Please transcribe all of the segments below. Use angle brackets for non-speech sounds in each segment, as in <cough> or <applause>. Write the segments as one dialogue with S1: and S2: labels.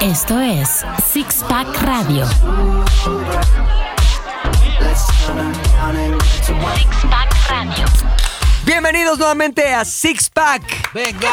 S1: Esto es Six Pack Radio. Six Pack Radio.
S2: Bienvenidos nuevamente a Six Pack.
S3: Venga.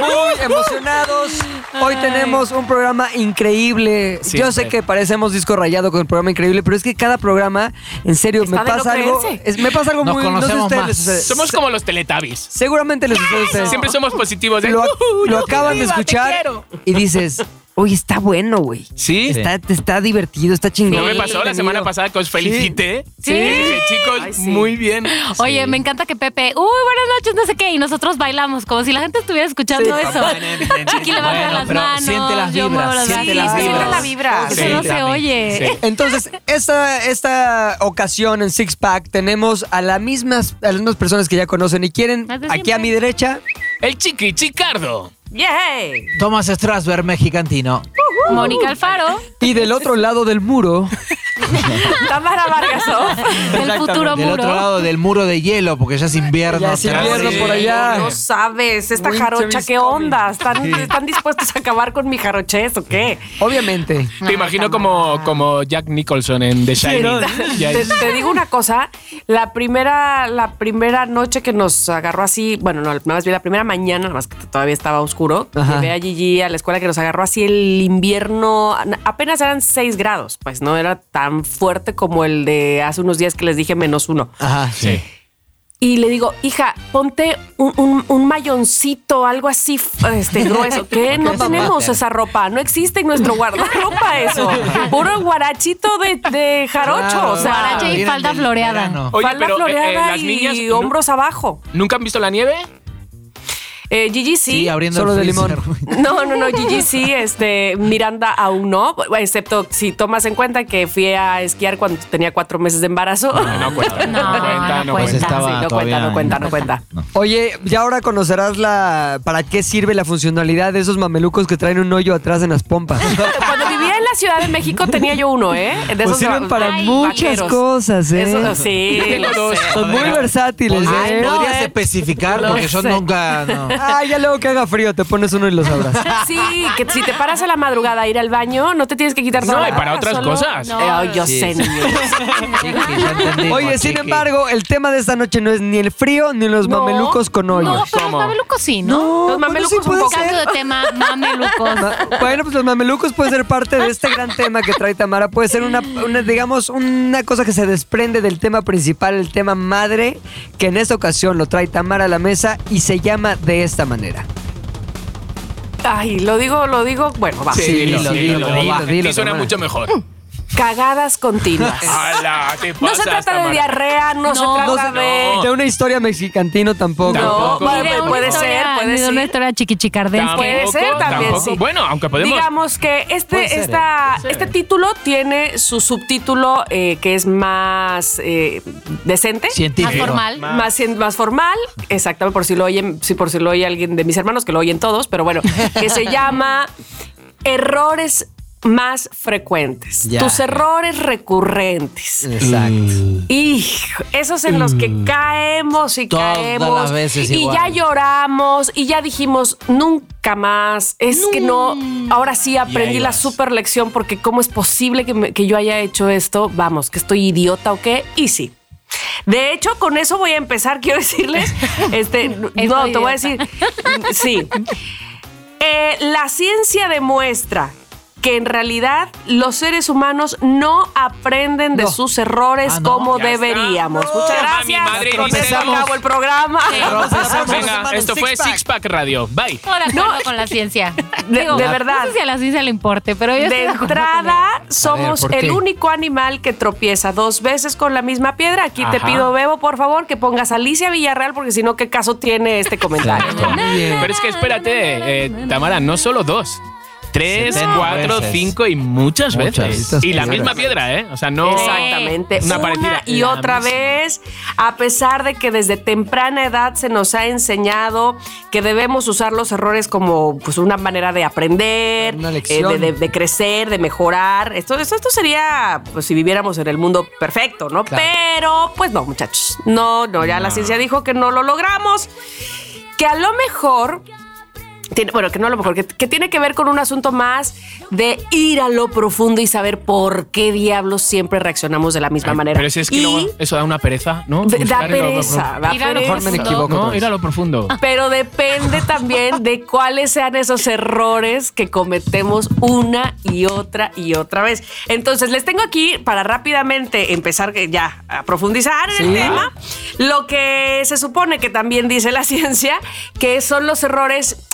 S2: Muy emocionados. Hoy tenemos un programa increíble. Yo sé
S3: Siempre.
S2: que parecemos disco rayado con el programa increíble, pero es que cada programa, en serio,
S4: Está
S2: me
S4: de no
S2: pasa, algo,
S4: creerse.
S2: es- me pasa algo
S3: Nos
S2: muy. No sé a
S3: conocemos
S2: ustedes
S3: más.
S2: les sucede.
S5: Somos
S2: Se-
S5: como los Teletubbies.
S2: Seguramente les sucede a ustedes.
S5: Siempre somos positivos. ¿eh?
S2: Lo,
S5: Ujú,
S2: lo
S5: yo te
S2: acaban de
S5: viva, te
S2: escuchar
S5: quiero.
S2: y dices, oye, está bueno, güey.
S5: Sí.
S2: Está, está divertido, está chingón.
S5: No me pasó la
S2: Entretenido.
S5: semana pasada que os felicité.
S4: Sí.
S5: Y dije, chicos,
S4: Ay, sí.
S5: muy bien.
S4: Sí.
S6: Oye, me encanta que Pepe, uy, buenas noches, no sé qué, y nosotros bailamos, como si la gente estuviera escuchando
S2: Sí.
S6: eso. <laughs> Chiqui le baja
S3: Bueno,
S6: las
S3: pero
S6: manos,
S3: siente las
S6: yo muevo
S3: vibras,
S6: las
S3: siente
S6: manos.
S3: las
S6: Sí,
S4: Siente
S3: vibras.
S4: la vibra.
S6: Eso no se oye.
S5: Sí.
S2: Entonces, esta, esta ocasión en Six Pack tenemos a, las mismas, a las mismas personas que ya conocen y quieren,
S6: Las de
S2: aquí
S6: siempre.
S2: a mi derecha,
S5: El chiqui chicardo.
S4: Yay.
S3: Thomas Strasberg, mexicantino.
S6: <laughs> Mónica Alfaro,
S2: y del otro lado del muro,
S4: Tamara Vargas. ¿no?
S6: el futuro
S3: Del
S6: <laughs>
S3: otro
S6: muro.
S3: lado del muro de hielo, porque ya es invierno.
S2: Ya es
S3: atrás.
S2: invierno por allá.
S4: No sabes, esta
S2: Winter
S4: jarocha,
S2: is
S4: ¿qué
S2: coming.
S4: onda? ¿Están, ¿Están dispuestos a acabar con mi jarochez o qué?
S2: obviamente.
S4: Ah,
S5: Te imagino como, como Jack Nicholson en The Shining.
S4: <laughs>
S5: Ya
S4: Te,
S5: es-
S4: te digo una cosa, la primera, la primera noche que nos agarró así, bueno, no, nada más bien la primera mañana, nada más que todavía estaba oscuro,
S2: Ajá.
S4: llevé a Gigi a la escuela que nos agarró así el invierno, apenas eran 6 grados, pues no era tan fuerte como el de hace unos días que les dije menos uno.
S3: Ajá, sí.
S4: Y le digo, hija, ponte un, un- un mayoncito, algo así
S5: <laughs>
S4: f- este, grueso. ¿Qué? No
S3: mamá?
S4: tenemos esa ropa. No existe en nuestro guardarropa eso. Puro guarachito de, de jarocho.
S3: Claro.
S4: o sea,
S6: Guarache y
S3: Vienen
S6: falda
S3: del
S6: floreada.
S3: verano.
S5: Oye,
S4: falda
S5: pero eh, eh,
S4: floreada
S5: las niñas
S4: y
S5: nu-
S4: hombros abajo.
S5: nunca han visto la nieve.
S4: Eh, Gigi sí.
S3: Sí, abriendo
S2: Solo
S3: el
S2: de
S3: freezer. <laughs>
S2: limón.
S4: No, no, no, Gigi sí, este, Miranda aún no, excepto si tomas en cuenta que fui a esquiar cuando tenía cuatro meses de embarazo.
S5: No cuenta.
S6: No, no
S5: cuenta, no
S3: Pues
S6: cuenta.
S5: cuenta.
S3: Ah, estaba
S4: <laughs> Sí,
S3: todavía
S4: no cuenta, no
S3: en-
S4: cuenta, no cuenta.
S2: Oye, ya ahora conocerás la para qué sirve la funcionalidad de esos mamelucos que traen un hoyo atrás en las pompas.
S4: Cuando vivía en la Ciudad de México tenía yo uno, ¿eh? De
S2: Pues sirven
S4: va-
S2: para muchas cosas, ¿eh?
S4: Eso, sí.
S5: <laughs> Tengo
S4: lo
S5: dos.
S4: sé.
S2: Son muy
S3: Ay,
S2: versátiles,
S3: ¿Podrías,
S2: ¿eh?
S4: no,
S3: podrías
S4: eh.
S3: especificar?
S4: Lo
S3: Porque yo
S4: sé.
S3: nunca. no.
S2: Ah, ya luego que haga frío, te pones uno y los
S4: <laughs>
S2: abrazas.
S4: Sí, que si te paras a la madrugada a ir al baño, no te tienes que quitar
S5: No,
S4: toda
S5: y
S4: la
S5: para
S4: ropa,
S5: otras
S4: solo-
S5: cosas.
S6: No.
S4: Eh, ay, yo
S3: Sí,
S4: sé,
S3: sí.
S4: niño.
S3: Chiqui,
S2: <laughs>
S3: ya entendimos,
S2: Oye, sin
S3: chiqui.
S2: embargo, el tema de esta noche no es ni el frío ni los
S4: No,
S2: mamelucos con
S6: No,
S2: hoyos.
S6: pero los
S5: ¿Cómo?
S6: mamelucos sí, ¿no?
S4: Los
S2: bueno,
S4: mamelucos
S2: sí puede
S4: un poco.
S2: ser.
S6: Cambio de tema, mamelucos.
S2: Ma- Bueno, pues los mamelucos pueden ser parte de este gran tema que trae Tamara. Puede ser una, una, digamos, una cosa que se desprende del tema principal, el tema madre, que en esta ocasión lo trae Tamara a la mesa y se llama de esta manera.
S4: Ay, lo digo, lo digo. Bueno, va.
S2: Sí, dilo, dilo, dilo,
S5: A ti
S2: dilo,
S5: suena
S2: Tamara.
S5: mucho mejor. <laughs>
S4: Cagadas continuas.
S5: Ala, te
S4: No se
S5: pasas,
S4: trata de
S5: Tamara.
S4: diarrea, no, se
S6: No,
S4: trata
S5: no.
S4: de.
S2: De una historia mexicantino tampoco.
S4: No,
S5: Tampoco.
S4: bueno,
S6: Ni de una
S4: puede ser,
S6: historia-
S4: puede
S6: ni de
S4: ser.
S6: una historia chiquichicardense.
S5: Tampoco,
S4: Puede ser también.
S5: tampoco.
S4: sí.
S5: Bueno, aunque podemos-
S4: Digamos que
S3: Puede
S4: este,
S3: ser,
S4: esta, este título tiene su subtítulo eh, que es más eh, decente.
S6: Más
S3: Científico.
S6: formal.
S4: Más, cien- más formal, exactamente, por si lo oyen, si por si lo oye alguien de mis hermanos, que lo oyen todos, pero bueno,
S5: <laughs>
S4: que se llama errores más frecuentes.
S3: Ya.
S4: Tus errores recurrentes.
S2: Exacto.
S3: Mm.
S4: Y esos en los que caemos y
S3: Todas
S4: caemos.
S3: las veces
S4: y
S3: igual.
S4: ya lloramos y ya dijimos nunca más. Es que no. Ahora sí aprendí la
S3: vas.
S4: super lección porque cómo es posible que, me- que yo haya hecho esto. Vamos, que estoy idiota o qué. Y sí. De hecho, con eso voy a empezar. <laughs> Quiero decirles,
S6: <laughs>
S4: este, no, te
S6: Estoy
S4: voy a decir,
S6: idiota.
S4: sí. Eh, la ciencia demuestra que en realidad los seres humanos no aprenden de
S3: No.
S4: sus errores
S3: Ah, ¿no?
S4: como
S5: Ya
S4: deberíamos.
S5: está.
S4: Muchas
S5: No,
S4: gracias.
S5: mi madre
S4: Con
S5: dice
S4: eso
S5: vamos.
S4: acabo el programa.
S5: Venga, esto fue Six Pack Radio. Bye.
S6: Estoy de acuerdo con la ciencia.
S4: De- de
S6: No
S4: verdad.
S6: sé si a la ciencia le importe, pero yo estoy
S4: De
S6: acuerdo con
S4: entrada, somos
S3: ¿por qué?
S4: el único animal que tropieza dos veces con la misma piedra. Aquí te
S5: Ajá.
S4: pido, Bebo, por favor, que pongas a Alicia Villarreal, porque si no, ¿qué caso tiene este comentario?
S3: Claro.
S5: Pero es que espérate, eh, Tamara, no solo dos. Tres,
S3: 70
S5: cuatro,
S3: veces.
S5: cinco y muchas
S3: Muchas
S5: veces.
S3: veces.
S5: Y la
S3: Muchas
S5: misma
S3: veces.
S5: piedra, ¿eh? O sea, no.
S4: Exactamente.
S5: Una
S4: Una,
S5: parecida.
S4: y
S5: La
S4: otra
S5: misma.
S4: vez, a pesar de que desde temprana edad se nos ha enseñado que debemos usar los errores como pues, una manera de aprender,
S2: Una lección.
S4: eh, de, de- de crecer, de mejorar. Esto, esto, esto sería pues, si viviéramos en el mundo perfecto, ¿no?
S2: Claro.
S4: Pero, pues no, muchachos. No, no, ya la ciencia dijo que no lo logramos. Que a lo mejor tiene- bueno, que no a lo mejor, que, que tiene que ver con un asunto más de ir a lo profundo y saber por qué diablos siempre reaccionamos de la misma manera.
S5: Pero si es que
S4: Y
S5: luego eso da una pereza, ¿no?
S4: de- da
S5: Buscar ir a lo
S4: pereza,
S5: profundo.
S4: da
S6: Ir a lo
S4: pereza.
S2: Mejor me equivoco. otra
S5: No,
S2: vez.
S5: ir a lo profundo.
S4: Pero depende también de cuáles sean esos errores que cometemos una y otra y otra vez. Entonces, les tengo aquí para rápidamente empezar que ya a profundizar en el tema. Lo que se supone que también dice la <laughs> ciencia, que son los errores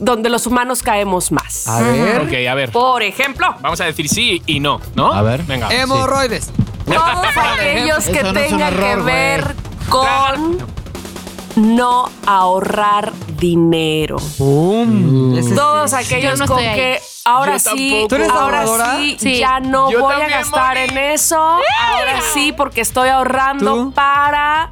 S4: donde los humanos caemos más.
S2: A ver.
S5: Ok, a ver.
S4: Por
S3: <laughs>
S4: ejemplo,
S5: Vamos a decir sí y no, ¿no?
S3: A ver.
S5: Venga.
S2: Hemorroides.
S4: todos aquellos que
S3: Eso no es un
S4: tengan
S3: error,
S4: que ver
S3: güey.
S4: con no ahorrar dinero.
S2: Boom. Ese es-
S4: Todos aquellos
S6: Yo no
S4: con
S6: estoy ahí.
S4: que ahora
S5: Yo
S4: sí,
S5: tampoco.
S2: ¿Tú eres
S4: ahora
S2: ahorradora?
S4: sí,
S6: Sí.
S4: ya no
S5: Yo
S4: voy a
S5: también,
S4: gastar
S5: Moni.
S4: en eso. Ahora sí, porque estoy ahorrando
S2: ¿Tú?
S4: para.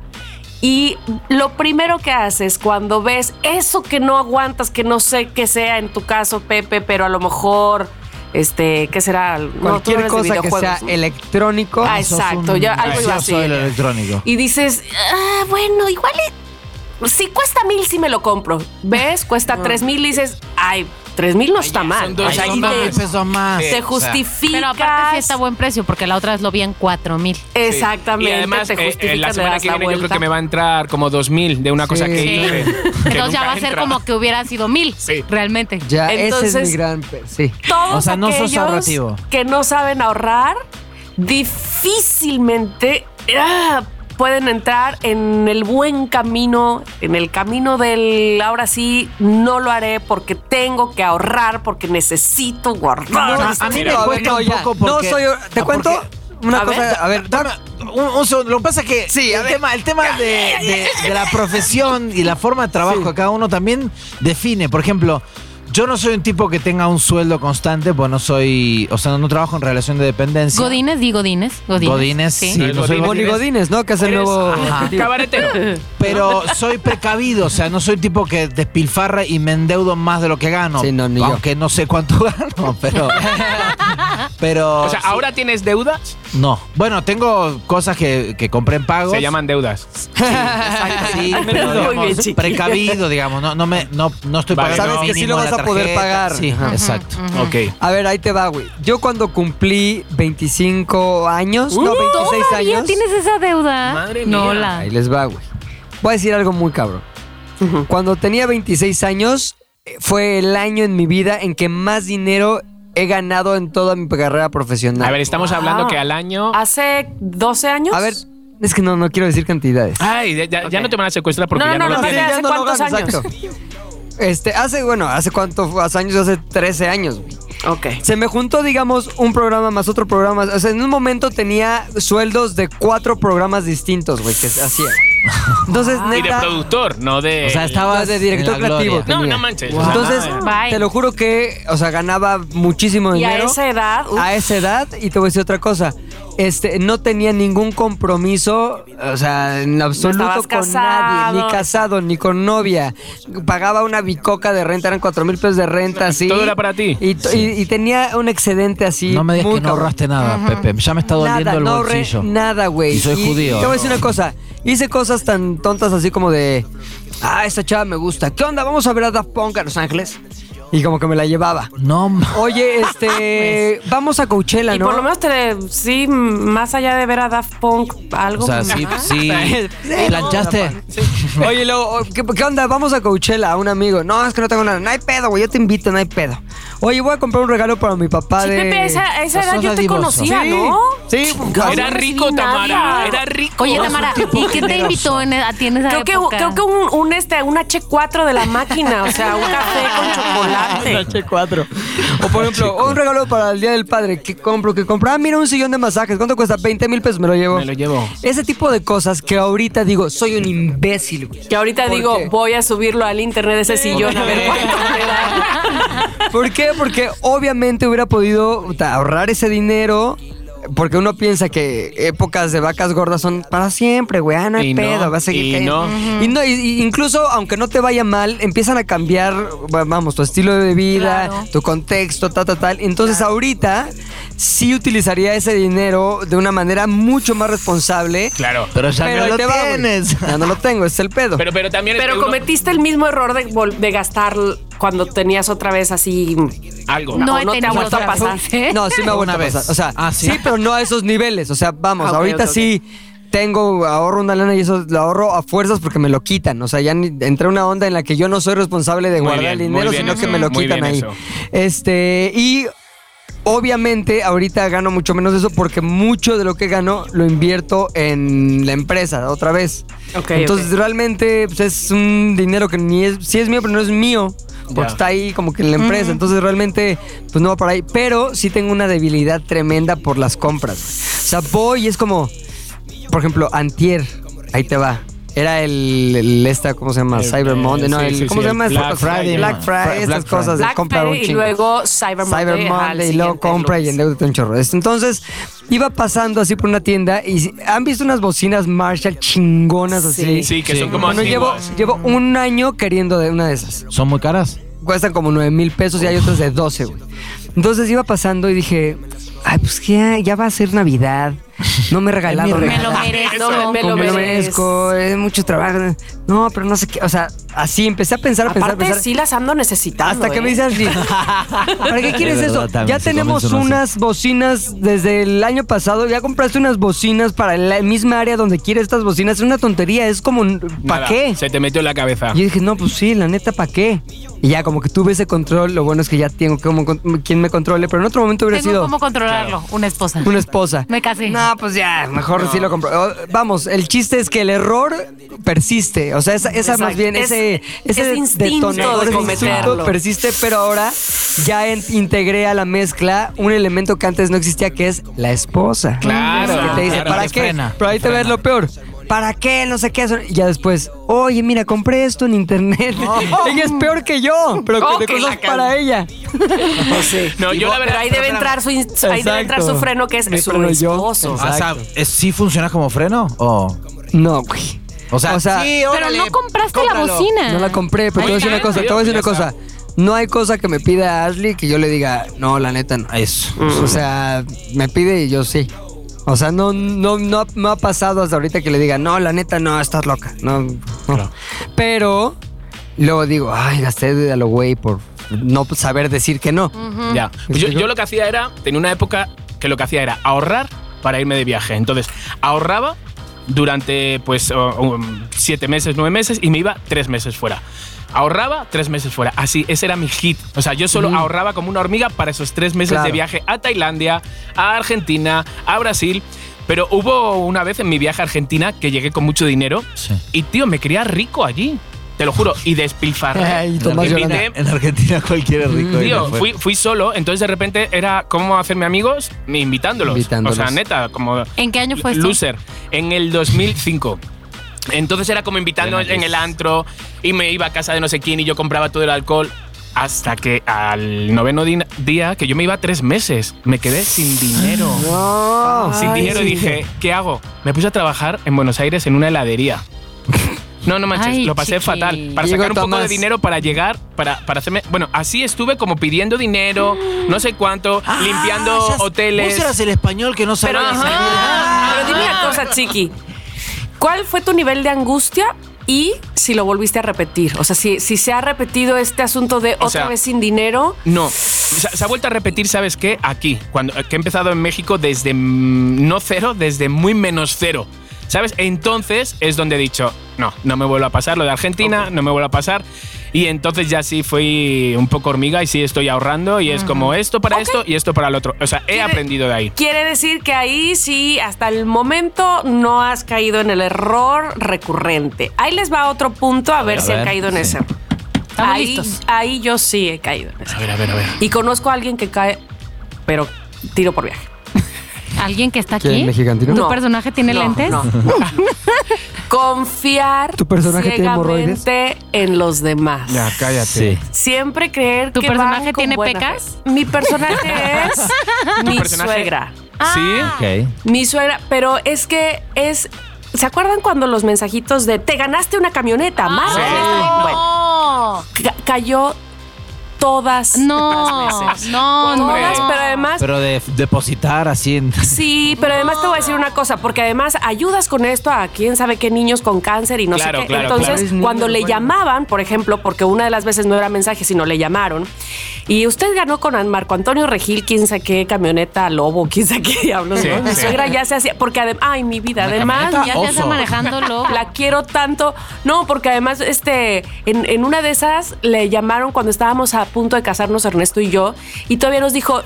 S4: Y lo primero que haces cuando ves eso que no aguantas, que no sé qué sea en tu caso, Pepe, pero a lo mejor, este, ¿qué será? No, tú no
S2: Cualquier
S4: eres de
S2: cosa que sea
S4: videojuegos, ¿no?
S2: electrónico.
S4: Ah,
S3: Sos
S4: exacto,
S3: un
S4: ya algo iba así.
S3: ansioso del electrónico.
S4: Y dices, ah, bueno, igual y- si cuesta mil, sí me lo compro. ¿Ves? Cuesta tres mil y dices, ay, tres mil no está mal.
S5: son dos
S4: O sea,
S5: mil
S4: y
S5: dólares.
S4: te,
S3: pesos más.
S4: te
S5: o sea,
S4: justificas.
S6: Pero aparte sí está a buen precio porque la otra vez lo vi en 4 mil.
S4: Exactamente,
S5: Y además,
S4: te
S5: eh, eh,
S4: justificas.
S5: la
S4: le
S5: semana
S4: das
S5: que viene yo creo
S4: vuelta.
S5: que me va a entrar como 2000 de una cosa
S2: Sí.
S5: que
S2: Sí.
S5: hice. que
S6: Entonces ya
S5: nunca
S6: va a ser
S5: entra.
S6: como que hubiera sido mil.
S5: Sí.
S6: Realmente.
S2: Ya, ese es
S4: Entonces-
S2: mi gran. pe- Sí.
S4: Todos
S3: O sea, no sos
S4: aquellos
S3: ahorrativo.
S4: que no saben ahorrar, difícilmente ah, pueden entrar en el buen camino, en el camino del ahora sí, no lo haré porque tengo que ahorrar, porque necesito
S2: No,
S4: guardar. Este,
S3: sea,
S2: a mí
S5: mira,
S2: no, Ah, pues, a ver,
S3: cuesta
S2: no,
S3: un
S2: ya.
S3: poco
S2: No
S3: porque-
S2: soy. ¿Te
S3: Ah,
S2: cuento? Una
S4: a
S2: cosa.
S4: ver.
S2: a ver,
S3: Dame un, un segundo. Lo que pasa es que
S2: Sí, a
S3: el,
S2: ver.
S3: tema, el tema de, de- de la profesión y la forma de trabajo de cada uno también define. Por ejemplo, yo no soy un tipo que tenga un sueldo constante, pues no soy. O sea, no trabajo en relación de dependencia.
S6: Godines, di Godines. Godines.
S3: Godines, sí.
S5: No es
S3: no soy
S5: Godínez.
S2: Bonnie Godínez, ¿no? Que es el
S5: Eres-
S2: nuevo.
S5: Ajá. Cabaretero.
S2: <laughs>
S3: Pero soy precavido, o sea, no soy tipo que despilfarra y me endeudo más de lo que gano.
S2: Sí, no, ni yo.
S3: aunque no sé cuánto <laughs> gano, pero. pero.
S5: O sea, ahora tienes deudas,
S3: No. Bueno, tengo cosas que, que compré en pagos.
S5: se llaman deudas.
S3: <laughs> Sí,
S4: Muy
S3: pero
S4: bien,
S3: digamos,
S4: chiquilla.
S3: precavido, digamos. No, no, me, no, no estoy
S5: Vale,
S3: pagando.
S5: sabes
S2: que sí
S3: mínimo
S2: lo
S3: de
S2: vas a
S3: la
S2: poder
S3: tarjeta.
S2: pagar.
S3: Sí,
S2: Ajá.
S3: exacto.
S5: Ok.
S2: A ver, ahí te va, güey. Yo cuando cumplí 25 años, no, 26
S6: Uh, ¿Todavía
S2: años.
S6: tienes esa deuda?
S5: Madre
S6: No
S5: mía.
S6: la.
S2: Ahí les va, güey. Voy a decir algo muy cabrón. Cuando tenía 26 años, eh, fue el año en mi vida en que más dinero he ganado en toda mi carrera profesional.
S5: A ver, estamos
S4: Wow.
S5: hablando que al año.
S4: Hace 12 años.
S2: A ver, es que no, no quiero decir cantidades.
S5: Ay, ya, ya- ya no te van a secuestrar porque
S4: No,
S5: ya
S4: no,
S5: no, lo
S4: no,
S5: tienes.
S4: no, ¿hace cuántos años?
S2: Este, hace, bueno, hace cuánto, fue? hace años, hace 13 años, güey.
S4: Ok.
S2: Se me juntó, digamos, un programa más otro programa. O sea, en un momento tenía sueldos de cuatro programas distintos, güey, que hacía. Entonces,
S5: Ah. Y de
S2: neta.
S5: productor, no de.
S3: O sea, estaba
S2: No, de director creativo.
S5: No,
S2: tenía.
S5: no manches.
S2: Wow. Entonces,
S6: Bye.
S2: te lo juro que, o sea, ganaba muchísimo
S4: Y a
S2: dinero.
S4: esa edad. uf,
S2: A esa edad, y te voy a decir otra cosa. Este, no tenía ningún compromiso, o sea, en absoluto con
S4: estabas casado.
S2: nadie, ni casado, ni con novia. Pagaba una bicoca de renta, eran cuatro mil pesos de renta, así.
S5: todo era para ti.
S2: Y, to- y- y tenía un excedente así.
S3: No me digas
S2: muy
S3: que no
S2: cabrón.
S3: ahorraste nada, Pepe. Ya me está doliendo
S2: Nada,
S3: el
S2: no ahorré
S3: bolsillo.
S2: nada, güey.
S3: Y soy judío.
S2: Te voy a decir una cosa. Hice cosas tan tontas así como de. Ah, esta chava me gusta. ¿Qué onda? Vamos a ver a Daft Punk a Los Ángeles. Y como que me la llevaba.
S3: No, ma-
S2: Oye,
S4: <laughs>
S2: este. vamos a Coachella,
S4: Pues. y
S2: ¿no?
S4: por lo menos, te, sí, más allá de ver a Daft Punk, algo.
S3: o sea, sí,
S4: más.
S3: sí. ¿Planchaste?
S2: Oye, luego, ¿qué, qué onda? Vamos a Coachella, a un amigo. No, es que no tengo nada. No hay pedo, güey. Yo te invito, no hay pedo. Oye, voy a comprar un regalo para mi papá
S4: Sí,
S2: de.
S4: Pepe, a esa, a esa
S3: Pues
S4: edad
S3: sos
S4: yo te
S3: dadivoso.
S4: conocía,
S2: Sí,
S4: ¿no?
S2: Sí,
S4: Ay,
S5: Era
S4: no recibí
S5: rico, Tamara.
S4: nada.
S5: Era rico.
S6: Oye,
S3: No,
S6: Tamara,
S3: es un tipo
S6: ¿y qué te
S3: generoso.
S6: invitó en, a ti en esa
S4: Creo que,
S6: época?
S4: creo que un, un, este, un H4 de la máquina, o sea, un café con chocolate.
S2: H4. O por ejemplo, un regalo para el Día del Padre. ¿Qué compro? ¿Qué compro? Ah, mira, un sillón de masajes. ¿Cuánto cuesta? 20 mil pesos. Me lo llevo.
S5: Me lo llevo.
S2: Ese tipo de cosas que ahorita digo, soy un imbécil, güey.
S4: Que ahorita
S2: ¿Por
S4: digo,
S2: qué?
S4: voy a subirlo al internet de ese sillón
S5: <laughs>
S4: a ver cuánto me da.
S2: ¿Por qué? Porque obviamente hubiera podido puta, ahorrar ese dinero. Porque uno piensa que épocas de vacas gordas son para siempre, güey. Ah, no hay
S5: Y no,
S2: pedo, va a seguir
S5: y
S2: cayendo. Y no, y- y incluso aunque no te vaya mal, empiezan a cambiar, va- vamos, tu estilo de vida,
S6: Claro.
S2: tu contexto, tal, tal, tal. Entonces ahorita sí utilizaría ese dinero de una manera mucho más responsable.
S5: Claro.
S3: Pero ya
S2: Pero
S3: no
S2: ahí
S3: lo
S2: te va, güey.
S3: tienes.
S2: ya no lo tengo, ese es el pedo.
S5: Pero, pero también.
S4: Pero
S5: uno-
S4: cometiste el mismo error de, vol- de gastar cuando tenías otra vez así.
S5: Algo.
S4: No,
S6: he
S4: no te ha
S6: tenido
S4: vuelto a
S6: otra
S4: pasar.
S6: vez, ¿eh?
S2: No, sí me ha vuelto a
S3: Una vez.
S2: pasar. O sea,
S3: Ah, sí.
S2: sí. pero no a esos niveles. O sea, vamos,
S4: Ah, ok,
S2: ahorita
S4: ok, ok.
S2: sí tengo, ahorro una lana y eso lo ahorro a fuerzas porque me lo quitan. O sea, ya ni- entré en una onda en la que yo no soy responsable de
S5: Muy
S2: guardar
S5: bien,
S2: el dinero,
S5: muy bien
S2: sino que
S5: eso,
S2: me lo
S5: muy
S2: quitan
S5: bien
S2: ahí.
S5: eso.
S2: Este, y obviamente ahorita gano mucho menos de eso porque mucho de lo que gano lo invierto en la empresa otra vez.
S4: Ok,
S2: Entonces
S4: ok.
S2: realmente pues, es un dinero que ni es, sí es mío, pero no es mío. Porque
S5: Ya.
S2: está ahí como que en la empresa. Entonces realmente, pues no va para ahí. Pero sí tengo una debilidad tremenda por las compras. güey. O sea, voy y es como, por ejemplo, Antier, ahí te va. Era el, el esta, ¿cómo se llama?
S5: El,
S2: Cyber
S5: eh,
S2: Monday, no,
S5: sí,
S2: el,
S5: sí,
S2: ¿cómo
S5: sí,
S2: se
S5: el
S2: llama?
S5: Black
S2: Estas
S3: Friday,
S2: Black
S3: ¿no?
S2: Friday, estas
S3: Black
S2: cosas de
S4: Black
S2: comprar un
S4: Friday y
S2: chingo.
S4: luego Cyber Monday.
S2: Cyber
S4: ajá, al
S2: Monday y
S4: siguiente
S2: luego compra y
S4: lunes.
S2: endeudate un chorro. Entonces, iba pasando así por una tienda y han visto unas bocinas Marshall chingonas así.
S5: Sí, que
S3: Sí.
S5: son como
S2: Bueno, llevo,
S5: antiguas.
S2: llevo un año queriendo de una de esas.
S3: ¿Son muy caras?
S2: Cuestan como 9 mil pesos y hay otras de 12, güey. Entonces iba pasando y dije, ay, pues ya, ya va a ser Navidad. No me he regalado
S6: Me
S2: nada.
S6: lo merezco.
S4: No, me
S2: Como me lo merezco, es mucho trabajo. No, pero no sé qué. O sea, así empecé a pensar, a pensar, a
S4: Aparte,
S2: pensar.
S4: sí las ando necesitando.
S2: Hasta que
S4: ¿eh?
S2: me dices así. ¿Para qué quieres
S3: Es verdad,
S2: eso?
S3: también
S2: Ya
S3: se
S2: tenemos
S3: comenzó así.
S2: unas bocinas desde el año pasado. Ya compraste unas bocinas para la misma área donde quieres estas bocinas. Es una tontería. Es como, ¿para
S5: Nada,
S2: qué?
S5: Se te metió en la cabeza.
S2: Y yo dije, no, pues sí, la neta, ¿para qué? Y ya como que tuve ese control. Lo bueno es que ya tengo como con- quien me controle. Pero en otro momento hubiera
S6: Tengo
S2: sido
S6: cómo controlarlo. Una esposa.
S2: una esposa.
S6: Me casé.
S2: No, pues ya, mejor sí lo compro. Oh, Vamos, el chiste es que el error persiste. O sea, esa, esa
S4: Exacto.
S2: más bien,
S4: Es-
S2: ese, ese
S4: ese instinto
S2: detonador,
S4: de
S2: ese
S4: cometerlo.
S2: persiste, pero ahora ya en- integré a la mezcla un elemento que antes no existía, que es la esposa.
S5: Claro,
S2: Que te dice,
S5: claro.
S2: ¿para
S3: Te
S2: qué?
S3: frena,
S2: pero ahí
S3: te
S2: te ves
S3: frena.
S2: lo peor. ¿Para qué? No sé qué. eso- Y ya después, oye, mira, compré esto en
S4: <laughs>
S2: internet. ella es peor que yo, pero
S4: Oh,
S2: que
S4: que
S2: de cosas
S4: la can-
S2: para ella.
S5: No, yo la
S4: Pero
S5: verdad.
S4: ahí debe entrar su, ins- ahí debe entrar su
S2: Exacto.
S4: freno, que es
S2: Mi
S4: su
S2: freno yo.
S4: esposo.
S3: O sea,
S2: Exacto.
S3: ¿es- ¿sí funciona como freno? O,
S2: No, güey.
S3: o sea,
S2: O sea,
S3: sí,
S6: Pero
S3: órale,
S6: no compraste la
S3: cómpralo.
S6: bocina.
S2: No la compré, pero te voy a decir una
S5: está.
S2: cosa, te voy a decir una
S5: Ya está.
S2: cosa. No hay cosa que me pida Ashley que yo le diga, no, la neta no.
S3: Eso.
S2: O sea, me pide y yo sí. O sea, no, no, no, me ha pasado hasta ahorita que le diga, no, la neta no, estás loca. No, no. Pero luego digo, ay, gasté de a lo güey por no saber decir que no.
S5: Ya. Pues Yo, yo lo que hacía era, tenía una época que lo que hacía era ahorrar para irme de viaje. Entonces, ahorraba durante pues o- o, um, siete meses, nueve meses y me iba tres meses fuera. Ahorraba tres meses fuera. Así, ese era mi hit. O sea, yo solo ahorraba como una hormiga para esos tres meses de
S2: Mm. Claro.
S5: viaje a Tailandia, a Argentina, a Brasil. Pero hubo una vez en mi viaje a Argentina que llegué con mucho dinero
S3: Sí.
S5: y, tío, me quería rico allí. Te lo juro. Y
S2: <laughs>
S5: despilfarré.
S2: Ay, Tomás
S5: Invité-
S2: llorando.
S3: En Argentina cualquiera es rico. y
S5: Tío,
S3: no fue.
S5: fui, fui solo, entonces de repente era cómo hacerme amigos invitándolos.
S2: Invitándolos.
S5: O sea, neta, como
S6: ¿En qué año fue esto?
S5: loser. En el 2005. Entonces era como invitándolos en el antro y me iba a casa de no sé quién y yo compraba todo el alcohol. Hasta que al noveno din- día, que yo me iba tres meses, me quedé sin
S6: <gasps>
S5: dinero.
S2: No.
S5: Sin dinero y dije, ¿qué hago? Me puse a trabajar en Buenos Aires en una heladería. <laughs> No, no manches,
S6: Ay,
S5: lo pasé
S6: chiqui.
S5: fatal. Para
S2: Diego
S5: sacar un poco de
S2: Tomás.
S5: dinero para llegar, para, para hacerme. Bueno, así estuve como pidiendo dinero, no
S6: <gasps>
S5: sé cuánto,
S3: Ah,
S5: limpiando
S3: ya sé.
S5: hoteles.
S3: Vos eras el español que no
S4: Pero,
S3: sabía
S4: ajá,
S3: salir.
S4: pero dime una cosa, Chiqui. ¿Cuál fue tu nivel de angustia y si lo volviste a repetir? O sea, si, si se ha repetido este asunto de otra
S5: sea,
S4: vez sin dinero.
S5: No, se, se ha vuelto a repetir, ¿sabes qué? Aquí, cuando, que he empezado en México desde mm, no cero, desde muy menos cero. ¿Sabes? Entonces es donde he dicho, no, no me vuelvo a pasar lo de Argentina, no me vuelvo a pasar. Y entonces ya sí fui un poco hormiga y sí estoy ahorrando y es como esto para esto y esto para el otro. O sea, he
S4: Quiere-
S5: aprendido de ahí.
S4: Quiere decir que ahí sí, hasta el momento no has caído en el error recurrente. Ahí les va otro punto a, ver,
S3: a
S4: si han
S3: ver,
S4: caído en
S3: sí.
S4: ese.
S6: Estamos
S4: Ahí,
S6: listos.
S4: ahí yo sí he caído en ese.
S5: A ver, a ver, a ver.
S4: Y conozco a alguien que cae, pero tiro por viaje.
S6: ¿Alguien que está
S2: ¿Quién,
S6: aquí?
S2: mexicantino?
S6: ¿Tu
S4: No.
S6: personaje tiene
S4: No,
S6: lentes?
S4: no. Confiar
S2: ¿Tu personaje tiene hemorroides?
S4: ciegamente en los demás.
S5: Ah, cállate.
S3: Sí.
S4: Siempre creer
S6: ¿Tu
S4: que van
S6: personaje
S4: con
S6: tiene
S4: buena
S6: pecas?
S4: fe. Mi
S6: <laughs>
S4: personaje es mi
S5: personaje?
S4: suegra.
S5: Sí.
S3: Ok.
S4: Mi suegra, pero es que es. ¿Se acuerdan cuando los mensajitos de te ganaste una camioneta?
S6: Ah,
S4: Marta?"
S5: Sí.
S6: no.
S4: Bueno, ca- cayó
S6: <laughs>
S4: todas.
S6: No,
S4: las veces.
S6: no, no.
S4: Todas, pero además
S3: Pero de depositar así en.
S4: Sí, pero además te voy a decir una cosa, porque además ayudas con esto a quién sabe qué niños con cáncer y no
S5: Claro,
S4: sé qué.
S5: claro,
S4: Entonces,
S5: claro.
S2: Es niño,
S4: cuando le
S2: bueno.
S4: llamaban, por ejemplo, porque una de las veces no era mensaje, sino le llamaron, y usted ganó con Marco Antonio Regil, quién sabe qué, camioneta Lobo, quién sabe qué diablos,
S5: Sí,
S4: ¿no? Mi
S5: sí.
S4: suegra ya se hacía, porque además, ay, mi vida, además,
S3: camioneta
S6: Ya se está <laughs>
S3: Oso.
S6: manejándolo.
S4: la quiero tanto. No, porque además, este, en, en una de esas le llamaron cuando estábamos a punto de casarnos Ernesto y yo, y todavía nos dijo.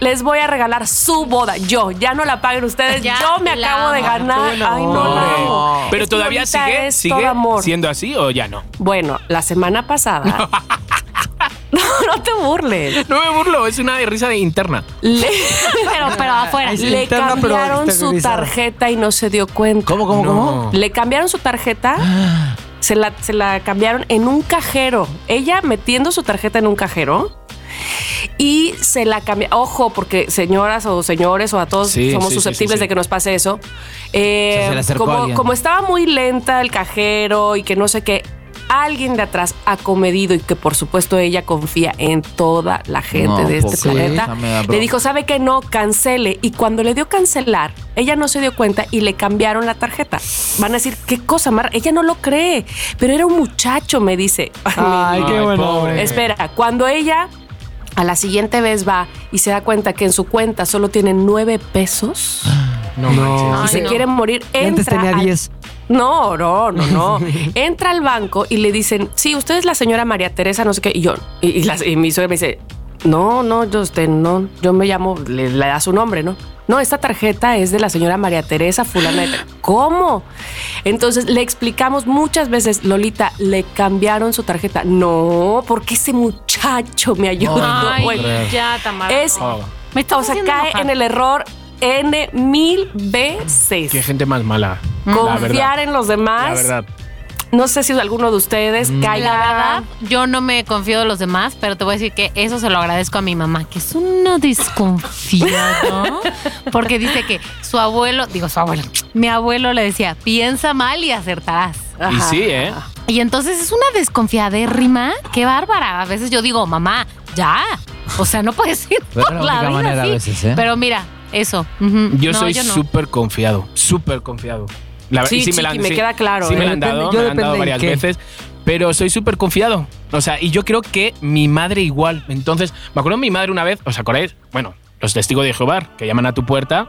S4: Les voy a regalar su boda. Yo, ya no la paguen ustedes.
S6: Ya
S4: yo me
S6: la
S4: acabo de
S6: amo.
S4: ganar. Ay, no,
S3: No.
S4: la amo.
S5: Pero
S4: Es que
S5: todavía
S4: Lolita
S5: sigue,
S4: es
S5: sigue
S4: todo amor.
S5: siendo así o ya no.
S4: Bueno, la semana pasada. <laughs> no, no te burles.
S5: No me burlo, es una risa interna.
S4: <laughs> Le,
S6: pero, pero afuera.
S2: Es
S4: le
S2: interna, pero
S4: cambiaron su
S2: exteriorizada.
S4: tarjeta y no se dio cuenta.
S3: ¿Cómo, cómo, cómo?
S5: No.
S4: Le cambiaron su tarjeta.
S3: <gasps>
S4: Se la, se la cambiaron en un cajero. Ella metiendo su tarjeta en un cajero. Y se la cambia. Ojo, porque señoras o señores o a todos
S5: Sí,
S4: somos
S5: sí, sí,
S4: susceptibles
S5: sí, sí.
S4: de que nos pase eso. Eh,
S3: O sea, se le acercó
S4: como,
S3: alguien.
S4: como estaba muy lenta el cajero y que no sé qué, alguien de atrás ha comedido y que por supuesto ella confía en toda la gente
S3: No,
S4: de este
S3: pues sí,
S4: planeta.
S3: esa me
S2: Ah,
S3: da
S4: Le
S3: bronca.
S4: dijo, sabe que no, cancele. Y cuando le dio cancelar, ella no se dio cuenta y le cambiaron la tarjeta. Van a decir, qué cosa, Mar, ella no lo cree. Pero era un muchacho, me dice.
S2: Ay, qué bueno.
S5: pobre.
S4: Espera, cuando ella a la siguiente vez va y se da cuenta que en su cuenta solo tiene nueve pesos
S5: No, manches.
S4: y
S6: Ay,
S4: se
S6: no.
S4: quiere morir,
S2: Y antes
S4: entra
S2: tenía
S4: al-
S2: 10.
S4: no, no,
S5: <laughs>
S4: no, no. Entra al banco y le dicen, sí, usted es la señora María Teresa, no sé qué. Y yo, y, y la- y mi suegra me dice, no, no, yo, usted, no, yo me llamo, le, le da su nombre, ¿no? No, esta tarjeta es de la señora María Teresa Fulana. de
S5: <gasps>
S4: tal". ¿Cómo? Entonces le explicamos muchas veces, Lolita, le cambiaron su tarjeta. No, porque ese muchacho me ayudó.
S6: Ay,
S4: Bueno,
S6: ya, Tamara.
S4: es,
S5: Oh,
S6: Me
S4: o sea, cae en el error N mil veces.
S5: qué gente más mala. la verdad.
S4: Confiar en los
S5: La
S4: demás.
S5: verdad.
S4: No sé si alguno de ustedes
S5: Mm.
S4: caiga.
S6: La verdad, yo no me confío de los demás, pero te voy a decir que eso se lo agradezco a mi mamá, que es una <laughs> desconfiada, porque dice que su abuelo, digo su abuelo, mi abuelo le decía, piensa mal y acertarás.
S5: Y
S4: Ajá.
S5: sí, ¿eh?
S6: Y entonces es una desconfiadérrima, qué bárbara. A veces yo digo, mamá, ya. O sea, no puedes ir
S3: Pero
S6: por
S3: es la
S6: la
S3: única
S6: vida
S3: manera a
S6: así.
S3: veces, ¿eh?
S6: Pero mira, eso. ujú.
S5: Yo
S6: No,
S5: soy
S6: no.
S5: súper confiado, súper confiado. La
S4: Sí,
S5: y
S4: Chiqui, me queda claro,
S5: Sí,
S4: ¿eh?
S5: me la han
S2: Depende-
S5: dado,
S2: yo
S5: me la han
S2: depende
S5: dado
S2: en
S5: varias
S2: qué.
S5: veces. Pero soy súper confiado. O sea, y yo creo que mi madre igual. Entonces, me acuerdo mi madre una vez, ¿os acordáis? Bueno, los testigos de Jehová, que llaman a tu puerta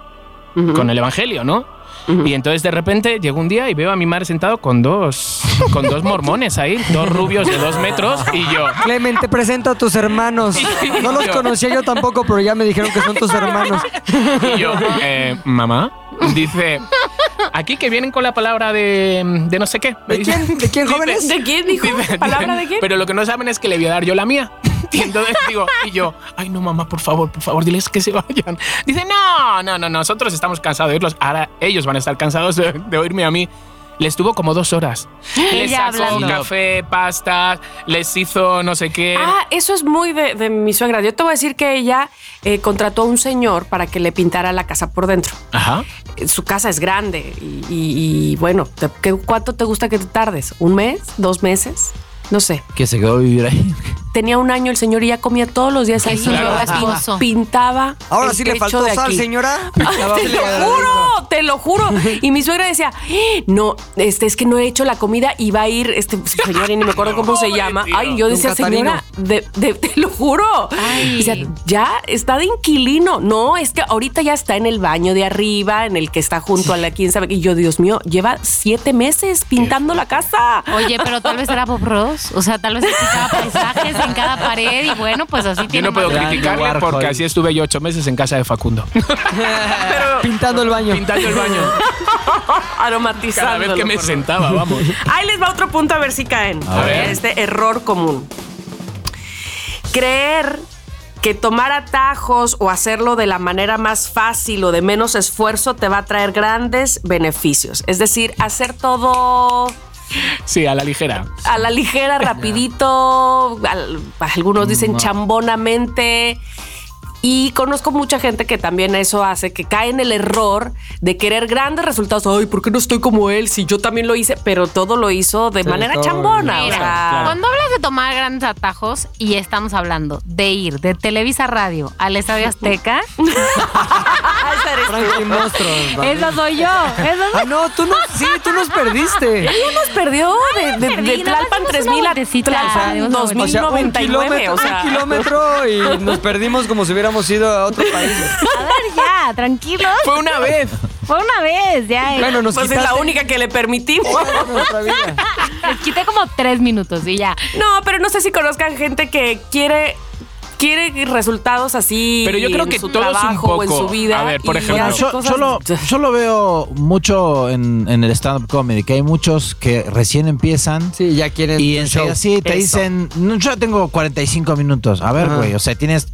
S4: Ujú.
S5: con el evangelio, ¿no? Y entonces de repente llegó un día y veo a mi madre sentado con dos, con dos mormones ahí, dos rubios de dos metros y yo.
S2: Clemente, te presento a tus hermanos. No los conocía yo tampoco, pero ya me dijeron que son
S4: <laughs>
S2: tus hermanos.
S5: Y yo, eh, mamá, dice, aquí que vienen con la palabra de, de no sé qué.
S2: ¿De
S5: Me <laughs> dice-
S2: quién? ¿De quién, jóvenes?
S4: ¿De
S5: <laughs>
S4: quién dijo?
S5: Dice-
S4: ¿Palabra de
S5: dice,
S4: quién?
S5: Pero lo que no saben es que le voy a dar yo la mía. Y
S4: <laughs>
S5: entonces digo, y yo, ay no mamá, por favor, por favor, diles que se vayan. Dice, no, no, no, nosotros estamos cansados de oírlos. Ahora ellos van a estar cansados de, de oírme a mí. Les tuvo como dos horas. Les
S6: Ella
S5: sacó
S6: hablando.
S5: café, pastas, les hizo no sé qué.
S4: Ah, eso es muy de, de mi suegra. Yo te voy a decir que ella eh, contrató a un señor para que le pintara la casa por dentro.
S5: Ajá.
S4: Eh, Su casa es grande y, y- y bueno, te- ¿qué- ¿cuánto te gusta que te tardes? ¿Un mes? ¿Dos meses? No sé.
S3: Que se quedó a vivir ahí.
S4: Tenía un año el señor y ya comía todos los días ahí.
S6: Eso
S5: Claro.
S4: Y
S6: asqueroso.
S4: pintaba.
S2: Ahora
S4: el
S2: sí le
S4: techo
S2: faltó
S4: de
S2: sal,
S4: aquí.
S2: señora.
S4: <laughs>
S2: <laughs>
S4: Ah, Te lo juro, te lo juro. Y mi suegra decía, "Eh, no, este es que no he hecho la comida y va a ir este señor y ni me acuerdo cómo se
S5: Pobre
S4: llama.
S5: tío.
S4: Ay, yo
S2: Don
S4: decía,
S2: Catarino.
S4: señora, de- de- te lo juro.
S6: Ay.
S4: Decía, ya está de inquilino. No, es que ahorita ya está en el baño de arriba, en el que está junto a la quién sabe. qué. Y yo, Dios mío, lleva siete meses pintando la casa.
S6: Oye, pero tal vez era Bob Ross. O sea, tal vez explicaba paisajes en cada pared y bueno, pues así
S5: Yo
S6: tiene
S5: no puedo
S6: más-
S3: Grande
S5: criticarle
S3: Warhol.
S5: porque así estuve yo ocho meses en casa de Facundo.
S2: Pintando el baño.
S5: Pintando el <laughs> baño. Cada
S4: Aromatizándolo.
S5: vez que me
S4: por
S5: sentaba, vamos.
S4: Ahí les va otro punto a ver si caen.
S5: A ver.
S4: Este error común. Creer que tomar atajos o hacerlo de la manera más fácil o de menos esfuerzo te va a traer grandes beneficios. Es decir, hacer todo
S5: Sí, a la ligera.
S4: a
S2: <laughs>
S4: la ligera, rapidito, al- algunos dicen chambonamente. Y conozco mucha gente que también eso hace, que cae en el error de querer grandes resultados. Ay, ¿por qué no estoy como él? Si yo también lo hice, pero todo lo hizo de
S2: Sí,
S4: manera
S2: todo.
S4: chambona. o
S6: Mira,
S4: sea,
S5: claro.
S6: cuando hablas de tomar grandes atajos y estamos hablando de ir de Televisa Radio al Estadio Azteca,
S4: ah, esa eres tú.
S2: Frankie Monstruo.
S6: eso soy yo. Eso soy
S2: Ah, no, tú no, sí, tú nos perdiste.
S4: ¿Quién nos perdió de, de,
S6: perdí,
S4: de
S6: nada más
S4: Tlalpan
S6: dimos
S4: 3000
S6: una
S4: a
S6: vueltecita,
S4: Tlalpan
S6: dimos una vueltecita.
S2: O sea, un
S4: 2099?
S2: kilómetro,
S4: O sea,
S2: un kilómetro y nos perdimos como si hubiéramos ido a otro
S4: <laughs>
S2: país.
S6: yo. <laughs> A ver, ya, tranquilos.
S5: Fue una vez.
S6: Fue una vez, ya. eh.
S2: Bueno, nos
S4: pues es
S2: quitaste
S4: la única que
S2: <laughs>
S4: le permitimos.
S2: toda nuestra vida.
S6: Les quité como tres minutos y ya.
S4: No, pero no sé si conozcan gente que quiere quiere resultados así.
S5: Pero yo creo
S4: en
S5: que
S4: su
S5: todos un
S4: trabajo o en
S5: poco.
S4: su vida.
S5: A ver, por
S4: y
S5: ejemplo.
S4: hace
S5: Bueno,
S3: yo,
S4: cosas-
S3: yo
S4: <laughs>
S3: lo, yo lo veo mucho en, en el stand-up comedy, que hay muchos que recién
S2: <laughs>
S3: empiezan
S2: Sí, ya quieren
S3: y
S2: un
S3: enseguida
S2: show.
S3: sí te
S4: Eso.
S3: dicen, "No, yo tengo 45 minutos. A ver,
S2: Ajá.
S3: güey, o sea, tienes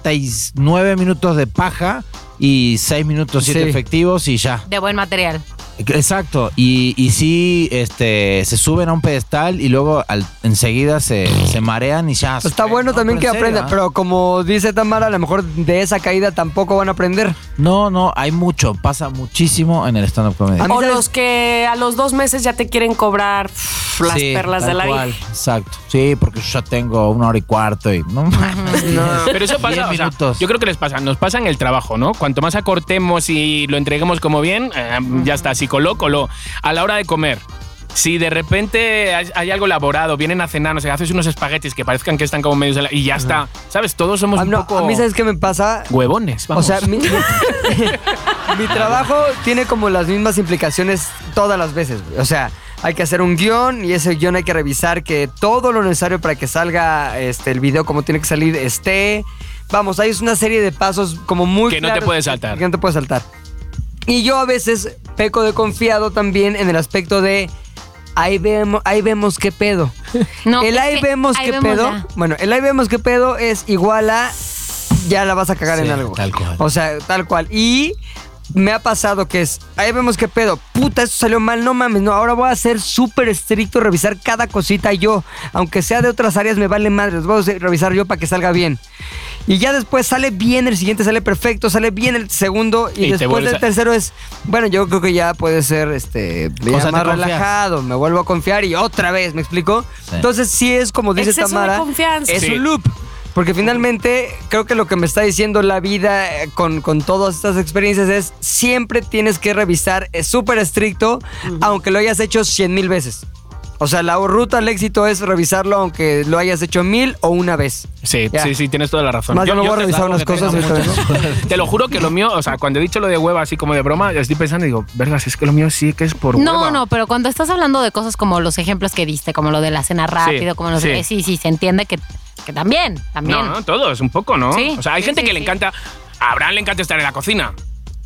S3: 39 minutos de paja y 6 minutos siete
S2: Sí.
S3: efectivos y ya.
S6: De buen material.
S3: Exacto, y, y sí, este, se suben a un pedestal y luego al- enseguida se, se marean y ya.
S2: Pues Está bueno
S3: No,
S2: también que
S3: pero en serio,
S2: aprendan,
S3: ¿eh?
S2: pero como dice Tamara, a lo mejor de esa caída tampoco van a aprender.
S3: ¿ah? No, no, hay mucho, pasa muchísimo en el stand-up comedy.
S2: A mí,
S4: O
S2: ¿sabes?
S4: los que a los dos meses ya te quieren cobrar pff, las
S3: Sí,
S4: perlas
S3: tal
S4: de la
S3: cual,
S4: vida.
S3: Exacto, sí, porque yo ya tengo una hora y cuarto y no
S2: <laughs>
S3: mames.
S5: Pero eso
S3: Diez
S5: pasa. o sea,
S3: minutos.
S5: yo creo que les pasa. Nos pasa en el trabajo, ¿no? Cuanto más acortemos y lo entreguemos como bien, eh, ya está. Si coló, coló. A la hora de comer. Si de repente hay, hay algo elaborado, vienen a cenar, no sé, haces unos espaguetis que parezcan que están como medios... hela- Y ya está. ¿Sabes? Todos somos
S2: A,
S5: un
S2: Ah, no,
S5: poco
S2: a mí, ¿sabes qué me pasa?
S5: huevones. Vamos.
S2: O sea, mi, <laughs> mi trabajo tiene como las mismas implicaciones todas las veces. güey. O sea, hay que hacer un guión y ese guión hay que revisar que todo lo necesario para que salga este, el video como tiene que salir esté. Vamos, hay una serie de pasos como muy
S5: Que no te
S2: claros
S5: puedes saltar.
S2: Que no te puedes saltar. Y yo a veces peco de confiado también en el aspecto de ahí vemos, ahí vemos qué pedo.
S6: No,
S2: el
S6: es
S2: ahí
S6: que
S2: vemos
S6: ahí
S2: qué
S6: vemos
S2: pedo.
S6: la-
S2: Bueno, el ahí vemos qué pedo es igual a ya la vas a cagar
S3: Sí,
S2: en algo.
S3: tal cual.
S2: O sea, tal cual. Y me ha pasado que es, ahí vemos qué pedo. Puta, esto salió mal, no mames, no. Ahora voy a ser súper estricto, revisar cada cosita yo. Aunque sea de otras áreas, me vale madre. Los voy a hacer- revisar yo para que salga bien. Y ya después sale bien el siguiente, sale perfecto, sale bien el segundo.
S5: Y
S2: Y,
S5: te
S2: después
S5: vuelves
S2: del
S5: a-
S2: tercero es, bueno, yo creo que ya puede ser este, ya
S3: O sea, te
S2: más
S3: confías.
S2: relajado. Me vuelvo a confiar y otra vez, ¿me explico?
S3: Sí.
S2: Entonces, sí es como dice
S4: Exceso de
S2: Tamara.
S4: confianza.
S2: Es
S5: Sí.
S2: un loop. Porque finalmente creo que lo que me está diciendo la vida eh, con, con todas estas experiencias es siempre tienes que revisar, es súper estricto, aunque lo hayas hecho cien mil veces. O sea, la ruta al éxito es revisarlo aunque lo hayas hecho mil o una vez.
S5: Sí,
S2: Ya.
S5: sí, sí, tienes toda la razón.
S2: Más yo, voy a
S5: te-
S2: revisar unas cosas. y otra vez, ¿no? <laughs>
S5: Te lo juro que lo mío, o sea, cuando he dicho lo de hueva así como de broma, estoy pensando y digo, vergas, es que lo mío sí que es por
S6: No,
S5: hueva.
S6: no, pero cuando estás hablando de cosas como los ejemplos que diste, como lo de la cena rápido, como los
S5: sí.
S6: de... Sí, sí, se entiende que, que también, también.
S5: No, no, todos, un poco, ¿no?
S6: Sí,
S5: o sea, hay
S6: sí,
S5: gente
S6: sí,
S5: que le
S6: sí.
S5: encanta. A Abraham le encanta estar en la cocina.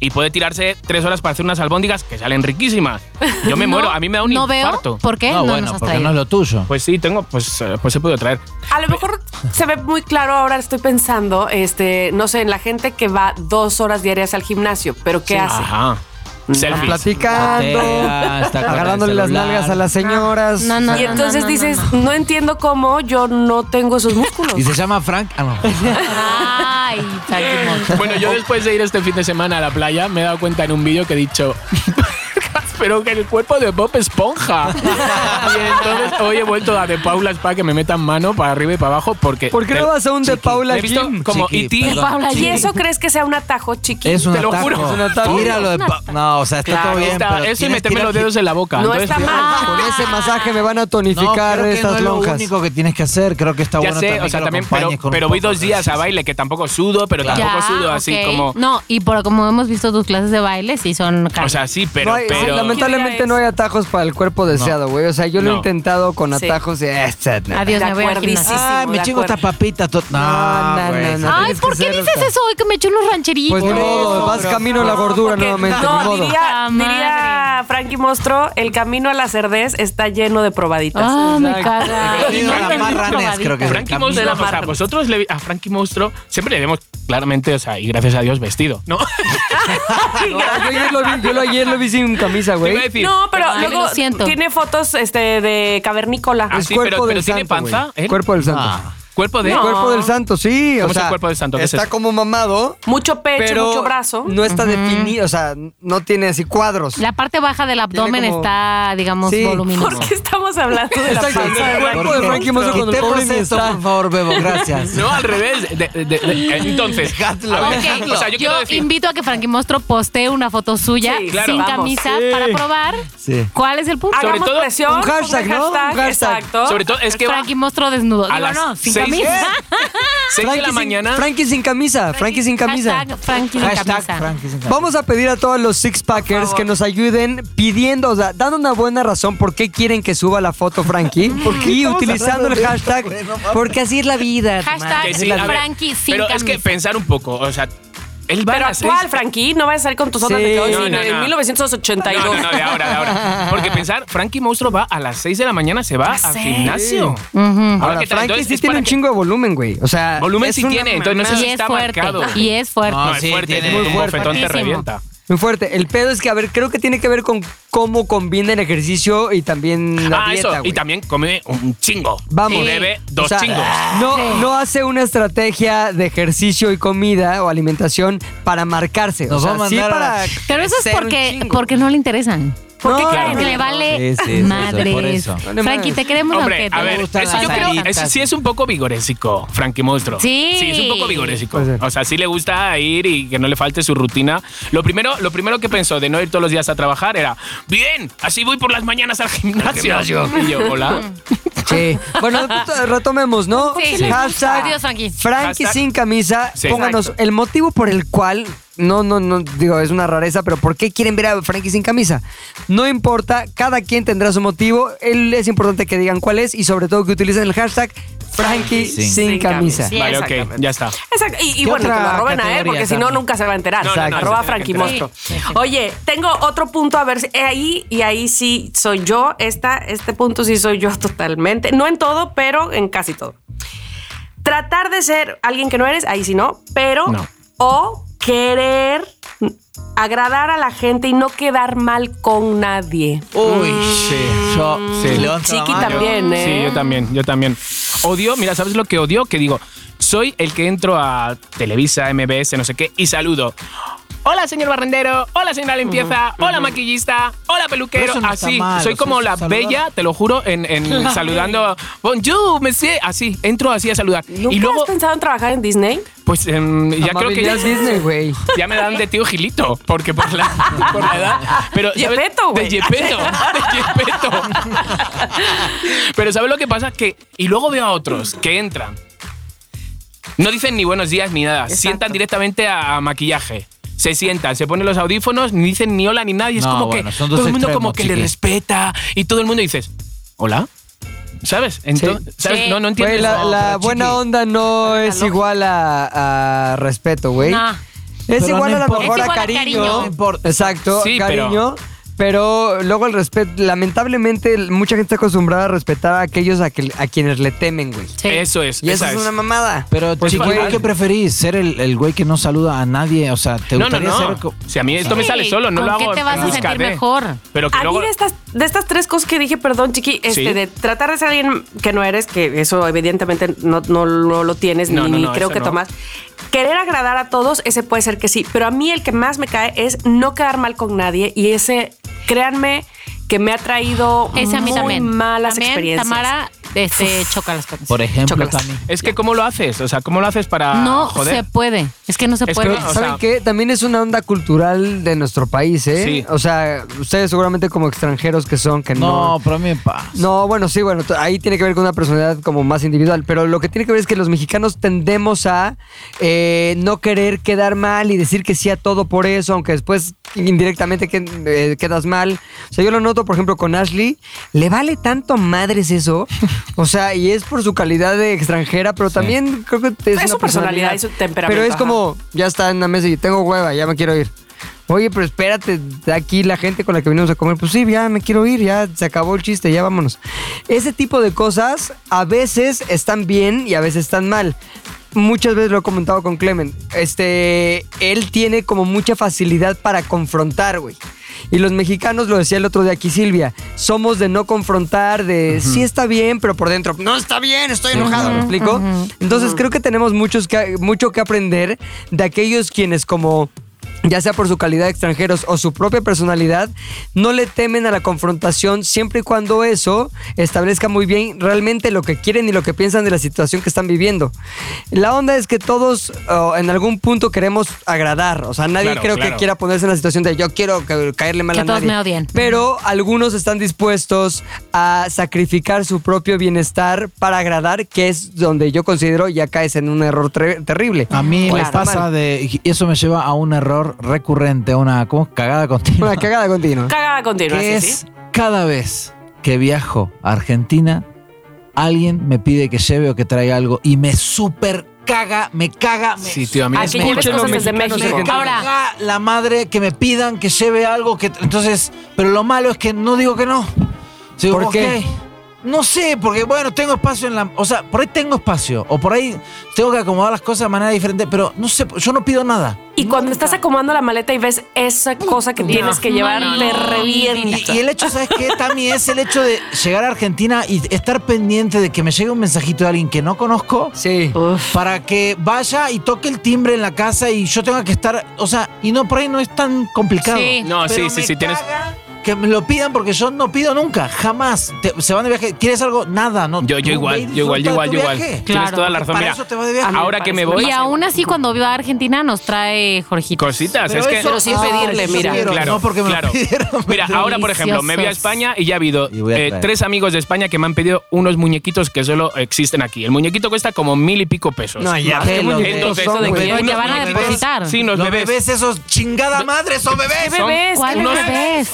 S5: Y puede tirarse tres horas para hacer unas albóndigas que salen riquísimas. Yo
S6: <laughs>
S5: me
S6: No,
S5: muero, a mí me da un
S6: no
S5: infarto.
S6: Veo, ¿Por qué?
S3: No,
S6: No,
S3: bueno,
S6: nos has
S3: porque no
S6: traído.
S3: es lo tuyo.
S5: Pues sí, tengo, pues, eh, pues he podido traer.
S4: A lo mejor se ve muy claro ahora, estoy pensando, este, no sé, en la gente que va dos horas diarias al gimnasio, pero ¿qué hace?
S5: Ajá.
S6: Mm,
S5: Selfies.
S2: Platicando,
S3: Patea,
S2: <laughs>
S3: está con el
S2: agarrándole las
S3: celular.
S2: nalgas a las señoras.
S6: No, no,
S4: Y
S6: no,
S4: entonces
S6: no, no,
S4: dices,
S6: no.
S4: no, entiendo cómo yo no tengo esos músculos.
S3: <laughs> Y se llama Frank. Ah, no.
S6: Ay,
S3: <laughs>
S6: salimos.
S5: <laughs> Bueno, yo después de ir este fin de semana a la playa me he dado cuenta en un vídeo que he dicho. Pero que el cuerpo de Bob Esponja. Y entonces hoy he vuelto a De Paula Spa que me metan mano para arriba y para abajo porque.
S2: ¿Por qué no vas a un de Paula
S5: Me he visto
S2: Gym?
S5: como
S3: Chiqui,
S5: E.T.
S3: perdón.
S6: Paula
S4: ¿Y
S6: Gil.
S4: eso crees que sea un atajo chiquito?
S3: Es un
S5: Te lo
S3: atajo.
S5: juro, es un
S2: atajo.
S3: Tíralo de pa- No, o sea, está
S5: Claro,
S3: todo bien.
S5: está-
S3: pero
S5: eso y
S3: tienes que
S5: meterme
S3: ir al
S5: los dedos en la boca.
S4: No
S5: Entonces,
S4: está mal.
S2: Con ese masaje me van a
S3: No,
S2: tonificar
S3: creo que
S2: estas
S3: no es
S2: lonjas.
S3: lo único que tienes que hacer. Creo que está
S5: Ya
S3: bueno
S5: sé,
S3: también
S5: o sea,
S3: que lo
S5: también, pero,
S3: acompañes con un
S5: pero voy
S3: poco
S5: dos
S3: de
S5: días a
S3: ejercicio.
S5: baile que tampoco sudo, pero
S3: Claro.
S5: tampoco sudo así
S6: ok.
S5: como.
S6: No, y por como hemos visto tus clases de baile, sí son
S5: O
S6: caras.
S5: sea, sí, pero.
S2: No hay-
S5: pero
S4: ¿Qué
S2: lamentablemente
S4: día
S2: no hay atajos para el cuerpo deseado, güey. O sea, yo lo he
S5: No.
S2: intentado con
S4: Sí.
S2: atajos y... eh, etcétera.
S6: Adiós,
S4: De
S6: me voy al
S4: acuerdísimo.
S6: gimnasio.
S2: Ah,
S3: Ay,
S4: de
S3: me chingo
S4: acuerdo.
S3: esta papita. to- No,
S2: No, no,
S3: güey,
S2: no, no.
S6: Ay,
S2: tienes
S6: ¿por
S2: que
S6: qué
S2: ser, o
S6: dices
S2: sea.
S6: eso hoy que me echó unos rancheritos?
S2: Pues ni
S3: Por
S2: modo,
S3: eso,
S2: vas
S3: pero-
S2: camino a la gordura nuevamente, ni
S4: no,
S2: modo.
S4: diría,
S6: Puta
S4: diría Frankie Mostro, el camino a la cerdez está lleno de probaditas.
S6: Ah, me
S2: Exacto.
S6: caga.
S3: Bienvenido a la
S6: Ay,
S3: Marranes,
S6: probadita.
S3: creo que es.
S5: Frankie
S3: Camino
S5: Monstruo,
S4: de la
S5: o sea,
S4: marra.
S5: vosotros le- a Frankie Monstruo siempre le vemos claramente, o sea, y gracias a Dios vestido,
S2: <laughs>
S5: ¿no?
S4: <laughs>
S2: No, yo, ayer lo vi, yo lo- ayer lo vi sin camisa,
S5: Te iba a
S2: güey.
S5: decir,
S4: No, pero
S6: Ay,
S4: luego
S6: lo siento.
S4: tiene fotos este, de cavernícola.
S5: Ah,
S2: Es
S5: sí,
S2: cuerpo
S5: pero-
S2: del
S5: pero tiene
S2: santo, güey.
S5: panza, ¿eh?
S2: Cuerpo del santo.
S3: Ah.
S5: Cuerpo de.
S4: No.
S2: Cuerpo del santo, sí.
S5: ¿Cómo
S2: o
S5: es el
S2: sea,
S5: cuerpo del santo? ¿Qué es
S2: Está
S5: eso?
S2: como mamado,
S4: Mucho pecho,
S2: pero
S4: mucho brazo.
S2: no está definido, o sea, no tiene así cuadros.
S6: La parte baja del abdomen
S2: como-
S6: está, digamos,
S2: Sí.
S6: voluminosa.
S4: ¿Por qué estamos hablando de la
S2: Exacto,
S4: panza de
S2: el
S4: Frankie?
S2: cuerpo de Frankie Mozo con el
S3: Quitemos
S2: pobre
S3: esto,
S2: bienestar.
S3: por favor, Bebo, gracias.
S5: No, al revés. De- de- de- entonces.
S3: Dejadlo.
S5: a ver,
S6: Ok,
S5: dejadlo. O sea, yo,
S6: yo
S5: quiero decir.
S6: invito a que Frankie Mostro postee una foto suya
S4: Sí, claro.
S6: sin
S4: Vamos.
S6: camisa
S5: Sí.
S6: para probar
S3: Sí.
S6: cuál es el punto.
S4: Hagamos
S5: Sobre todo,
S4: presión,
S2: un hashtag,
S4: pongan
S2: ¿no? Un hashtag.
S4: Exacto.
S5: Sobre todo, es que va
S6: Frankie Mostro desnudo.
S5: a
S6: Digo,
S5: las
S6: no, sin
S5: seis-
S6: camisa.
S5: seis de la
S2: sin-
S5: mañana.
S2: Frankie sin camisa, Frankie sin camisa.
S6: Hashtag Frankie sin
S3: Hashtag
S6: camisa.
S3: Frankie sin camisa.
S2: Vamos a pedir a todos los six packers
S4: favor.
S2: que nos ayuden pidiendo, o sea, dando una buena razón por qué quieren que suba la foto Frankie
S5: <laughs>
S2: y utilizando el hashtag porque así es la vida.
S6: Hashtag
S2: Tomás,
S5: que
S2: es
S5: sí,
S2: la
S5: a
S2: vida.
S5: ver,
S6: Frankie sin
S5: Pero es que
S6: camisa.
S5: pensar un poco. O sea, él va a
S4: Pero
S5: las seis.
S4: actual, Frankie, no vayas a salir con tus ondas
S2: Sí.
S4: de que hoy,
S5: No,
S4: sino
S5: no,
S4: de
S5: no.
S4: 1982.
S5: No, no, no, de ahora, de ahora. Porque pensar, Frankie Monstruo va a las 6 de la mañana, se va al gimnasio.
S2: Ahora,
S5: ¿qué tal?
S2: Frankie
S5: Entonces,
S2: sí
S5: es
S2: tiene
S5: para
S2: un
S5: que-
S2: chingo de volumen, güey. O sea,
S5: Volumen
S2: es
S5: sí
S2: una
S5: tiene, entonces no
S2: mamada.
S5: sé
S6: Y
S5: si
S6: es
S5: está
S6: fuerte.
S5: marcado.
S6: Y es fuerte.
S5: No,
S3: Ah,
S5: es
S3: sí,
S5: fuerte,
S3: tiene-
S5: un
S3: muy
S5: bofetón te
S6: fuertísimo.
S5: revienta.
S2: Muy fuerte. El pedo es que, a ver, creo que tiene que ver con cómo combina el ejercicio y también la
S5: ah,
S2: dieta,
S5: eso.
S2: güey.
S5: Y también come un chingo.
S2: Vamos.
S5: Y bebe dos
S2: O sea, ah,
S5: chingos.
S2: No, no hace una estrategia de ejercicio y comida o alimentación para marcarse.
S3: Nos
S2: o sea,
S3: va a
S2: sí
S3: mandar a la-
S2: para
S6: Pero eso es
S2: ser un
S6: porque,
S2: chingo.
S6: porque no le interesan.
S4: ¿Por qué
S2: No,
S4: creen?
S6: Porque le vale
S3: Sí, sí, sí, sí, por
S6: madres.
S3: eso.
S6: Frankie,
S2: Vale madres.
S6: te queremos
S5: Hombre,
S6: aunque
S5: a
S6: te
S5: ver,
S3: gustan
S5: eso
S3: las
S5: yo creo,
S3: alitas.
S5: eso sí es un poco vigorésico, Frankie Monstruo.
S6: Sí.
S5: Sí, es un poco vigorésico.
S2: Puede ser.
S5: O sea, sí le gusta ir y que no le falte su rutina. Lo primero, lo primero que pensó de no ir todos los días a trabajar era, bien, así voy por las mañanas al gimnasio. Y yo, hola.
S2: Sí.
S6: <laughs>
S2: Bueno, t- retomemos, ¿no?
S6: Sí. Sí.
S2: Hashtag
S6: Adiós, Frankie.
S2: Frankie
S5: Hashtag-
S2: sin camisa.
S5: Sí.
S2: Pónganos
S5: Exacto.
S2: el motivo por el cual. No, no, no, digo, es una rareza, pero ¿por qué quieren ver a Frankie sin camisa? No importa, cada quien tendrá su motivo. Él es importante que digan cuál es y sobre todo que utilicen el hashtag Frankie
S3: Sí.
S2: sin,
S4: Sin
S2: camisa.
S4: camisa. Sí,
S5: vale, ok,
S4: exactamente.
S5: ya está.
S4: Exacto. Y, y
S3: ¿Qué
S4: bueno, que
S3: otra
S4: lo arroben a él,
S3: categoría
S4: porque si no,
S3: también?
S4: nunca se va a enterar.
S5: No, no, no,
S4: Exacto.
S5: no se
S4: Arroba
S5: tiene que
S4: Frankie
S5: enterar.
S4: Monstruo. Oye, tengo otro punto, a ver, si- eh, ahí y ahí sí soy yo. Esta, este punto sí soy yo totalmente. No en todo, pero en casi todo. Tratar de ser alguien que no eres, ahí sí no, pero...
S5: No.
S4: O querer agradar a la gente y no quedar mal con nadie.
S3: Uy,
S5: Sí.
S3: yo
S5: Sí.
S3: levanto la
S4: Chiqui
S3: mano.
S4: también, ¿eh?
S5: Sí, yo también, yo también. Odio, mira, ¿sabes lo que odio? Que digo, soy el que entro a Televisa, MBS, no sé qué, y saludo. Hola, señor barrendero. Hola, señora limpieza. Hola, maquillista. Hola,
S3: Pero
S5: peluquero.
S3: eso no está
S5: así.
S3: mal,
S5: soy
S3: o sea,
S5: como
S3: eso
S5: la
S3: es saludar.
S5: bella, te lo juro, en,
S3: <laughs>
S5: en saludando. Bonjour, monsieur. Así, entro así a saludar.
S4: ¿Nunca
S5: y luego,
S4: has pensado en trabajar en Disney?
S5: pues, em, ya creo que ya,
S2: Amabilidad Disney, güey.
S5: ya me dan de tío Gilito, porque por la, por la edad. Pero, ¿sabes?
S4: Yepeto, güey.
S5: De Yepeto, de Yepeto. Pero ¿sabes lo que pasa? Que, y luego veo a otros que entran. No dicen ni buenos días ni nada.
S4: Exacto.
S5: Sientan directamente a, a maquillaje. Se sientan, se ponen los audífonos, ni dicen ni hola ni nada. Y es
S3: No,
S5: como
S3: bueno,
S5: que
S3: son
S5: todo
S3: dos
S5: el mundo
S3: extremos,
S5: como que le
S3: chiqui.
S5: respeta. Y todo el mundo dices, ¿hola? ¿Sabes? Entonces, ¿sabes?
S6: Sí.
S5: No, no entiendo.
S2: Güey, la,
S3: No,
S2: la
S3: pero
S2: buena
S3: chiqui.
S2: onda no es igual a, a respeto, güey.
S6: No.
S2: Es
S3: Pero
S2: igual
S3: no
S2: a lo
S3: importa.
S2: mejor
S6: Es
S2: a
S6: igual a
S2: cariño.
S6: cariño. No
S3: importa.
S2: Exacto,
S5: Sí, pero-
S2: cariño. Pero... luego el respeto, lamentablemente el- mucha gente está acostumbrada a respetar a aquellos a, que- a quienes le temen, güey.
S6: Sí.
S5: Eso es.
S2: Y eso
S5: esa
S2: es
S5: es.
S2: una mamada.
S3: Pero,
S2: Pues,
S3: chiqui,
S2: güey,
S3: ¿vos ¿qué preferís? ¿Ser el, el güey que no saluda a nadie? O sea, ¿te
S5: no, no,
S3: gustaría
S5: no.
S3: ser...? co-
S5: Si a mí esto me
S6: Sí,
S5: sale solo, no
S6: ¿con
S5: lo
S6: qué
S5: hago.
S6: te vas
S5: en
S6: a sentir
S5: busca de.
S6: mejor?
S5: Pero que
S4: A
S5: luego.
S4: mí de estas, de estas tres cosas que dije, perdón, Chiqui, este,
S5: Sí.
S4: de tratar de ser alguien que no eres, que eso evidentemente no, no lo- lo tienes,
S5: No,
S4: ni,
S5: no,
S4: ni
S5: no,
S4: creo
S5: eso
S4: que
S5: no.
S4: tomas. Querer agradar a todos, ese puede ser que sí, pero a mí el que más me cae es no quedar mal con nadie y ese, créanme, que me ha traído
S6: Ese a mí
S4: muy
S6: también.
S4: malas
S6: También,
S4: experiencias.
S6: Tamara, este, choca las cosas.
S3: Por ejemplo,
S4: Chócalas.
S3: Tami.
S5: Es que, ¿cómo lo haces? O sea, ¿cómo lo haces para.
S6: No
S5: Ah, joder?
S6: se puede. Es que no se
S5: Es que
S6: puede.
S5: no, o sea,
S2: ¿Saben qué? También es una onda cultural de nuestro país, ¿eh?
S5: Sí.
S2: O sea, ustedes seguramente como extranjeros que son, que
S3: No, pero a mí me pasa.
S2: No, bueno, sí, bueno, t- ahí tiene que ver con una personalidad como más individual, pero lo que tiene que ver es que los mexicanos tendemos a eh, no querer quedar mal y decir que sí a todo por eso, aunque después indirectamente que- eh, quedas mal. O sea, yo lo noto, por ejemplo, con Ashley, le vale tanto madres eso, o sea, y es por su calidad de extranjera, pero también creo que es,
S4: Es
S2: una
S4: su personalidad y su temperamento,
S2: Pero es
S4: ajá.
S2: como, ya está en la mesa y tengo hueva, ya me quiero ir. Oye, pero espérate, de aquí la gente con la que venimos a comer, pues sí, ya me quiero ir, ya se acabó el chiste, ya vámonos. Ese tipo de cosas a veces están bien y a veces están mal. Muchas veces lo he comentado con Clement. Este, él tiene como mucha facilidad para confrontar, güey. Y los mexicanos, lo decía el otro día aquí Silvia, somos de no confrontar, de sí está bien, pero por dentro, no está bien, estoy enojado, ¿me explico? Entonces creo que tenemos muchos que- mucho que aprender de aquellos quienes como ya sea por su calidad de extranjeros o su propia personalidad, no le temen a la confrontación siempre y cuando eso establezca muy bien realmente lo que quieren y lo que piensan de la situación que están viviendo. La onda es que todos oh, en algún punto queremos agradar, o sea, nadie
S5: Claro,
S2: creo que
S5: claro.
S2: quiera ponerse en la situación de yo quiero ca- caerle mal
S6: Que
S2: a
S6: todos
S2: nadie.
S6: me odien.
S2: Pero algunos están dispuestos a sacrificar su propio bienestar para agradar, que es donde yo considero ya caes en un error tre- terrible.
S3: A mí
S2: O
S3: me
S2: está
S3: pasa
S2: mal.
S3: de. y Eso me lleva a un error recurrente, a una ¿cómo? cagada continua.
S2: Una cagada continua.
S4: Cagada continua,
S3: que
S4: sí,
S3: es
S4: sí.
S3: cada vez que viajo a Argentina, alguien me pide que lleve o que traiga algo y me super caga, me caga, me
S5: Sí, tío, a mí
S4: Ah,
S5: es
S4: que
S5: muy-
S4: lleves
S2: Escuchen los
S4: cosas desde
S2: mexicanos
S4: México.
S2: argentinos.
S6: Ahora-
S3: Ahora, la madre que me pidan que lleve algo que. Entonces, pero lo malo es que no digo que no. Digo,
S2: ¿Por qué?
S3: "Ok". No sé, porque bueno, tengo espacio en la. O sea, por ahí tengo espacio. O por ahí tengo que acomodar las cosas de manera diferente. Pero no sé, yo no pido nada.
S4: Y cuando estás acomodando la maleta y ves esa cosa que tienes que llevar,
S6: no, no,
S4: te revienta.
S3: Y, y el hecho, ¿sabes qué, Tami? Es el hecho de llegar a Argentina y estar pendiente de que me llegue un mensajito de alguien que no conozco
S2: Sí.
S3: para que vaya y toque el timbre en la casa y yo tenga que estar. O sea, y no, por ahí no es tan complicado.
S6: Sí.
S5: No, Ah, sí,
S3: Pero
S5: sí,
S3: me
S5: sí, tienes.
S3: caga Que me lo pidan porque yo no pido nunca, jamás. Te- se van de viaje. ¿Quieres algo? Nada, no.
S5: Yo, yo
S3: Tú
S5: igual,
S3: ve y
S5: yo igual, yo
S3: disfruta de
S5: igual,
S3: tu
S5: yo igual.
S3: viaje.
S5: Tienes toda la razón.
S3: Para
S5: Mira,
S3: eso te vas de viaje.
S4: A mí me
S5: ahora que me
S4: parece
S6: Y
S5: voy,
S6: aún así, cuando viva a Argentina, nos trae Jorgito.
S5: cositas. es que.
S4: pero sin
S3: ah,
S4: pedirle,
S3: eso
S4: mira.
S3: quiero,
S5: Claro,
S3: no porque me lo
S5: claro.
S3: pidieron,
S5: <laughs> Mira,
S3: pero-
S5: ahora, por ejemplo, me voy a
S6: Deliciosos.
S5: España y ya ha habido
S3: Y voy a
S5: eh,
S3: traer.
S5: tres amigos de España que me han pedido unos muñequitos que solo existen aquí. El muñequito cuesta como mil y pico pesos.
S2: No, ya,
S3: Madre,
S2: qué
S3: los
S2: muñequitos
S5: Ah, Entonces,
S2: son,
S4: de que
S5: unos
S6: Pero te van a
S5: muñequitos-
S6: depositar.
S5: Sí,
S3: <laughs> Los,
S5: unos
S3: bebés.
S5: bebés.
S3: esos, chingada madre, son bebés.
S4: ¿Qué bebés?
S6: ¿Cuál
S4: Unos-
S6: bebés?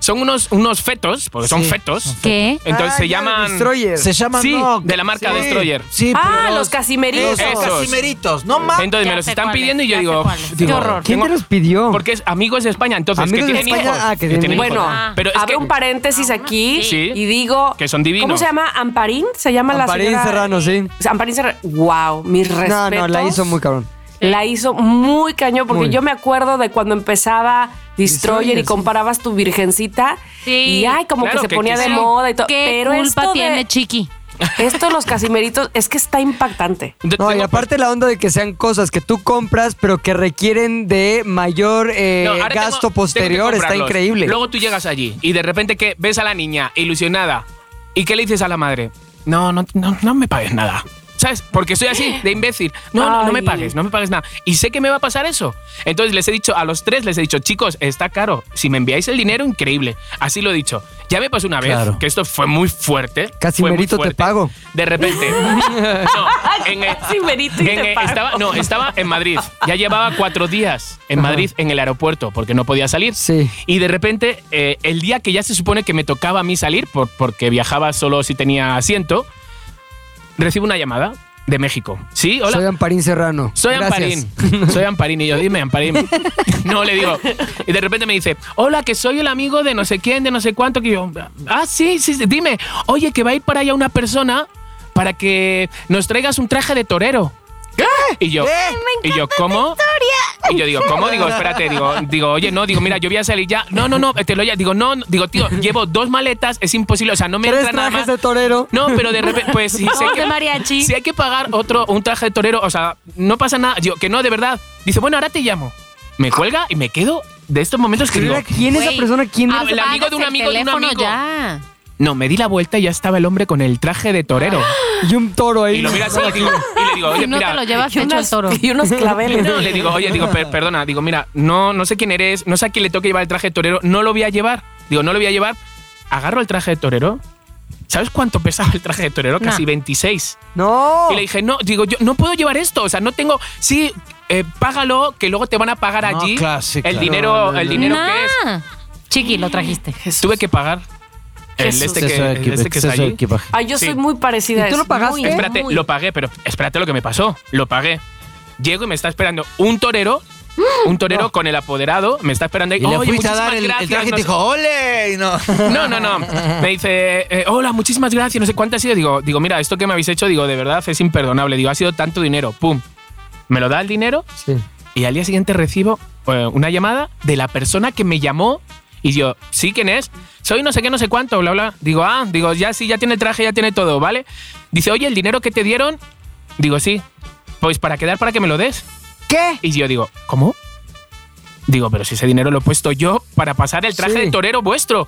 S5: Son unos, unos fetos, porque son
S3: Sí.
S5: fetos.
S6: ¿Qué?
S5: Entonces
S2: Ah,
S5: se
S2: ya,
S5: llaman.
S2: Destroyer.
S3: Se llaman
S5: Sí,
S3: no,
S5: de la marca Destroyer.
S3: Sí,
S4: Ah,
S3: pero
S4: los casimeritos.
S3: Esos,
S5: Esos.
S3: casimeritos. No mames.
S5: Entonces
S6: Ah, Ya
S5: me los
S6: sé
S5: están
S6: cuáles,
S5: pidiendo y yo
S6: ya sé
S5: digo,
S6: cuáles. Qué
S5: digo,
S6: horror.
S2: ¿Quién te
S5: tengo-
S2: los pidió?
S5: Porque es amigos de España, entonces
S2: Amigos
S5: que
S2: de
S5: tienen
S2: España,
S5: hijos.
S2: ah, que tienen hijos.
S5: hijos.
S4: Bueno,
S6: Ah.
S5: pero es
S4: abre
S5: que-
S4: un paréntesis aquí
S5: Sí.
S4: y digo...
S5: Que son divinos.
S4: ¿Cómo se llama? ¿Amparín? ¿Se llama
S2: Amparín
S4: la señora?
S2: Serrano, sí.
S4: O sea, Amparín Serrano. Wow, mis
S2: No,
S4: respetos.
S2: no, la hizo muy cabrón.
S4: La hizo muy cañón porque
S2: Muy.
S4: yo me acuerdo de cuando empezaba Destroyer
S2: Destroyer,
S4: y comparabas tu virgencita
S6: Sí.
S4: y ay, como
S5: Claro
S4: que se
S5: que
S4: ponía de
S5: quiso.
S4: moda y todo.
S6: ¿Qué
S4: Pero
S6: culpa
S4: esto
S6: tiene
S4: de,
S6: Chiqui?
S4: esto de los casimeritos es que está impactante.
S5: Yo
S2: No, y
S5: tengo-
S2: aparte la onda de que sean cosas que tú compras, pero que requieren de mayor eh,
S5: No, ahora
S2: gasto
S5: tengo- tengo
S2: posterior,
S5: que
S2: está
S5: comprarlos.
S2: increíble.
S5: Luego tú llegas allí y de repente que ves a la niña ilusionada y qué le dices a la madre? No, no, no, no me pagues nada. ¿Sabes? Porque soy así, de imbécil. No, no, no me
S4: Ay.
S5: pagues, no me pagues nada. Y sé que me va a pasar eso. Entonces les he dicho, a los tres les he dicho, chicos, está caro. Si me enviáis el dinero, increíble. Así lo he dicho. Ya me pasó una vez,
S3: Claro.
S5: que esto fue muy fuerte.
S2: Casimerito,
S5: fue muy
S2: te pago. <laughs>
S5: De repente. no, en el-
S4: Casimerito y
S5: en
S4: te
S5: el-
S4: pago.
S5: estaba- no, estaba en Madrid. Ya llevaba cuatro días en Madrid en el aeropuerto porque no podía salir.
S2: Sí.
S5: Y de repente, eh, el día que ya se supone que me tocaba a mí salir, por- porque viajaba solo si tenía asiento, recibo una llamada de México. Sí, hola.
S2: Soy Amparín Serrano.
S5: Soy
S2: Gracias.
S5: Amparín. Soy Amparín. Y yo, dime,
S2: <laughs>
S5: Amparín. No, le digo. Y de repente me dice, hola, que soy el amigo de no sé quién, de no sé cuánto. Que yo, ah, sí, sí, sí, dime. Oye, que va a ir para allá una persona para que nos traigas un traje de torero. Y
S2: ¿Eh?
S5: yo, y yo, ¿cómo? Y yo digo, ¿cómo? Digo, espérate, digo, digo, oye, no, digo, mira, yo voy a salir ya. No, no, no, te lo ya. Digo, no, no. digo, tío, llevo dos maletas, es imposible, o sea, no me
S2: Tres
S5: entra nada
S2: trajes
S5: más.
S2: de torero.
S5: No, pero de repente, pues
S6: <laughs>
S5: sí, sé
S6: Dos
S5: que,
S6: Oh, de mariachi.
S5: si hay que pagar otro, un traje de torero, o sea, no pasa nada. Digo, que no, de verdad. Dice, bueno, ahora te llamo. Me cuelga y me quedo de estos momentos que digo,
S2: Mira, ¿Quién es esa
S6: Güey,
S2: persona? ¿Quién
S5: Ah,
S2: es?
S5: el amigo de un
S6: apagas
S5: amigo de un
S6: teléfono
S5: amigo.
S6: ya.
S5: no, me di la vuelta y ya estaba el hombre con el traje de torero.
S2: Y un toro ahí.
S5: Y lo mira así y digo- y le digo, oye,
S6: Si no
S5: mira,
S6: te lo llevas
S4: Y
S6: hecho al
S4: unos,
S6: toro.
S2: <laughs>
S4: y unos claveles.
S5: No, le digo, oye, digo, per- perdona, digo, mira, no, no sé quién eres, no sé a quién le toca llevar el traje de torero, no lo voy a llevar. Digo, no lo voy a llevar. Agarro el traje de torero. ¿Sabes cuánto pesaba el traje de torero? Casi
S6: No.
S5: 26.
S2: No.
S3: Oh.
S5: Y le dije, no, digo, yo no puedo llevar esto. O sea, no tengo. Sí, eh, págalo, que luego te van a pagar
S3: No,
S5: allí
S3: claro, sí,
S5: el
S3: claro.
S5: dinero, el dinero que es.
S6: Nah. Chiqui, lo trajiste.
S5: Tuve que pagar. El
S4: Jesús.
S5: este que, el este que está
S3: Exceso de
S5: allí.
S3: equipaje.
S4: Ay, yo
S5: Sí.
S4: soy muy parecida a
S2: ¿Y tú
S4: eso,
S2: lo pagaste?
S4: muy,
S5: Espérate,
S4: muy.
S5: lo pagué, pero espérate lo que me pasó. Lo pagué. Llego y me está esperando un torero. Un
S3: <gasps>
S5: torero con el apoderado me está esperando ahí.
S3: Y le
S5: "Oye,
S3: fuiste a
S5: muchísimas
S3: dar el, el
S5: gracias,
S3: traje y
S5: no
S3: te
S5: sé-
S3: dijo, ¡ole! Y no.
S5: No, no,
S3: <laughs>
S5: no. Me dice, eh, hola, muchísimas gracias, no sé cuánto ha sido. Digo, digo, mira, esto que me habéis hecho, digo, de verdad es imperdonable. Digo, ha sido tanto dinero. Pum. Me lo da el dinero
S2: Sí.
S5: y al día siguiente recibo eh, una llamada de la persona que me llamó y yo, ¿sí quién es? Soy no sé qué, no sé cuánto, bla, bla. Digo, ah, digo, ya sí, ya tiene el traje, ya tiene todo, ¿vale? Dice, oye, ¿el dinero que te dieron? Digo, sí. Pues para quedar, para que me lo des.
S2: ¿Qué?
S5: Y yo digo, ¿cómo? Digo, pero si ese dinero lo he puesto yo para pasar el traje
S2: Sí.
S5: de torero vuestro.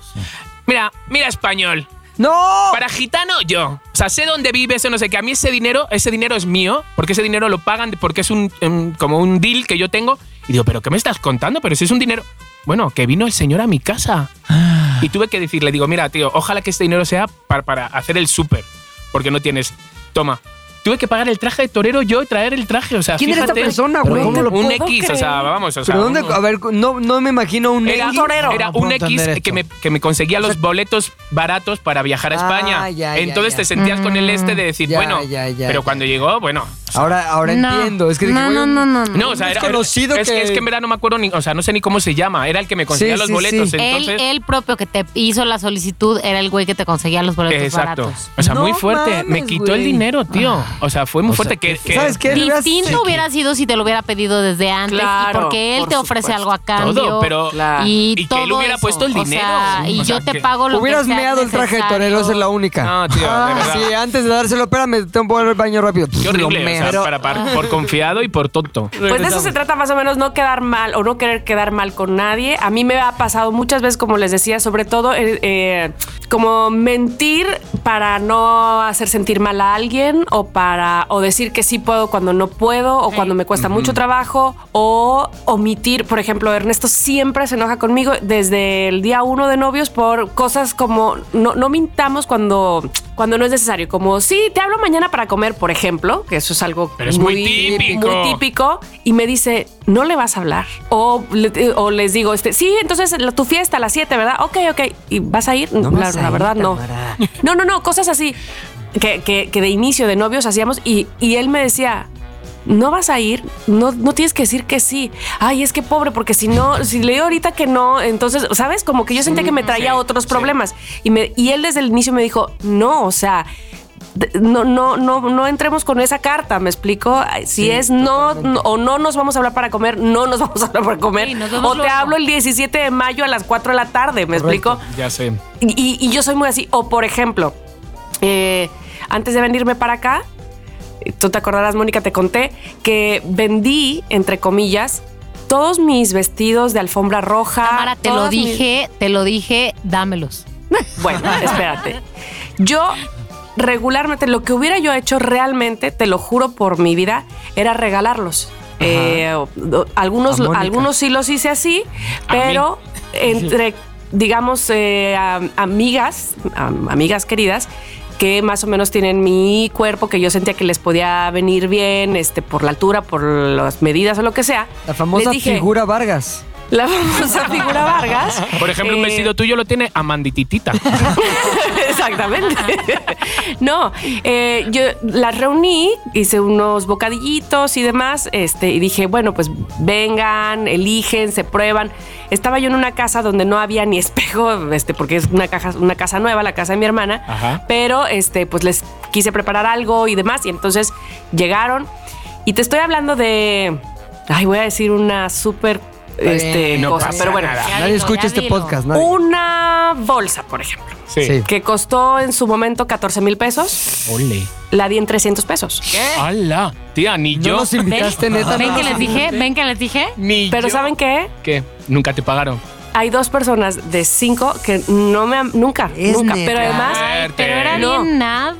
S5: Mira, mira español.
S2: ¡No!
S5: Para gitano, yo. O sea, sé dónde vive, sé no sé qué. A mí ese dinero, ese dinero es mío, porque ese dinero lo pagan, porque es un, em, como un deal que yo tengo. Y digo, ¿pero qué me estás contando? Pero si es un dinero. Bueno, que vino el señor a mi casa.
S2: Ah.
S5: Y tuve que decirle, digo, mira, tío, ojalá que este dinero sea para, para hacer el súper, porque no tienes. Toma. Tuve que pagar el traje de torero yo y traer el traje. O sea,
S2: ¿Quién era esta
S5: fíjate.
S2: persona,
S3: Pero
S2: güey?
S3: ¿cómo lo-
S5: Un
S4: puedo
S5: X, o sea,
S4: creer.
S5: vamos, o sea.
S2: ¿Pero dónde?
S5: uno-
S2: A ver, no, no me imagino un
S5: era,
S2: X.
S5: era
S3: No puedo
S5: un X
S3: entender
S5: que me,
S3: esto.
S5: que me conseguía los boletos baratos para viajar a
S2: Ah,
S5: España.
S2: ya, ya,
S5: Entonces
S2: ya. Mm,
S5: te sentías con el este de decir,
S2: Ya,
S5: bueno,
S2: ya, ya,
S5: pero
S2: ya.
S5: cuando llegó, bueno.
S2: Ahora, ahora
S6: No.
S2: entiendo. Es que dije,
S6: no,
S2: güey,
S6: no, no, no, no.
S5: No, o sea, era,
S2: desconocido
S5: es,
S2: que-
S5: es que en verdad no me acuerdo ni, o sea, no sé ni cómo se llama. Era el que me conseguía
S2: Sí,
S5: los
S2: sí,
S5: boletos.
S2: sí.
S5: Entonces,
S6: él, él propio que te hizo la solicitud era el güey que te conseguía los boletos
S5: exacto.
S6: baratos.
S5: O sea,
S2: No
S5: muy fuerte. me
S2: mames,
S5: quitó el
S2: güey.
S5: dinero, tío. O sea, fue muy
S3: O sea,
S5: fuerte. que, que-
S2: ¿Sabes Ah. qué? Le hubieras-
S6: Distinto hubiera sido si te lo hubiera pedido desde antes y
S4: Claro,
S6: porque él
S4: por
S6: te ofrece
S4: supuesto.
S6: algo a cambio.
S5: Todo, pero.
S4: Claro.
S6: Y,
S5: Y que
S6: todo
S5: él hubiera
S6: eso.
S5: puesto el
S6: O sea,
S5: dinero.
S6: y
S5: O
S6: yo
S5: sea,
S6: te
S5: que-
S6: pago lo
S2: Hubieras
S6: que sea Ah,
S2: meado el traje de torero, esa es la única.
S5: No, tío, de verdad.
S2: Sí, antes de dárselo, espérame, tengo que ir al baño rápido.
S5: Qué horrible.
S2: Lo
S5: o sea,
S2: meo.
S5: para- para- por confiado y
S2: <laughs>
S5: por tonto.
S4: Pues de eso se trata más o menos, no quedar mal o no querer quedar mal con nadie. A mí me ha pasado muchas veces, como les decía, sobre todo eh, eh, como mentir para no hacer sentir mal a alguien o para o decir que sí puedo cuando no puedo o cuando me cuesta mucho trabajo o omitir. Por ejemplo, Ernesto siempre se enoja conmigo desde el día uno de novios por cosas como no, no mintamos cuando, cuando no es necesario, como sí, te hablo mañana para comer, por ejemplo, que eso es algo
S5: Pero es muy típico.
S4: muy típico típico y me dice, no le vas a hablar. O, le- o les digo, este, sí, entonces la- tu fiesta a las 7, ¿verdad? Ok, ok. ¿Y vas a ir?
S2: No
S4: la,
S2: vas a
S4: la
S2: ir,
S4: verdad, no.
S2: Tamara.
S4: <laughs> No, no, no, cosas así que, que- que de inicio de novios hacíamos y, y él me decía... No vas a ir, no, no tienes que decir que sí. Ay, es que pobre, porque si no, si le digo ahorita que no, entonces, ¿sabes? Como que yo sentía que me traía
S5: sí,
S4: otros
S5: sí.
S4: problemas. Y, me, y él desde el inicio me dijo, no, o sea, d- no, no, no, no entremos con esa carta, ¿me explico? Ay, Si es no, no- o no nos vamos a hablar para comer, no nos <laughs> vamos a hablar para comer.
S6: Sí,
S4: o
S6: nos
S4: te
S6: vemos luego.
S4: hablo el 17 de mayo a las 4 de la tarde, ¿me explico?
S5: Ya sé.
S4: Y, y- y yo soy muy así. O por ejemplo, eh, antes de venirme para acá, eh, tú te acordarás, Mónica, te conté que vendí, entre comillas, todos mis vestidos de alfombra
S2: Ah,
S4: roja.
S6: Tamara, te lo
S4: todas mis-
S6: dije, te lo dije, dámelos.
S4: bueno, espérate. Yo regularmente, lo que hubiera yo hecho realmente, te lo juro por mi vida, era regalarlos. Eh, o- o- algunos,
S2: A Mónica.
S4: algunos sí los hice así,
S5: A mí.
S4: pero entre, digamos, eh, am- amigas, am- amigas queridas, que más o menos tienen mi cuerpo, que yo sentía que les podía venir bien, este, por la altura, por las medidas o lo que sea.
S2: La famosa
S4: les dije,
S2: figura Vargas.
S4: La famosa figura Vargas.
S5: Por ejemplo, un
S4: Eh,
S5: vestido tuyo lo tiene
S2: <laughs>
S5: Amandititita.
S4: <laughs> Exactamente. no, eh, yo las reuní, hice unos bocadillitos y demás, este, y dije, bueno, pues vengan, eligen, se prueban. Estaba yo en una casa donde no había ni espejo, este, porque es una, caja, una casa nueva, la casa de mi hermana,
S5: Ajá.
S4: pero este, pues les quise preparar algo y demás, y entonces llegaron. Y te estoy hablando de, ay, voy a decir una súper este,
S5: no
S4: cosa,
S5: pasa
S4: pero bueno,
S5: nada.
S6: Ya
S2: Nadie
S6: dilo,
S2: escucha
S6: ya
S2: este
S6: dilo.
S2: podcast. Nadie.
S4: una bolsa, por ejemplo
S5: Sí.
S2: Sí.
S4: que costó en su momento 14 mil pesos,
S5: Ole.
S4: la di en 300 pesos.
S2: ¿Eh?
S5: ¡Hala! Tía, ni
S2: No
S5: yo.
S2: nos invitaste, neta.
S6: ¿Ven
S2: no
S6: que
S2: nos
S6: les dije? ¿Ven que les dije?
S5: Ni
S4: Pero
S5: yo.
S4: ¿saben qué?
S5: ¿Qué? Nunca te pagaron.
S4: Hay dos personas de cinco que no me han, nunca,
S2: Es
S4: nunca.
S2: neta.
S4: Pero además,
S5: Fuerte.
S6: Pero era
S4: No.
S6: bien
S5: Ah.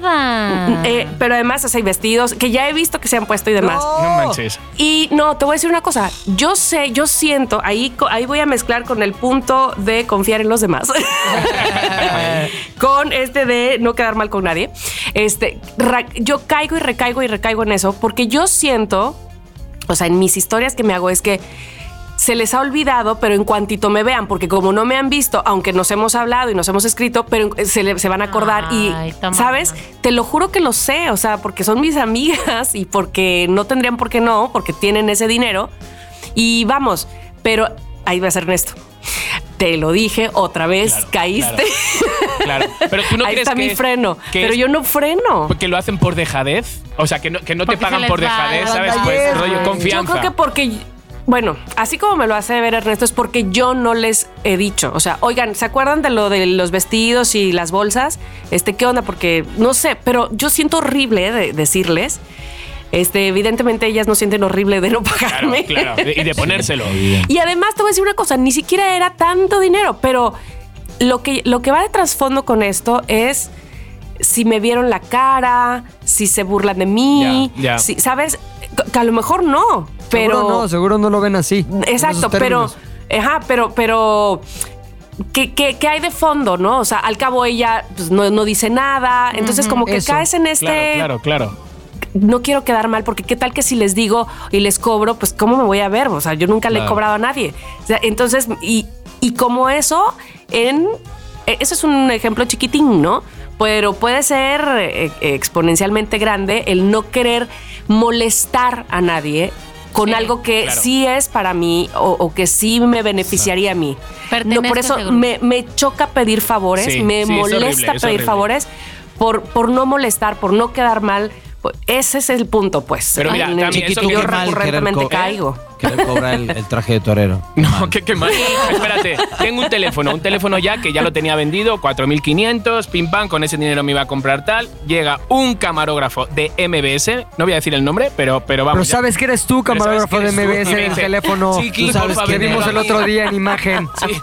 S6: nada.
S4: eh, pero además, o sea, hay vestidos que ya he visto que se han puesto y demás.
S5: No manches.
S4: Y no, te voy a decir una cosa. Yo sé, yo siento, ahí, co- ahí voy a mezclar con el punto de confiar en los demás. <laughs> con este de no quedar mal con nadie. Este, ra- yo caigo y recaigo y recaigo en eso porque yo siento, o sea, en mis historias que me hago es que se les ha olvidado, pero en cuantito me vean, porque como no me han visto, aunque nos hemos hablado y nos hemos escrito, pero se, le- se van a acordar
S6: Ay,
S4: y,
S6: Tamara.
S4: ¿sabes? Te lo juro que lo sé, o sea, porque son mis <laughs> amigas y porque no tendrían por qué no, porque tienen ese dinero. Y vamos, pero ahí va a ser Ernesto. Te lo dije otra vez,
S5: Claro,
S4: caíste.
S5: Claro. Pero tú no
S4: <laughs> ahí
S5: crees
S4: está
S5: que
S4: mi
S5: es-
S4: freno.
S5: que
S4: Pero
S5: es
S4: yo no freno.
S5: Porque lo hacen por dejadez. O sea, que no, que no te
S6: Porque se
S5: pagan
S6: les
S5: por
S6: va la
S5: dejadez, ¿sabes?
S2: bandera,
S5: Pues
S2: güey.
S5: rollo
S2: Yo
S5: confianza.
S4: Yo creo que porque bueno, así como me lo hace ver Ernesto, es porque yo no les he dicho. O sea, oigan, ¿se acuerdan de lo de los vestidos y las bolsas? Este, ¿qué onda? Porque no sé, pero yo siento horrible de decirles. Este, evidentemente ellas no sienten horrible de no
S5: Claro,
S4: pagarme.
S5: claro. Y de
S4: <laughs>
S5: ponérselo.
S4: Y además te voy a decir una cosa, ni siquiera era tanto dinero, pero lo que, lo que va de trasfondo con esto es si me vieron la cara, si se burlan de mí,
S5: Ya, ya.
S4: si- ¿sabes? Que a lo mejor no, pero...
S2: Seguro no, seguro no lo ven así. en
S4: Exacto,
S2: esos
S4: pero.
S2: términos.
S4: Ajá, pero, pero. ¿Qué, qué, qué hay de fondo, no? O sea, al cabo ella pues, no, no dice nada. Entonces, como que
S2: eso.
S4: caes en este.
S5: Claro, claro, claro.
S4: No quiero quedar mal, porque qué tal que si les digo y les cobro, pues, ¿cómo me voy a ver? O sea, yo nunca le he
S3: Claro.
S4: cobrado a nadie. O sea, entonces, y, y como eso, en. eh, Eso es un ejemplo chiquitín, ¿no? Pero puede ser eh, exponencialmente grande el no querer molestar a nadie con
S6: Sí.
S4: algo que
S5: Claro.
S4: sí es para mí o, o que sí me beneficiaría a mí.
S6: Pertenezco
S4: No, por
S6: a
S4: eso
S6: este grupo.
S4: me, me choca pedir favores,
S5: Sí,
S4: me
S5: sí, es horrible,
S4: molesta
S5: es
S4: pedir
S5: horrible.
S4: favores por, por no molestar, por no quedar mal. Por- Ese es el punto, pues.
S5: Pero mira,
S4: en el
S5: también
S4: que
S5: eso
S3: qué
S4: yo
S5: qué mal
S4: recurrentemente
S3: co-
S4: caigo.
S3: querer cobrar el, el traje de torero.
S5: No, qué, qué mal. Espérate, tengo un teléfono, un teléfono ya que ya lo tenía vendido, 4.500, pim pam, con ese dinero me iba a comprar tal. Llega un camarógrafo de MBS, no voy a decir el nombre, pero, pero vamos.
S2: Pero
S5: ya.
S2: sabes que eres tú,
S5: Pero sabes
S2: camarógrafo
S5: que
S2: de
S5: eres
S2: MBS
S5: tú,
S2: en el
S5: MBS.
S2: teléfono
S5: Chiqui,
S3: Tú sabes
S5: por
S2: que
S5: favor,
S2: vimos el
S5: véndemelo a
S2: otro
S5: mí.
S2: día en imagen.
S5: Sí,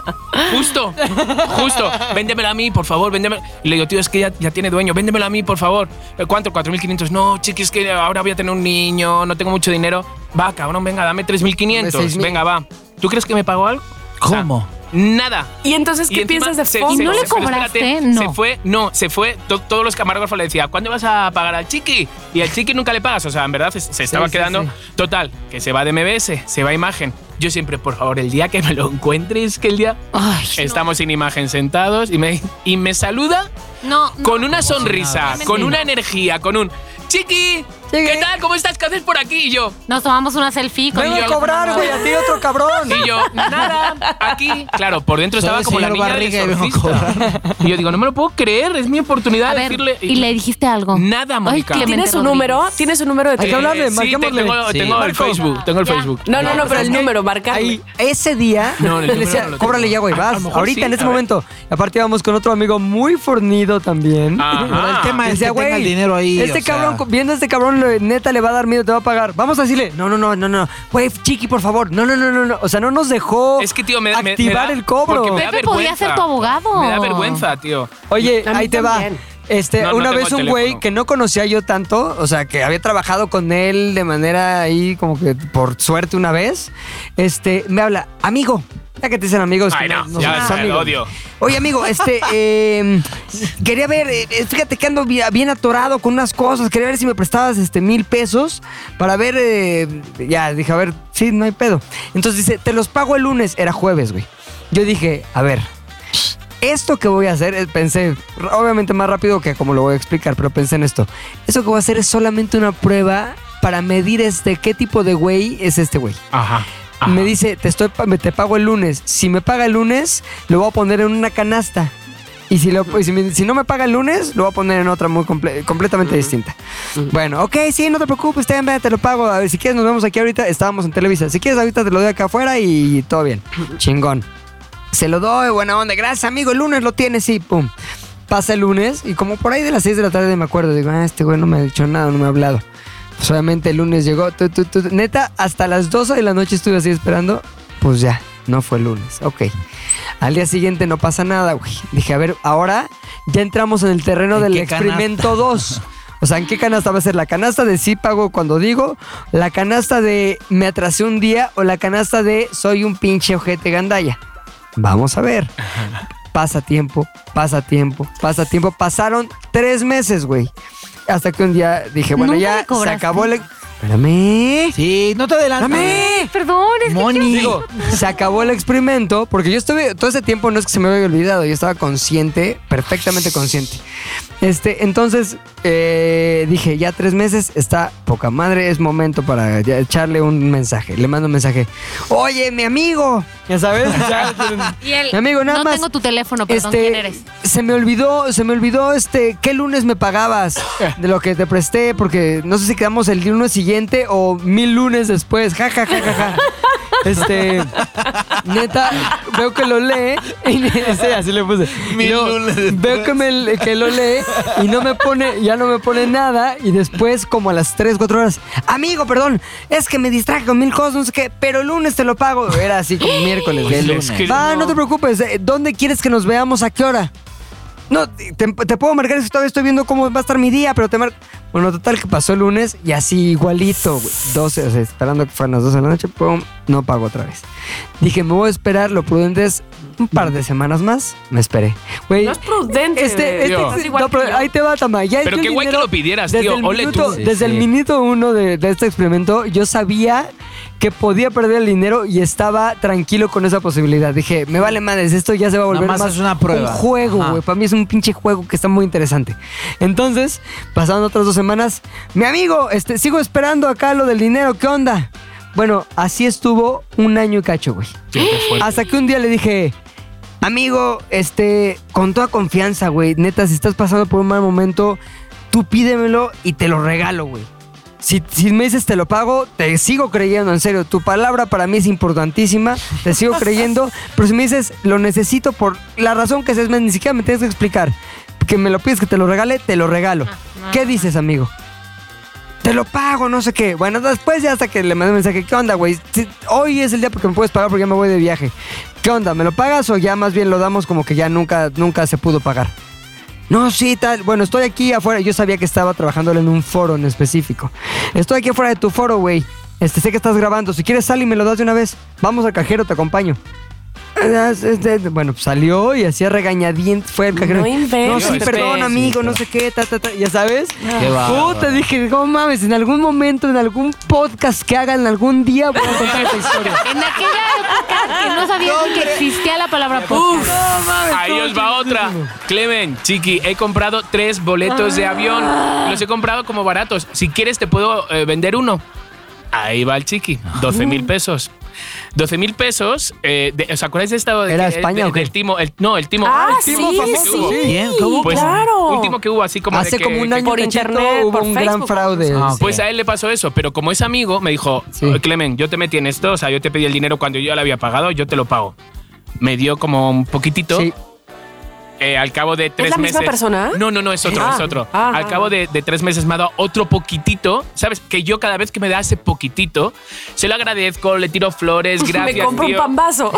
S5: justo, justo. Véndemelo a mí, por favor, véndemelo. Y le digo, tío, es que ya, ya tiene dueño, véndemelo a mí, por favor. "¿Eh, ¿Cuánto? 4.500. No, chiqui, es que ahora voy a tener un niño, no tengo mucho dinero. Va, cabrón, venga, dame 3.500.
S2: 6.000.
S5: Venga, va. ¿Tú crees que me pagó algo?
S3: ¿Cómo?
S5: Nada.
S4: Y entonces, ¿qué
S5: encima
S4: piensas de
S5: se-
S4: fondo?
S5: se-
S6: ¿Y no le
S5: se- pero espérate,
S6: cobraste? No.
S5: Se fue, no, se fue. To- todos los camarógrafos le decían, ¿cuándo vas a pagar al chiqui? Y al chiqui nunca le pagas. O sea, en verdad se, se estaba
S2: sí,
S5: quedando.
S2: sí.
S5: Total, que se va de MBS, se va a imagen. Yo siempre, por favor, el día que me lo encuentres, que el día.
S6: Ay,
S5: Estamos sin imagen sentados y me, y me saluda
S6: no, no.
S5: con una sonrisa, con una energía, con un chiqui, ¿qué tal? ¿Cómo estás? ¿Qué haces por aquí? Y yo,
S6: Nos tomamos una selfie con
S2: Vengo
S5: Y
S2: a
S5: yo-
S2: cobrar, güey, a ti otro cabrón.
S5: Y yo, nada, aquí. Claro, por dentro
S3: Soy
S5: estaba
S3: el
S5: como la
S3: señor
S5: niña
S3: Barriga y
S5: del
S3: vengo a
S5: exorcista. Y yo digo, no me lo puedo creer, es mi oportunidad
S6: A
S5: de
S6: ver,
S5: decirle.
S6: y le dijiste algo.
S5: Nada,
S6: Ay,
S5: Mónica.
S6: Clemente
S4: ¿Tienes su
S6: Rodríguez.
S4: número? ¿Tienes su número de
S2: Hay que
S4: teléfono?
S2: hablar de-
S5: Eh, sí, te-
S2: marquémosle.
S5: tengo,
S2: Sí.
S5: tengo el
S2: Marco.
S5: Facebook, tengo el
S6: Ya.
S5: Facebook.
S4: No, no, no,
S5: pues
S4: pero el número, marcarle.
S2: Ahí, ese día,
S5: No, el
S2: le
S5: número
S2: decía,
S5: no lo tengo.
S2: cóbrale ya, güey,
S5: A
S2: vas.
S5: lo mejor
S2: Ahorita,
S5: sí,
S2: en este
S5: a ver.
S2: momento. Y aparte íbamos con otro amigo muy fornido también.
S5: Ajá.
S3: El tema
S2: Le
S3: es
S2: decía,
S3: que tenga
S2: "Güey,
S3: el dinero ahí.
S2: Este
S3: o sea,
S2: cabrón, viendo a este cabrón, le- neta le va a dar miedo, te va a pagar. Vamos a decirle, no, no, no, no, no. Güey, chiqui, por favor. No, no, no, no, no. O sea, no nos dejó
S5: Es que, tío, me, me- me
S2: activar
S5: da-
S2: el cobro.
S5: porque me da
S6: Pepe podía
S5: vergüenza.
S6: ser tu abogado.
S5: Me da vergüenza, tío.
S2: Oye,
S4: A mí
S2: ahí te
S4: también.
S2: va. Este,
S5: No, no
S2: una
S5: tengo
S2: vez
S5: el
S2: un güey
S5: teléfono.
S2: que no conocía yo tanto, o sea, que había trabajado con él de manera ahí como que por suerte una vez, este, me habla, amigo, ya que te dicen amigos,
S5: Ay,
S2: que
S5: no, ya,
S2: somos
S5: ya, lo odio.
S2: Oye, amigo,
S5: <laughs>
S2: este, eh, quería ver, eh, eh, fíjate que ando bi- bien atorado con unas cosas, quería ver si me prestabas este mil pesos para ver, eh, ya, dije, a ver, sí, no hay pedo. Entonces dice, te los pago el lunes, era jueves, güey. Yo dije, a ver, esto que voy a hacer, eh, pensé, r- obviamente más rápido que como lo voy a explicar, pero pensé en esto. Esto que voy a hacer es solamente una prueba para medir este qué tipo de güey es este güey.
S5: Ajá. ajá.
S2: Me dice, te, estoy, pa- me- te pago el lunes. Si me paga el lunes, lo voy a poner en una canasta. Y si, lo- y si, me- si no me paga el lunes, lo voy a poner en otra muy comple- completamente distinta. Bueno, ok, sí, no te preocupes, te, te lo pago. A ver, si quieres, nos vemos aquí ahorita. Estábamos en Televisa. Si quieres, ahorita te lo doy acá afuera y todo bien. Chingón. Se lo doy, buena onda. Gracias, amigo. El lunes lo tienes, sí, pum. Pasa el lunes y como por ahí de las 6 de la tarde me acuerdo, digo, ah, este güey no me ha dicho nada, no me ha hablado. Pues obviamente el lunes llegó, tu, tu, tu, tu. neta, hasta las 12 de la noche estuve así esperando, pues ya, no fue el lunes, ok. Al día siguiente no pasa nada, güey. Dije, a ver, ahora ya entramos en el terreno
S3: ¿En
S2: del
S3: qué canasta?
S2: experimento 2. O sea, ¿en qué canasta va a ser? ¿La canasta de sí pago cuando digo? ¿La canasta de me atrasé un día? ¿O la canasta de soy un pinche ojete gandalla? Vamos a ver. Pasa tiempo, pasa tiempo, pasa tiempo. Pasaron tres meses, güey. Hasta que un día dije, bueno,
S6: Nunca
S2: ya
S6: le
S2: se
S6: cobraste.
S2: acabó el... Espérame.
S3: Sí, no te adelantes.
S2: Espérame.
S6: Perdón, es que
S3: Moni.
S2: Digo, se acabó el experimento porque yo estuve todo ese tiempo no es que se me había olvidado, yo estaba consciente, perfectamente consciente. Este, entonces eh, dije ya tres meses está poca madre, es momento para ya echarle un mensaje. Le mando un mensaje, oye mi amigo, ya sabes. Ya,
S6: Y él,
S2: Mi amigo, nada
S6: no
S2: más,
S6: tengo tu teléfono, perdón,
S2: este,
S6: ¿quién eres?
S2: se me olvidó, se me olvidó este, qué lunes me pagabas de lo que te presté, porque no sé si quedamos el lunes siguiente o mil lunes después, ja, ja, ja, ja, ja. Este, neta, veo que lo lee. Y, sí, así le puse. Y
S3: Mil
S2: luego
S3: lunes
S2: veo
S3: después.
S2: que, me- que lo lee y no me pone, ya no me pone nada. Y después, como a las 3, 4 horas, amigo, perdón, es que me distraje con mil cosas, no sé qué, pero el lunes te lo pago. Era así como miércoles.
S5: Pues
S2: el
S5: es
S2: lunes.
S5: que
S2: Va,
S5: no.
S2: no te preocupes, eh, ¿dónde quieres que nos veamos? ¿A qué hora? No, te, te puedo marcar, es que todavía estoy viendo cómo va a estar mi día, pero te marco. Bueno, total que pasó el lunes y así igualito, güey. 12, o sea, esperando que fueran las 12 de la noche, pum, no pago otra vez. Dije, me voy a esperar, lo prudente es un par de semanas más, me esperé. Güey,
S4: No es prudente.
S2: este,
S4: bebé.
S2: este,
S5: Tío.
S4: Estás igual
S2: no, pero
S4: que yo.
S2: ahí te va, Tama. Ya
S5: Pero
S2: yo
S5: qué
S2: el
S5: guay que
S2: dinero-
S5: lo pidieras,
S2: desde
S5: tío.
S2: el
S5: Ole
S2: minuto-
S5: tú. <laughs>
S3: Sí,
S2: desde el
S3: sí.
S2: minuto uno de, de este experimento, yo sabía que podía perder el dinero y estaba tranquilo con esa posibilidad. Dije, me vale madres, esto ya se va a volver
S3: Nada más
S2: más
S3: es una prueba.
S2: un juego,
S3: Ajá.
S2: güey. Para mí es un pinche juego que está muy interesante. Entonces, pasaron otras dos semanas. Mi amigo, este, sigo esperando acá lo del dinero, ¿qué onda? Bueno, así estuvo un año y cacho, güey.
S5: Tío, qué fuerte.
S2: Hasta que un día le dije, amigo, este, con toda confianza, güey, neta, si estás pasando por un mal momento, tú pídemelo y te lo regalo, güey. Si, si me dices te lo pago, te sigo creyendo, en serio. Tu palabra para mí es importantísima, te sigo creyendo. pero si me dices lo necesito por la razón que sea, es más, ni siquiera me tienes que explicar. Que me lo pides que te lo regale, te lo regalo.
S6: Ah, no,
S2: ¿Qué
S6: no.
S2: dices, amigo? Te lo pago, no sé qué. Bueno, después ya hasta que le mandé un mensaje, ¿qué onda, güey? Si- Hoy es el día porque me puedes pagar porque ya me voy de viaje. ¿Qué onda? ¿Me lo pagas o ya más bien lo damos como que ya nunca, nunca se pudo pagar? No, sí, tal. Bueno, estoy aquí afuera. Yo sabía que estaba trabajando en un foro en específico. Estoy aquí afuera de tu foro, güey. Este, sé que estás grabando. Si quieres, sal y me lo das de una vez. Vamos al cajero, te acompaño. Eh, este, Bueno, pues salió y hacía regañadientes. Fue al cajero.
S4: No inventes.
S2: sí,
S5: Este,
S2: perdón, amigo, no sé qué, ta, ta, ta. Ya sabes.
S3: Qué bárbaro.
S2: Puta, dije, no mames, en algún momento, en algún podcast que hagan algún día, voy a
S5: <laughs>
S2: contar esta historia.
S6: En aquella época que no sabía ni que existía la palabra podcast.
S5: Ahí os va otra. Clemen, chiqui, he comprado tres boletos de avión.
S4: Ah.
S5: Los he comprado como baratos. Si quieres, te puedo eh, vender uno. Ahí va el chiqui.
S4: Ah.
S5: 12 mil pesos. 12 mil pesos. eh, de- ¿Os acordáis de esta?
S2: ¿Era
S5: de-
S2: España
S5: de-
S2: o qué?
S5: del timo. el- no, el timo.
S4: Ah,
S2: el timo
S4: sí,
S2: famoso,
S4: sí.
S2: sí.
S3: Bien, ¿cómo?
S5: Pues,
S4: claro.
S5: Último que hubo, así como de
S2: Hace
S5: que-
S2: como un
S5: que
S2: año
S4: por
S2: y cachito
S4: internet,
S2: hubo
S4: por
S2: un gran
S4: Facebook,
S2: fraude.
S3: Ah, ok.
S5: Pues a él le pasó eso, pero como es amigo, me dijo,
S2: Sí.
S5: "Oye, Clemen, yo te metí en esto, o sea, yo te pedí el dinero cuando yo ya lo había pagado, yo te lo pago. Me dio como un poquitito.
S2: Sí.
S5: eh, al cabo de tres
S4: la
S5: meses.
S4: misma persona?
S5: No, no, no, es otro,
S4: Ah,
S5: es otro.
S4: ah,
S5: al
S4: ah,
S5: cabo
S4: ah.
S5: de, de tres meses me ha dado otro poquitito. ¿Sabes? Que yo cada vez que me da ese poquitito, se lo agradezco, le tiro flores, gracias.
S4: <laughs> Me compro
S5: tío.
S4: un pambazo.
S5: <laughs>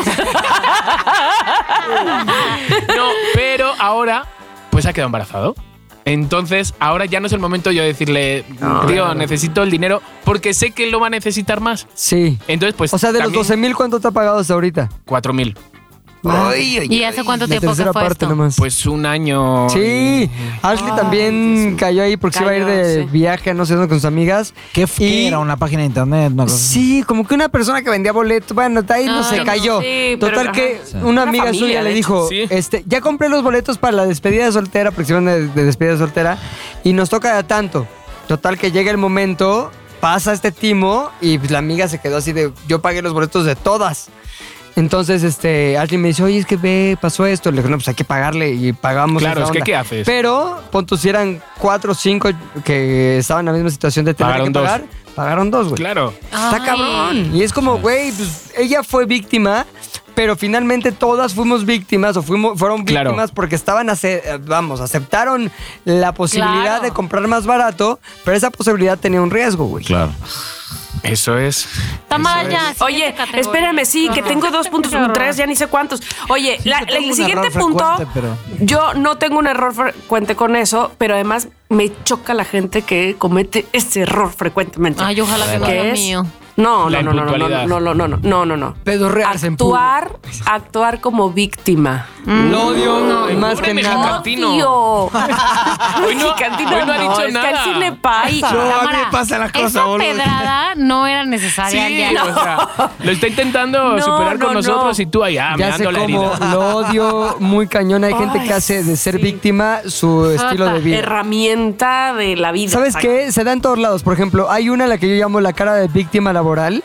S5: No, pero ahora, pues ha quedado embarazado. Entonces, ahora ya no es el momento yo decirle, tío, necesito el dinero, porque sé que él lo va a necesitar más.
S2: Sí.
S5: Entonces, pues.
S2: O sea, de los
S5: también
S2: 12 mil, ¿cuánto te ha pagado hasta ahorita?
S5: 4.000.
S6: ¿Y hace cuánto
S2: La
S6: tiempo que
S2: tercera
S6: fue
S2: parte
S6: esto?
S2: nomás.
S5: Pues un año.
S2: Sí, Ashley también cayó ahí porque se iba a ir
S4: Cayó,
S2: de
S4: sí.
S2: viaje, no sé dónde, con sus amigas.
S3: ¿Qué, f- qué
S2: Y-
S3: era? ¿Una página de internet? Una cosa así?
S2: Sí, como que una persona que vendía boletos, bueno, de ahí no
S6: Ah,
S2: se
S6: no,
S2: cayó.
S4: sí, pero,
S2: Total
S4: ajá.
S2: que
S4: Sí.
S2: una
S4: Una
S2: amiga
S4: familia,
S2: suya le
S4: de
S2: dijo,
S5: hecho. Sí.
S2: este, ya compré los boletos para la despedida de soltera, porque se van de, de despedida de soltera, y nos toca de tanto. Total que llega el momento, pasa este timo, y pues la amiga se quedó así de, yo pagué los boletos de todas. Entonces, este, alguien me dice, oye, es que ve, pasó esto. Le digo, no, pues hay que pagarle y pagamos.
S5: Claro,
S2: esa
S5: es que
S2: onda".
S5: ¿qué haces?
S2: Pero, pon tú, si eran cuatro o cinco que estaban en la misma situación de tener
S5: Pagaron
S2: que
S5: dos.
S2: pagar, pagaron dos, güey.
S5: Claro.
S2: Está
S6: Ay.
S2: cabrón. Y es como, güey, pues, ella fue víctima, pero finalmente todas fuimos víctimas o fuimos, fueron
S5: Claro.
S2: víctimas porque estaban, ace- eh, vamos, aceptaron la posibilidad
S6: Claro.
S2: de comprar más barato, pero esa posibilidad tenía un riesgo, güey.
S3: Claro.
S5: Eso es.
S4: <laughs>
S6: Tamara, ya.
S4: Oye,
S6: siguiente categoría.
S4: espérame, sí, que
S6: No.
S4: tengo dos puntos, tres, ya ni sé cuántos. Oye, la-
S3: yo
S4: la-
S3: tengo
S4: el
S3: un
S4: siguiente
S3: error
S4: punto,
S3: frecuente, pero-
S4: yo no tengo un error frecuente con eso, pero además me choca la gente que comete este error frecuentemente.
S6: Ay, ojalá que no
S4: ¿Qué
S6: sea lo
S4: es?
S6: mío.
S4: No,
S5: La
S4: no, no, no, no,
S5: impuntualidad.
S4: no, no, no, no, no, no, no.
S2: Pedorrearse en público.
S4: Actuar, actuar como víctima.
S2: Lo odio más que
S5: Pobre
S2: nada.
S5: mexicantino.
S4: Odio.
S5: Hoy
S4: <laughs>
S5: no-
S4: Mexicantino
S5: hoy no ha dicho
S4: es que al
S5: nada.
S4: cine pay.
S3: a mí me pasa la cosa,
S6: esa
S3: boludo.
S6: pedrada no era necesaria.
S5: Sí,
S6: ya.
S5: o sea, lo está intentando
S4: No,
S5: superar
S4: no,
S5: con nosotros
S4: no.
S5: y tú allá, me
S2: Ya sé
S5: dando la
S2: cómo
S5: <laughs> herida.
S2: lo odio muy cañón. Hay gente
S4: Ay,
S2: que hace de ser
S4: sí.
S2: víctima su estilo de vida.
S4: Herramienta de la vida.
S2: ¿Sabes qué? Se da en todos lados. Por ejemplo, hay una a la que yo llamo la cara de víctima laboral,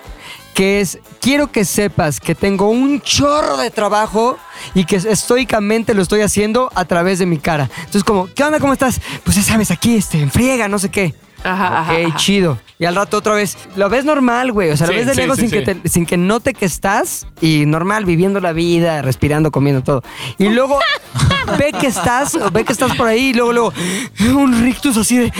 S2: que es, quiero que sepas que tengo un chorro de trabajo y que estoicamente lo estoy haciendo a través de mi cara. Entonces, como, ¿qué onda? ¿Cómo estás? Pues ya sabes, aquí, este, en friega, no sé qué.
S4: Ajá, ajá,
S2: ok,
S4: ajá.
S2: chido. Y al rato otra vez, lo ves normal, güey. O sea,
S5: Sí,
S2: lo ves de
S5: sí,
S2: lejos
S5: sí,
S2: sin,
S5: sí.
S2: Que te- sin que note que estás y normal, viviendo la vida, respirando, comiendo todo. Y luego ve que estás, ve que estás por ahí y luego, luego, un rictus así de,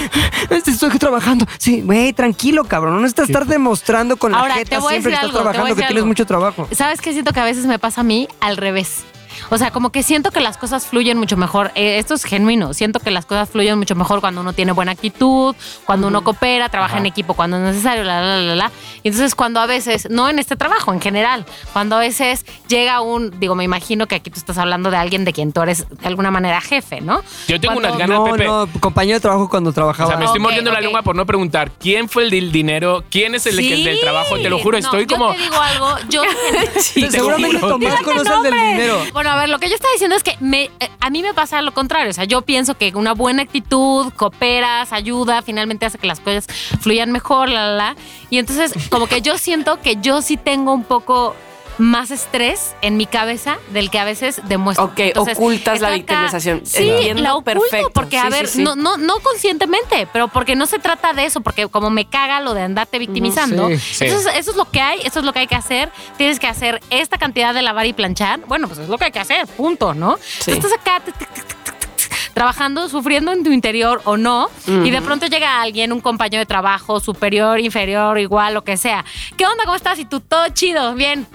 S2: "Este, estoy aquí trabajando. Sí, güey, tranquilo, cabrón. No estás estar demostrando con
S6: Ahora,
S2: la
S6: te
S2: jeta
S6: voy a
S2: siempre que
S6: decir
S2: estás
S6: algo, te voy a
S2: trabajando que
S6: decir
S2: tienes
S6: algo.
S2: mucho trabajo.
S6: ¿Sabes qué siento que a veces me pasa a mí al revés? O sea, como que siento que las cosas fluyen mucho mejor. Eh, esto es genuino. Siento que las cosas fluyen mucho mejor cuando uno tiene buena actitud, cuando uno coopera, trabaja en equipo, cuando es necesario, la, la, la, la. Y entonces cuando a veces, no en este trabajo en general, cuando a veces llega un, digo, me imagino que aquí tú estás hablando de alguien de quien tú eres de alguna manera jefe, ¿no?
S5: Yo tengo
S6: Cuando-
S5: unas ganas,
S2: No,
S5: Pepe.
S2: no, compañero de trabajo cuando
S5: O
S2: trabajaba.
S5: sea, me estoy
S6: Ok,
S5: mordiendo la
S6: ok.
S5: lengua por no preguntar quién fue el del dinero, quién es el, que-
S6: Sí.
S5: del trabajo. Te lo
S6: No,
S5: juro, estoy
S6: yo
S5: como.
S6: te digo algo, yo
S5: <laughs> Sí, te
S2: Seguramente
S5: juro.
S2: Tomás conoce el del dinero.
S6: Bueno, a ver, lo que yo estaba diciendo es que me, eh, a mí me pasa lo contrario. O sea, yo pienso que una buena actitud, cooperas, ayuda, finalmente hace que las cosas fluyan mejor, la, la, la. Y entonces, como que yo siento que yo sí tengo un poco más estrés en mi cabeza del que a veces demuestro.
S4: Ok, ocultas la
S6: estoy acá.
S4: victimización.
S6: Sí,
S4: Entiendo
S6: la oculto
S4: perfecto.
S6: porque, a
S4: Sí, sí,
S6: ver,
S4: sí.
S6: No, no, no conscientemente, pero porque no se trata de eso, porque como me caga lo de andarte victimizando,
S2: Sí,
S5: sí.
S6: entonces eso es lo que hay, eso es lo que hay que hacer. Tienes que hacer esta cantidad de lavar y planchar. Bueno, pues es lo que hay que hacer, punto, ¿no?
S4: Sí.
S6: Estás acá tic, tic, tic, tic, tic, tic, trabajando, sufriendo en tu interior o no, y de pronto llega alguien, un compañero de trabajo, superior, inferior, igual, lo que sea. ¿Qué onda? ¿Cómo estás? Y tú, todo chido, bien.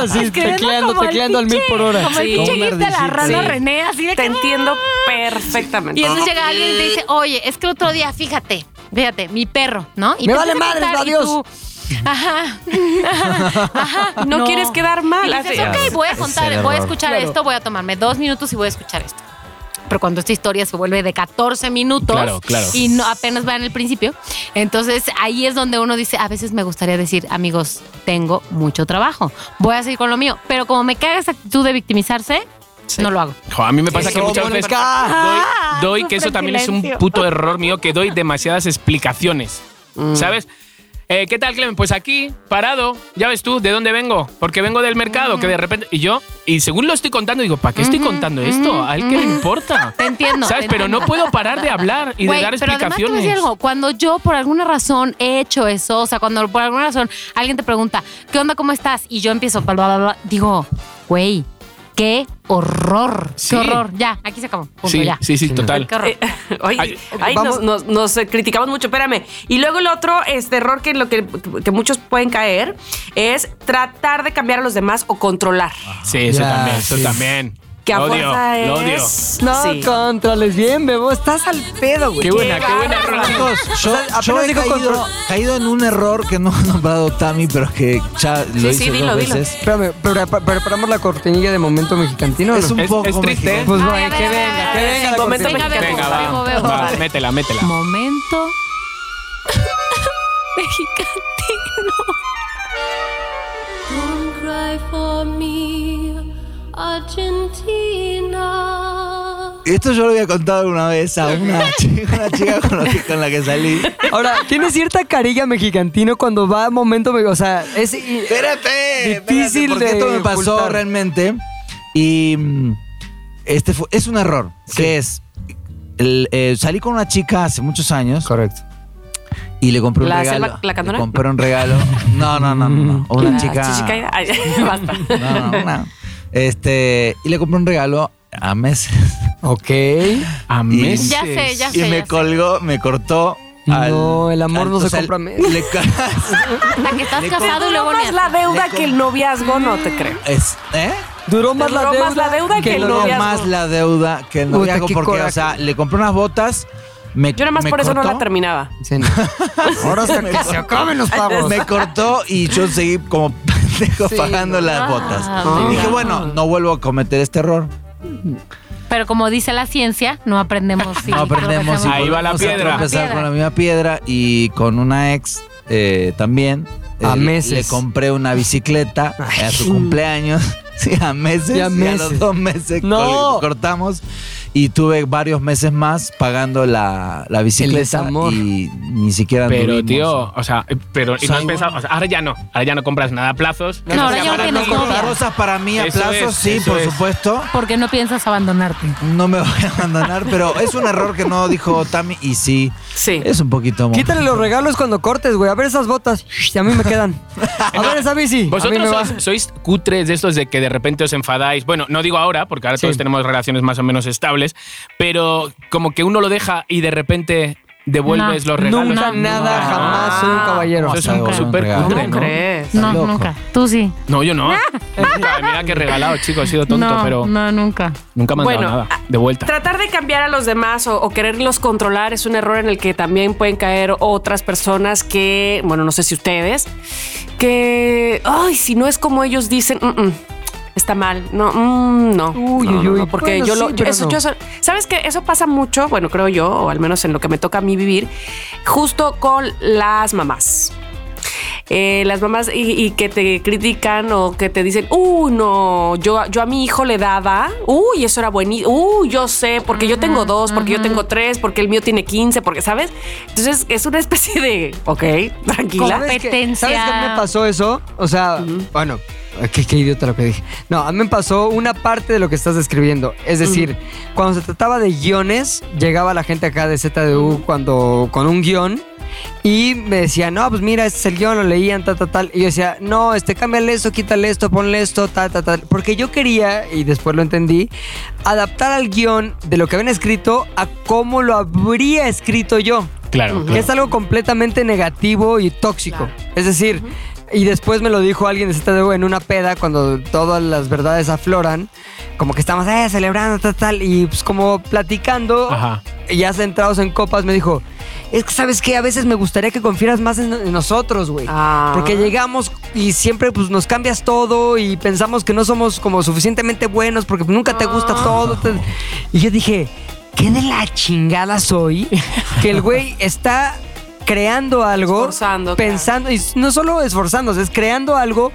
S2: Así,
S6: Escribiendo
S2: tecleando,
S6: como el
S2: tecleando al mil
S6: pinche-
S2: por hora.
S6: Como el
S4: Sí.
S6: pinche
S4: Como
S2: una
S6: gif de la
S2: ardillita.
S6: rana
S4: Sí.
S6: René, así de
S4: Te
S6: que- "Ah".
S4: entiendo perfectamente.
S6: Y entonces llega alguien y te dice, oye, es que el otro día, fíjate, fíjate, mi perro, ¿no? Y
S2: Me
S6: te
S2: vale
S6: empieza a
S2: madres,
S6: contar y
S2: adiós.
S6: tú,
S4: <laughs>
S6: Ajá, ajá, ajá,
S4: Ah. No quieres quedar mal,
S6: Y
S4: así
S6: dices,
S4: es.
S6: ok, voy a
S3: Es
S6: contar,
S3: el
S6: voy a
S3: error.
S6: escuchar esto, voy a tomarme dos minutos y voy a escuchar esto. Pero cuando esta historia se vuelve de 14 minutos
S5: Claro, claro.
S6: y no, apenas va en el principio, entonces ahí es donde uno dice, a veces me gustaría decir, amigos, tengo mucho trabajo, voy a seguir con lo mío, pero como me caga esa actitud de victimizarse, no lo hago.
S5: Jo, a mí me pasa que
S2: Eso,
S5: muchas veces
S2: Mónica.
S5: doy,
S6: Ah,
S5: doy
S6: sufre
S5: que eso
S6: en
S5: también es un
S6: silencio.
S5: puto error mío, que doy demasiadas explicaciones.
S6: Mm.
S5: ¿Sabes? Eh, ¿Qué tal, Clemen? Pues aquí, parado, ya ves tú, ¿de dónde vengo? Porque vengo del mercado, que de repente. Y yo, y según lo estoy contando, digo, ¿para qué estoy
S6: Mm. Ujú,
S5: contando esto?
S6: ujú,
S5: ¿A él qué le
S6: ujú.
S5: importa?
S6: Te entiendo.
S5: ¿Sabes?
S6: te
S5: Pero no
S6: entiendo.
S5: puedo parar de hablar y de
S6: Güey,
S5: dar
S6: pero además te voy a decir
S5: explicaciones.
S6: algo. Cuando yo por alguna razón he hecho eso, o sea, cuando por alguna razón alguien te pregunta, ¿qué onda? ¿Cómo estás? Y yo empiezo, bla, bla, bla, bla, digo, güey, qué horror.
S5: Sí.
S6: Qué horror. Ya, aquí se acabó. Punto,
S5: Sí,
S6: ya.
S5: sí, sí, total.
S6: Qué horror.
S4: Eh, <laughs> Ay,
S5: Ay,
S4: ay,
S2: vamos.
S4: nos, nos- nos, eh, criticamos mucho, espérame. Y luego el otro este error que, en lo que, que muchos pueden caer es tratar de cambiar a los demás o controlar.
S5: Sí, eso
S2: Ya,
S5: también, eso
S2: sí.
S5: también.
S4: Que a
S5: Lo odio,
S4: fuerza
S5: lo odio.
S4: es-
S2: No
S4: Sí.
S2: controles bien, bebo. Estás al pedo, güey.
S5: Qué buena, qué buena rola.
S3: Ah, Chicos, yo,
S2: O sea,
S3: yo
S2: apenas
S3: he
S2: dijo
S3: caído,
S2: control.
S3: caído en un error que no <laughs> ha nombrado Tami, pero que ya lo hice
S4: sí,
S3: dos
S4: dilo, dilo.
S3: veces.
S2: Espérame, ¿pero- pero- ¿preparamos la cortinilla de momento mexicantino? o
S3: Es
S2: no?
S3: un
S5: Es-
S3: poco
S5: es triste,
S3: mexicano.
S5: ¿eh?
S2: Pues
S6: Ay,
S2: bueno,
S6: a ver,
S2: que
S6: a ver,
S2: venga,
S6: a
S2: que
S6: ver,
S2: venga la
S4: momento
S2: cortinilla.
S6: mexicano.
S5: Venga,
S6: Bebo,
S5: va,
S6: bebo.
S5: va, métela, métela.
S6: Momento mexicantino.
S7: Don't cry for me, Argentina.
S3: Pues, Esto yo lo había contado una vez
S2: <laughs>
S3: a una chica, una chica con, la que, con la que salí.
S2: Ahora, tiene cierta carilla mexicantino cuando va a momento... me- O sea, es... eh, y-
S3: Espérate, espérate,
S2: Difícil
S3: porque
S2: de
S3: esto me pasó
S2: ocultar.
S3: realmente. Y mm, este fue, es un error, que es, el, eh, salí con una chica hace muchos años
S2: Correcto.
S3: y le compré un
S4: ¿La
S3: regalo.
S4: selva- la cantora?
S3: Le compré un regalo. No, no, no, no.
S2: <laughs>
S3: no. Una
S4: Ah,
S3: chica.
S4: chichicaída. Ay, <laughs> basta.
S3: No, no, no. Este, y le compré un regalo a meses.
S2: Ok.
S5: A meses.
S6: Ya sé, ya
S3: Y
S6: sé.
S3: me
S6: ya sé.
S3: colgó, me cortó. al-
S2: No, el amor no
S3: o
S2: se
S3: sea,
S2: compra a meses.
S3: le <laughs> ca-
S6: Hasta que estás
S3: Le
S6: casado y luego
S4: Más
S6: ni-
S4: la deuda que el noviazgo, no te creo.
S3: es, ¿eh?
S2: Duró más la
S4: Duró
S2: deuda,
S4: más la deuda que el
S2: lo-
S3: No
S4: noviazgo.
S3: más la deuda que el
S2: Puta,
S3: noviazgo,
S2: qué
S3: porque, o
S2: coraje.
S3: sea, le compré unas botas. Me,
S4: Yo nada más
S3: me
S4: por eso no
S3: cortó,
S4: la terminaba.
S2: Sí, no.
S3: <laughs>
S2: Ahora se, que se acaben los pagos.
S3: Me cortó y yo seguí como <laughs> pendejo pagando las botas.
S6: Ah,
S3: Y dije, bueno, no vuelvo a cometer este error.
S6: Pero como dice la ciencia, no aprendemos. sí,
S3: No aprendemos.
S6: tropezamos.
S3: y
S5: Ahí va la
S3: volvemos a
S5: piedra.
S3: tropezar
S6: Piedra.
S3: con la misma piedra y con una ex eh, también.
S2: A
S3: Eh,
S2: meses.
S3: Le compré una bicicleta a su cumpleaños. <laughs> Sí, a meses.
S2: Y a
S3: Y a
S2: meses.
S3: los dos meses
S2: No.
S3: col- cortamos. y tuve varios meses más pagando la, la bicicleta
S2: desamor.
S3: y ni siquiera
S5: Pero,
S3: anduvimos.
S5: tío, o sea, pero y no has
S3: Soy-
S5: pensado, o sea, ahora ya no, ahora ya no compras nada a plazos.
S6: No, ahora ya no tienes novia.
S3: Rosas para mí a
S5: Eso
S3: plazos,
S5: es,
S3: sí,
S5: eso
S3: por
S5: es.
S3: supuesto.
S6: Porque no piensas abandonarte.
S3: No me <laughs> voy a abandonar, pero es un error que no dijo Tami y sí.
S4: Sí.
S3: Es un poquito mo-
S2: Quítale los regalos cuando cortes, güey. A ver esas botas. Shh, A mí me quedan. A ver esa bici. A mí
S5: Vosotros
S2: me va.
S5: sois, sois cutres de estos de que de repente os enfadáis. Bueno, no digo ahora, porque ahora todos tenemos relaciones más o menos estables, pero como que uno lo deja y de repente devuelves
S6: No,
S5: los regalos.
S6: nunca,
S5: Ah,
S2: Nada,
S5: no.
S2: jamás soy un caballero.
S5: Eso es un
S3: Nunca.
S5: súper
S3: Nunca.
S5: cutre,
S4: ¿Cómo
S5: ¿no?
S4: crees?
S6: No,
S3: loco.
S6: nunca. Tú sí.
S5: No,
S6: <laughs>
S5: yo no. Nunca, Mira que regalado, chicos, he sido tonto,
S6: no,
S5: pero
S6: no, nunca.
S5: nunca me han
S4: Bueno,
S5: dado nada. De vuelta.
S4: Tratar de cambiar a los demás o, o quererlos controlar es un error en el que también pueden caer otras personas que, bueno, no sé si ustedes, que, ay, si no es como ellos dicen, mm, mm, está mal, no, mm, no,
S2: Uy,
S4: no,
S2: uy,
S4: no, no,
S2: uy.
S4: porque
S2: Bueno,
S4: yo
S2: sí,
S4: lo, yo-
S2: pero
S4: eso,
S2: no.
S4: yo eso- sabes que eso pasa mucho, bueno, creo yo, o al menos en lo que me toca a mí vivir, justo con las mamás. Eh, las mamás y, y que te critican o que te dicen, uy, no, yo, yo a mi hijo le daba, uy, eso era buenísimo, uy, yo sé, porque yo tengo dos, porque yo tengo tres, porque el mío tiene 15, porque, ¿sabes? Entonces es una especie de, ok, tranquila.
S2: ¿Sabes qué-
S6: competencia.
S2: ¿Sabes qué me pasó eso? O sea, bueno, qué, qué idiota lo que dije. No, a mí me pasó una parte de lo que estás describiendo. Es decir, cuando se trataba de guiones, llegaba la gente acá de ZDU cuando, con un guión y me decían, no, pues mira, este es el guión, lo leían, tal, tal, tal. Y yo decía, no, este, cámbiale esto, quítale esto, ponle esto, tal, tal, tal. Porque yo quería, y después lo entendí, adaptar al guión de lo que habían escrito a cómo lo habría escrito yo
S5: Claro,
S2: que
S5: claro.
S2: es algo completamente negativo y tóxico. Es decir, y después me lo dijo alguien de ZDU en una peda cuando todas las verdades afloran, como que estamos eh, celebrando tal, tal, y pues como platicando,
S5: Ajá.
S2: ya centrados en copas, me dijo, es que sabes que a veces me gustaría que confieras más en, en nosotros, güey.
S4: Ah.
S2: Porque llegamos y siempre pues, nos cambias todo y pensamos que no somos como suficientemente buenos porque nunca te gusta todo. te- Y yo dije, ¿qué de la chingada soy? que el güey está creando algo,
S4: Esforzando, claro.
S2: pensando, y no solo esforzándose, es creando algo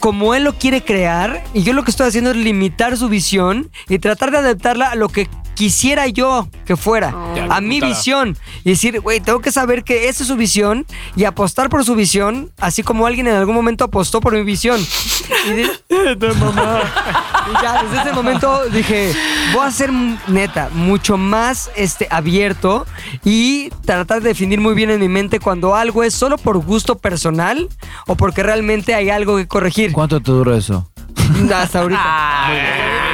S2: como él lo quiere crear y yo lo que estoy haciendo es limitar su visión y tratar de adaptarla a lo que quisiera yo que fuera,
S5: Ya,
S2: a mi
S5: putada.
S2: visión y decir, güey, tengo que saber que esa es su visión y apostar por su visión, así como alguien en algún momento apostó por mi visión. Y de- y ya, desde ese momento dije, voy a ser neta, mucho más este, abierto y tratar de definir muy bien en mi mente cuando algo es solo por gusto personal o porque realmente hay algo que corregir.
S3: ¿Cuánto te duró eso?
S2: Hasta ahorita.
S4: Ah.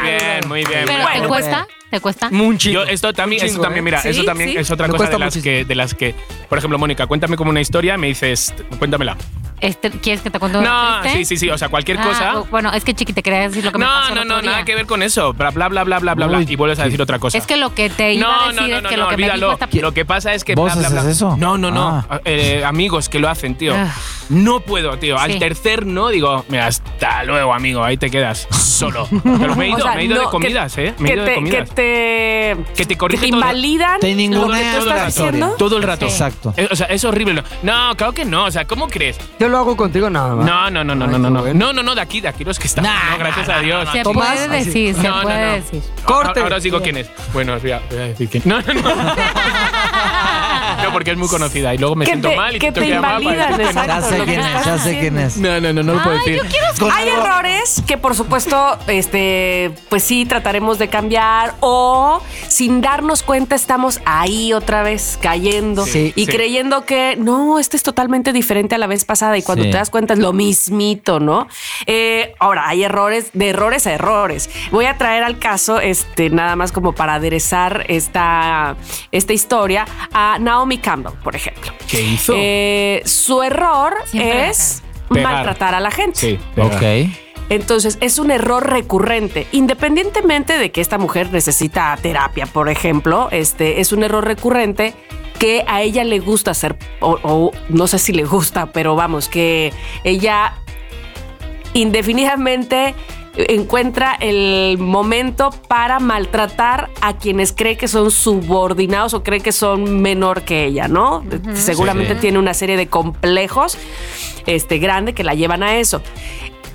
S5: Muy bien, muy bien.
S6: Ah, Pero pues, ¿te
S5: Eh, Bueno, Mm.
S6: cuesta? ¿Te cuesta?
S2: Un chingo.
S5: Yo, esto también,
S2: Un
S5: eso
S2: chingo,
S5: también,
S2: ¿eh?
S5: mira,
S4: Sí,
S5: eso también
S4: sí.
S5: es otra
S2: Me
S5: cosa
S2: cuesta
S5: de las,
S2: muchísimo.
S5: que, de las que, por ejemplo, Mónica, cuéntame como una historia, me dices, cuéntamela.
S6: Este, ¿Quieres que te cuente una
S5: No,
S6: triste?
S5: sí, sí, sí, o sea, cualquier
S6: Ah,
S5: cosa.
S6: o- Bueno, es que chiqui, te quería decir lo que me pasó
S5: No,
S6: el
S5: no,
S6: otro
S5: no, nada
S6: día.
S5: que ver con eso. Bla, bla, bla, bla, bla, bla, bla. Y vuelves a decir otra cosa.
S6: Es que lo que te iba a
S5: no,
S6: decir
S5: no, no,
S6: es
S5: no,
S6: que
S5: no,
S6: lo que me
S5: olvídalo.
S6: dijo esta
S5: Lo que pasa es que
S3: ¿Vos
S5: bla, bla, bla.
S3: haces eso?
S5: No, no, no.
S3: Ah.
S5: Eh, amigos que lo hacen, tío.
S6: Ah.
S5: No puedo, tío. Al
S6: Sí.
S5: tercer no digo, mira, hasta luego, amigo, ahí te quedas solo. Pero me
S6: <laughs>
S5: he
S4: O
S5: ido,
S4: sea,
S5: me he ido
S4: no,
S5: de comidas,
S4: que,
S5: ¿eh? Me he
S4: que
S5: ido
S4: te,
S5: de comidas.
S4: Que te,
S5: Que te corrige todo.
S4: invalidan
S3: Te
S4: lo que
S3: ningunea
S4: tú
S3: la
S4: estás
S3: historia.
S4: diciendo.
S5: Todo el rato.
S3: Exacto.
S5: Eh, O sea, es horrible. No, No, claro que no. O sea, ¿cómo crees?
S2: Yo lo hago contigo
S3: Ah.
S2: nada más.
S5: No, no, no, no,
S2: Ay,
S5: no, no.
S2: qué
S5: No,
S2: bueno.
S5: no, no, no, de aquí, de aquí los que están. no, gracias a Dios.
S6: Se
S2: Tomás,
S6: puede
S2: así.
S6: decir, se
S5: No, no,
S6: puede
S5: no.
S6: decir.
S2: Corte.
S5: Ahora- Ahora os digo quién es. Bueno, os voy a, voy a decir quién. <laughs> No, no, no. No, porque es muy conocida y luego me
S4: Que
S5: siento
S4: te-
S5: mal y
S4: que
S5: siento
S4: te
S5: que amaba.
S4: invalidan, exacto.
S3: Ya sé
S4: lo que
S3: quién es,
S4: estás
S3: ya sé
S4: haciendo.
S3: quién es.
S5: No, no, no, no lo puedo decir.
S3: Con
S4: Hay
S3: algo-
S4: errores que por supuesto, este, pues sí, trataremos de cambiar o sin darnos cuenta estamos ahí otra vez cayendo
S5: Sí,
S4: y
S5: sí.
S4: creyendo que no, este es totalmente diferente a la vez pasada y cuando
S3: Sí.
S4: te das cuenta es lo mismito, ¿no? Eh, ahora, hay errores, de errores a errores. Voy a traer al caso, este, nada más como para aderezar esta, esta historia a Naomi Campbell, por ejemplo.
S5: ¿Qué hizo?
S4: Eh, su error
S6: Siempre la
S4: es...
S5: Pegar.
S4: Maltratar a la gente.
S5: Sí,
S3: Ok.
S5: ok.
S4: Entonces es un error recurrente, independientemente de que esta mujer necesita terapia, por ejemplo, este es un error recurrente que a ella le gusta hacer, o, o no sé si le gusta, pero vamos, que ella indefinidamente encuentra el momento para maltratar a quienes cree que son subordinados o cree que son menor que ella, ¿no? Seguramente
S5: Sí.
S4: tiene una serie de complejos este, grande que la llevan a eso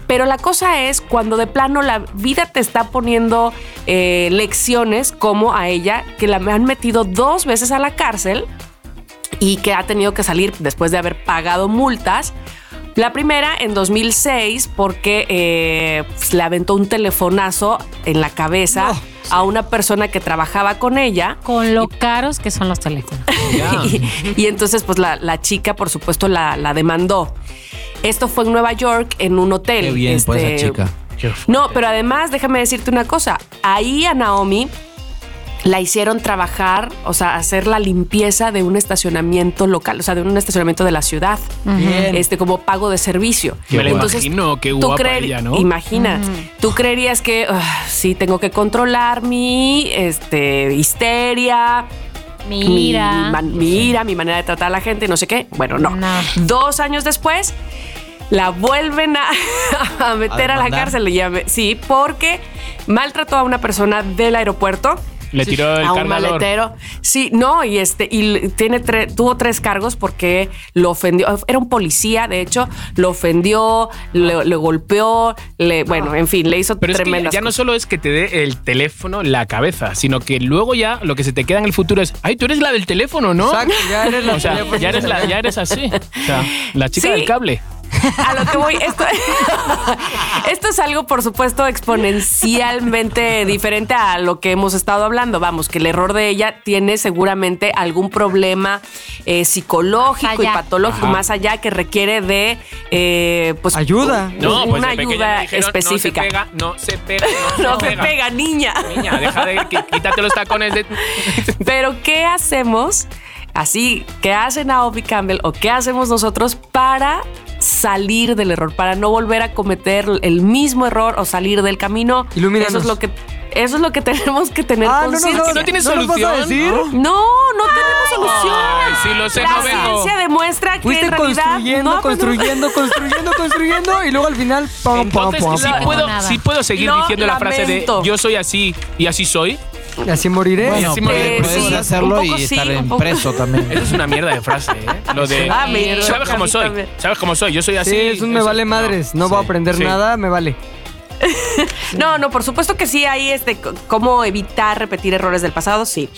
S4: Pero la cosa es cuando de plano la vida te está poniendo eh, lecciones como a ella, que la han metido dos veces a la cárcel y que ha tenido que salir después de haber pagado multas. La primera en 2006 porque eh, pues, le aventó un telefonazo en la cabeza
S2: No, sí.
S4: a una persona que trabajaba con ella.
S6: Con lo caros que son los teléfonos.
S4: <laughs>
S3: Ya.
S4: y, y entonces pues la, la chica por supuesto la, la demandó. Esto fue en Nueva York en un hotel.
S3: Qué bien, pues, esa
S4: Este,
S3: chica.
S4: No, pero además déjame decirte una cosa. Ahí a Naomi la hicieron trabajar, o sea, hacer la limpieza de un estacionamiento local, o sea, de un estacionamiento de la ciudad, este como pago de servicio.
S5: Qué Me la imagino, qué
S4: tú
S5: guapa
S4: creer-
S5: ella, ¿no?
S4: Imagina, tú creerías que "Ah, sí tengo que controlar mi este histeria, mi,
S6: Mira.
S4: man- mi ira, mi manera de tratar a la gente, no sé qué. Bueno, no.
S6: No.
S4: Dos años después, la vuelven a, <laughs> a meter
S3: A
S4: a, la
S3: demandar.
S4: cárcel. ya me- sí, porque maltrató a una persona del aeropuerto.
S5: Le tiró el
S4: a un
S5: cargador.
S4: maletero. Sí, no, y este, y l- tiene tre- tuvo tres cargos porque lo ofendió. Era un policía, de hecho, lo ofendió, le, le golpeó, le, bueno, en fin, le hizo
S5: Pero es que ya,
S4: tremendas
S5: ya no solo es que te dé el teléfono en la cabeza, sino que luego ya lo que se te queda en el futuro es, ay, tú eres la del teléfono, ¿no?
S2: Exacto, ya eres la
S5: O sea,
S2: teléfono.
S5: ya eres, la- ya eres así. O sea, la chica
S4: Sí.
S5: del cable.
S4: <laughs> a lo que voy, esto, esto es algo, por supuesto,
S5: <laughs>
S4: exponencialmente diferente a lo que hemos estado hablando. Vamos, que el error de ella tiene seguramente algún problema eh, psicológico y
S6: allá.
S4: patológico
S5: Ajá.
S4: más allá que requiere de eh, pues,
S2: Ayuda.
S5: No, pues
S4: una
S5: de pequeña
S4: ayuda
S5: me dijeron,
S4: específica.
S5: No se pega, no se pega.
S4: <laughs> No te pega, niña.
S5: Niña, deja de qui- quítate los tacones de.
S4: Pero ¿qué hacemos? Así, ¿qué hace Naomi Campbell o qué hacemos nosotros para salir del error, para no volver a cometer el mismo error o salir del camino?
S2: Ilumínanos.
S4: Eso es lo que eso es lo que tenemos que tener
S2: Ah, no, no,
S4: conciencia.
S2: no,
S5: ¿No tienes
S2: ¿no nos vas a
S5: solución?
S2: decir?
S5: ¿No?
S4: No, no tenemos solución.
S5: Ay, sí lo sé,
S4: La
S5: no vengo.
S4: ciencia demuestra que
S2: Fuiste
S4: en realidad
S2: construyendo,
S4: no, pues, no.
S2: construyendo, construyendo, construyendo y luego al final pam, pam,
S5: Entonces,
S2: pam,
S5: sí
S2: pam.
S5: puedo,
S6: Nada.
S5: sí puedo seguir
S4: Lo
S5: diciendo la frase de
S4: lamento.
S5: yo soy así y así soy.
S2: Y así moriré.
S3: Bueno,
S5: sí,
S3: puedes,
S5: eh,
S3: puedes
S5: sí,
S3: hacerlo
S4: un
S3: y
S4: poco Este, sí,
S3: estar
S4: un
S3: en
S4: poco.
S3: preso
S5: Eso
S3: también.
S5: es una mierda de frase, ¿eh? Lo de.
S4: Ah, mierda,
S5: ¿Sabes cómo
S4: a mí
S5: soy?
S4: también.
S5: ¿Sabes cómo soy? Yo soy así.
S2: sí, eso me
S5: eso-
S2: vale
S5: no.
S2: madres. No, voy a aprender
S5: sí.
S2: nada, me vale.
S4: No, no, por supuesto que sí hay este c- cómo evitar repetir errores del pasado, sí.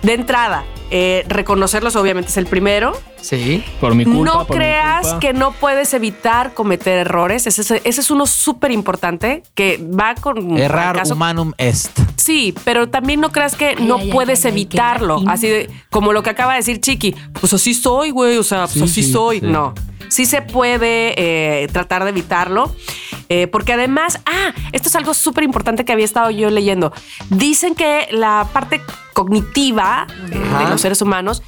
S4: De entrada, eh, reconocerlos obviamente es el primero.
S2: Sí.
S5: Por mi culpa.
S4: no
S5: por mi
S4: creas
S5: culpa.
S4: que no puedes evitar cometer errores. Ese es, ese es uno súper importante que va con
S3: Errar
S4: al caso-
S3: humanum est.
S4: Sí, pero también no creas que no
S6: ay,
S4: puedes
S6: ay, ay,
S4: evitarlo.
S6: qué latín.
S4: así de, como lo que acaba de decir Chiqui, pues así soy, güey, o sea, pues
S3: Sí,
S4: así
S3: sí,
S4: soy.
S3: sí.
S4: No, sí se puede eh, tratar de evitarlo. eh, porque además, ah, esto es algo súper importante que había estado yo leyendo. Dicen que la parte cognitiva eh, de
S2: Ajá.
S4: los seres humanos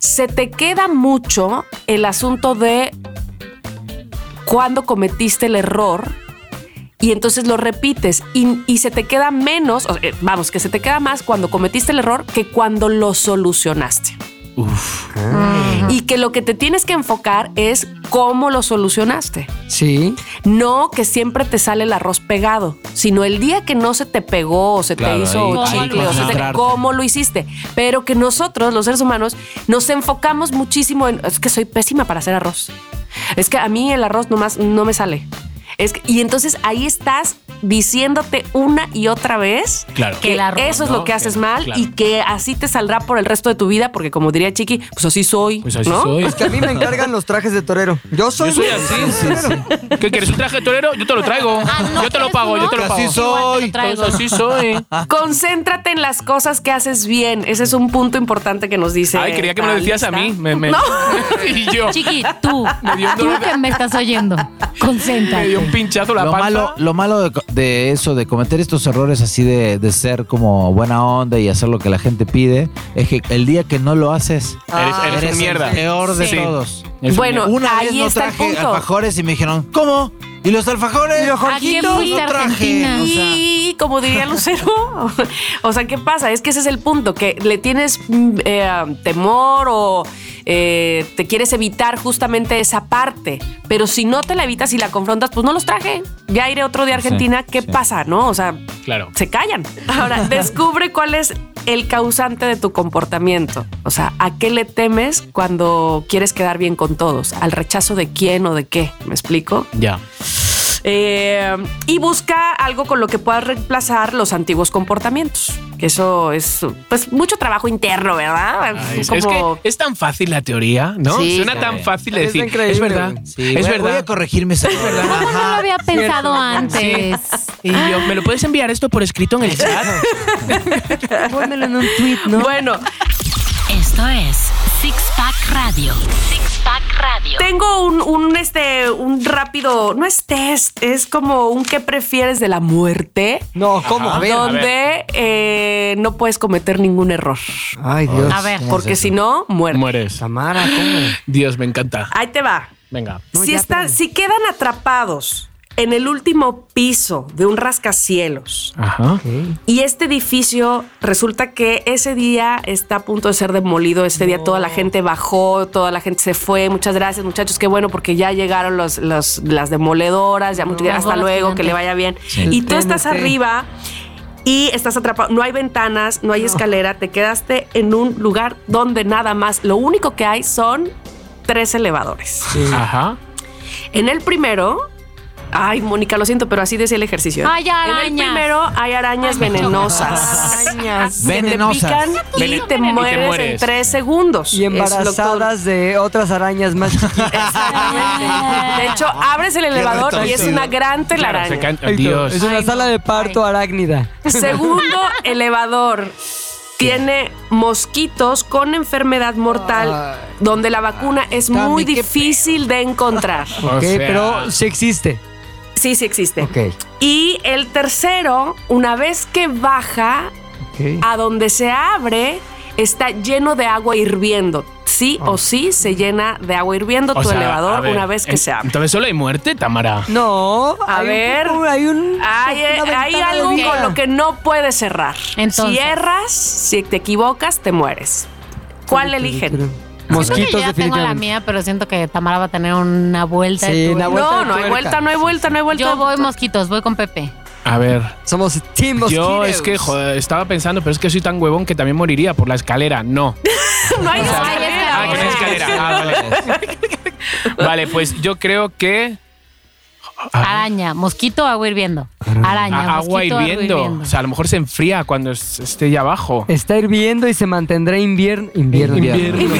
S4: se te queda mucho el asunto de cuando cometiste el error y entonces lo repites y, y se te queda menos, o, eh, vamos, que se te queda más cuando cometiste el error que cuando lo solucionaste. Y que lo que te tienes que enfocar es cómo lo solucionaste.
S2: Sí.
S4: No que siempre te sale el arroz pegado, sino el día que no se te pegó o se
S3: Claro,
S4: te hizo
S3: ahí-
S6: ahí
S4: chicle o se te-
S3: concentrarte.
S4: cómo lo hiciste. Pero que nosotros, los seres humanos, nos enfocamos muchísimo en es que soy pésima para hacer arroz. Es que a mí el arroz nomás no me sale. Es que- y entonces ahí estás diciéndote una y otra vez
S5: Claro.
S4: que
S6: Que el arroz,
S4: eso es
S5: ¿no?
S4: lo que haces
S5: Que-
S4: mal
S5: claro.
S4: y que así te saldrá por el resto de tu vida, porque como diría Chiqui, pues así soy.
S5: Pues así
S4: ¿no?
S5: soy.
S2: Es que a mí me encargan los trajes de torero. Yo soy,
S5: Yo soy así.
S2: torero.
S5: ¿Qué quieres? ¿Un traje de torero? Yo te lo traigo.
S6: Ah, no,
S5: yo te lo
S6: ¿quieres
S5: pago,
S6: uno?
S5: yo te lo
S3: Así
S5: pago.
S3: soy.
S6: Igual te lo
S5: Pues
S6: traigo.
S5: así soy.
S4: Concéntrate en las cosas que haces bien. Ese es un punto importante que nos dice.
S5: Ay, creía que me lo
S4: la
S5: decías a
S4: lista.
S5: mí. Me, me-
S4: No.
S5: <laughs> y yo. <laughs>
S6: Chiqui, tú,
S5: dio un
S6: tú
S5: dolor de-
S6: que me estás oyendo,
S5: Me dio un
S6: concéntrate.
S5: pinchazo la
S3: Lo
S5: panza.
S3: malo, lo malo de, co- de eso, de cometer estos errores así de, de ser como buena onda y hacer lo que la gente pide, es que el día que no lo haces,
S5: Eres, Ah,
S4: Ah,
S5: eres
S3: eres
S5: un mierda.
S3: el peor de
S5: Sí.
S3: todos.
S5: Eres un
S4: Bueno,
S5: mierda.
S3: Una
S4: ahí
S3: vez no
S4: está el
S3: traje
S4: punto.
S3: alfajores y me dijeron, ¿cómo? ¿Y los alfajores?
S2: Y los
S6: ¿A qué
S2: Jorgito,
S6: fuiste a
S3: no traje,
S6: Argentina?
S3: o sea.
S4: Y como diría Lucero, <laughs> o sea, ¿qué pasa? Es que ese es el punto, que le tienes mm, eh, temor o eh, te quieres evitar justamente esa parte, pero si no te la evitas y la confrontas, pues no los traje. Ya iré otro día a Argentina, ¿qué
S3: sí.
S4: pasa? ¿No? O sea,
S5: Claro.
S4: se callan. Ahora, descubre cuál es el causante de tu comportamiento. O sea, ¿a qué le temes cuando quieres quedar bien con todos? ¿Al rechazo de quién o de qué? ¿Me explico?
S5: Ya.
S4: Eh, y busca algo con lo que puedas reemplazar los antiguos comportamientos. Que eso es pues mucho trabajo interno, ¿verdad?
S5: Ay, Es que es tan fácil la teoría, ¿no?
S6: Sí.
S5: Suena tan fácil
S2: Es
S5: decir.
S2: increíble,
S5: Es verdad.
S2: güey.
S3: Sí,
S5: es
S3: voy- Voy
S5: verdad.
S3: a corregirme esa verdad.
S6: ¿Cómo no lo había pensado antes?
S5: Y yo, ¿me lo puedes enviar esto por escrito en el chat?
S2: Pónmelo en un tweet, ¿no?
S4: Bueno,
S1: Esto es Six Pack Radio. Six Pack Radio.
S4: tengo un, un, este un rápido, no es test, es como un qué prefieres de la muerte,
S2: No, ¿cómo?
S5: Ajá.
S2: A ver.
S5: No.
S4: donde eh, no puedes cometer ningún error,
S2: Ay, Dios.
S6: A ver,
S4: porque si no mueres.
S5: Mueres.
S2: Tamara, ¿cómo?
S5: Dios, me encanta.
S4: Ahí te va.
S5: Venga.
S2: No,
S4: si,
S2: ya,
S4: están,
S2: espérame.
S4: si quedan atrapados en el último piso de un rascacielos
S5: Ajá.
S4: y este edificio resulta que ese día está a punto de ser demolido, ese día toda la gente bajó, toda la gente se fue, muchas gracias muchachos, qué bueno porque ya llegaron los, los- las demoledoras, ya muchas
S6: No,
S4: gracias, hasta
S6: bolas
S4: luego, que
S6: gigantes.
S4: le vaya bien.
S3: Sí.
S4: Y tú estás
S2: TNT.
S4: arriba y estás atrapado, no hay ventanas, no hay escalera, te quedaste en un lugar donde nada más, lo único que hay son tres elevadores.
S5: Ajá.
S4: En el primero. Ay, Mónica, lo siento, pero así decía el ejercicio. ¿eh?
S6: Hay
S4: En el
S6: arañas.
S4: primero hay arañas
S6: Ay,
S4: venenosas.
S2: Arañas.
S4: Que
S3: Venenosas.
S4: Te pican y
S5: Veneno.
S4: te
S5: Y te
S4: mueres, en
S5: mueres.
S4: tres segundos.
S2: Y
S4: Es lo que-
S2: embarazadas de otras arañas más
S5: <laughs>
S2: chiquitas.
S4: <laughs> Exactamente. De hecho, abres el elevador y es
S3: retorcido.
S4: una gran
S5: Claro, se <laughs>
S4: telaraña.
S5: can- Dios.
S2: Es una
S6: Ay,
S2: sala
S6: no.
S2: de parto arácnida.
S4: Segundo elevador. Tiene mosquitos con enfermedad mortal, donde la vacuna es
S3: Cami,
S4: muy
S3: qué feo.
S4: difícil de encontrar.
S5: O
S2: ok,
S5: sea,
S2: pero sí existe.
S4: Sí, sí existe.
S2: Ok,
S4: Y el tercero, una vez que baja,
S2: ok.
S4: a donde se abre está lleno de agua hirviendo. Sí o sí se llena de agua hirviendo
S5: Oh. o
S4: tu
S5: sea, a
S4: elevador
S5: ver,
S4: una vez que
S5: en- <laughs>
S4: se abre.
S5: Entonces solo hay muerte, Tamara.
S2: No,
S4: A
S2: hay un-
S4: ver.
S2: hay un.
S4: Hay, eh,
S2: una ventana
S4: hay
S2: de
S4: algo
S2: vida.
S4: con lo que no puedes cerrar.
S6: Entonces.
S4: Cierras, si te equivocas, te mueres. ¿Cuál eligen?
S6: Siento
S2: Mosquitos,
S6: que yo ya tengo la
S2: definitivamente.
S6: mía, pero siento que Tamara va a tener una vuelta.
S2: Sí,
S6: de tuerca.
S2: una vuelta.
S4: No,
S2: de
S4: no hay
S2: tuerca.
S4: vuelta, no hay vuelta, no hay vuelta.
S6: Yo voy mosquitos, voy con Pepe.
S5: A ver.
S2: Somos Team Mosquitos.
S5: Yo es que joder, estaba pensando, pero es que soy tan huevón que también moriría por la escalera. No.
S4: <laughs> No hay
S6: sea,
S5: Ah,
S4: escalera.
S5: que no hay escalera. Ah, vale. Vale, pues yo creo que. Ah,
S6: Araña, mosquito, agua hirviendo. Araña,
S5: a- agua
S6: mosquito,
S5: hirviendo. O sea, a lo mejor se enfría cuando es- esté ya abajo.
S2: Está hirviendo y se mantendrá invierno. Invierno.
S3: Invierno.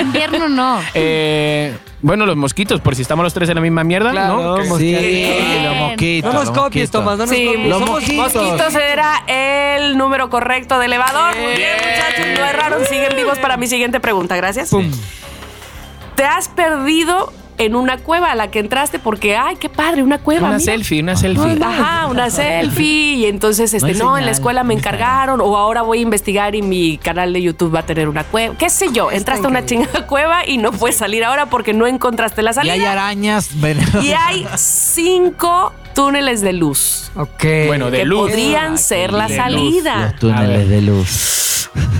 S6: Invierno no.
S5: Eh, bueno, los mosquitos, por si estamos los tres en la misma mierda,
S2: Claro,
S5: ¿no? Que-
S2: mosquitos.
S3: Sí, los mosquitos.
S2: No nos
S3: los
S2: copies,
S3: mosquitos.
S2: Tomás. No nos
S4: Sí,
S2: copies.
S3: Los
S2: Somos-
S3: mosquitos.
S4: Mosquitos era el número correcto de elevador. Muy bien, muchachos, no erraron. Siguen vivos para mi siguiente pregunta. Gracias.
S2: Pum.
S4: Te has perdido en una cueva a la que entraste porque, ay, qué padre, una cueva.
S5: Una
S4: mira.
S5: selfie, una selfie.
S4: Ajá, una selfie. Y entonces, este,
S3: hay
S4: no, en
S3: señal,
S4: la escuela me
S3: no hay señal.
S4: encargaron o ahora voy a investigar y mi canal de YouTube va a tener una cueva. ¿Qué sé yo? Entraste a una chingada cueva y no puedes salir ahora porque no encontraste la
S3: Y hay
S4: salida.
S3: arañas <laughs> venenosas.
S4: Y hay cinco túneles de luz
S2: Ok.
S5: Bueno, de
S4: que
S5: luz.
S4: podrían ser la
S5: de luz.
S4: salida.
S3: Los túneles de luz.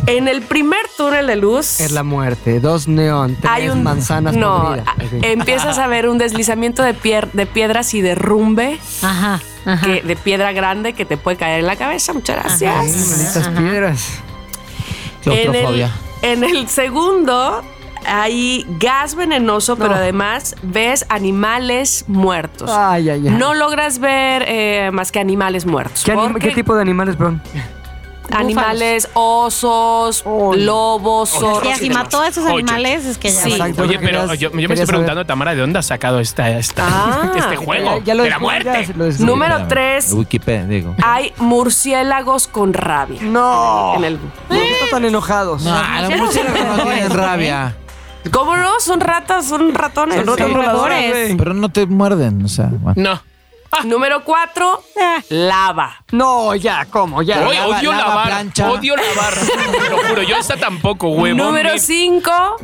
S4: En el primer túnel de luz
S2: Es la muerte. Dos neón, tres
S4: hay un
S2: manzanas
S4: No,
S2: podridas.
S4: a- eh,
S2: Ok.
S4: empiezas a ver un deslizamiento de, pier- de piedras y derrumbe
S6: Ajá, ajá.
S4: que, de piedra grande que te puede caer en la cabeza. Muchas
S2: Ay,
S4: gracias.
S2: malditas piedras.
S4: En el,
S3: Claustrofobia.
S4: en el segundo hay gas venenoso, pero
S2: No.
S4: además ves animales muertos.
S2: Ay, ay, ay.
S4: No logras ver eh, más que animales muertos.
S2: ¿Qué, anim-
S4: porque
S2: qué tipo de animales, perdón?
S4: Animales, osos,
S2: Oh.
S4: lobos,
S6: Y
S4: zorros.
S6: así
S4: y demás.
S6: mató a esos
S5: Ocho.
S6: animales, es que ya.
S4: Sí.
S6: valió.
S2: Exacto,
S5: Oye,
S2: no
S5: pero
S2: querías-
S5: yo, yo me
S2: querías
S5: estoy preguntando,
S2: saber.
S5: Tamara, ¿de dónde ha sacado esta, esta-
S4: Ah.
S5: este juego?
S2: Ya- ya lo
S5: de la
S2: descubrí, ya
S5: muerte.
S2: se lo descubrí.
S4: Número Ah,
S3: Perdón.
S4: 3,
S3: Wikipedia, digo.
S4: hay murciélagos con rabia.
S2: No.
S4: En el-
S2: ¿Por qué están tan enojados?
S3: Ah, No, los murciélagos no tienen rabia.
S4: ¿Cómo no? Son ratas, son ratones.
S2: Son ratas
S4: Sí.
S2: voladoras, güey.
S3: Pero no te muerden, o sea. bueno.
S5: <laughs> No.
S4: Número 4,
S2: Ah.
S4: lava.
S2: No, ya, ¿cómo? Ya.
S5: Hoy
S3: lava,
S5: odio
S3: lava,
S5: lavar.
S3: plancha.
S5: Odio lavar. Te lo juro, yo esta tampoco, huevón.
S4: Número
S5: Ni-
S4: 5,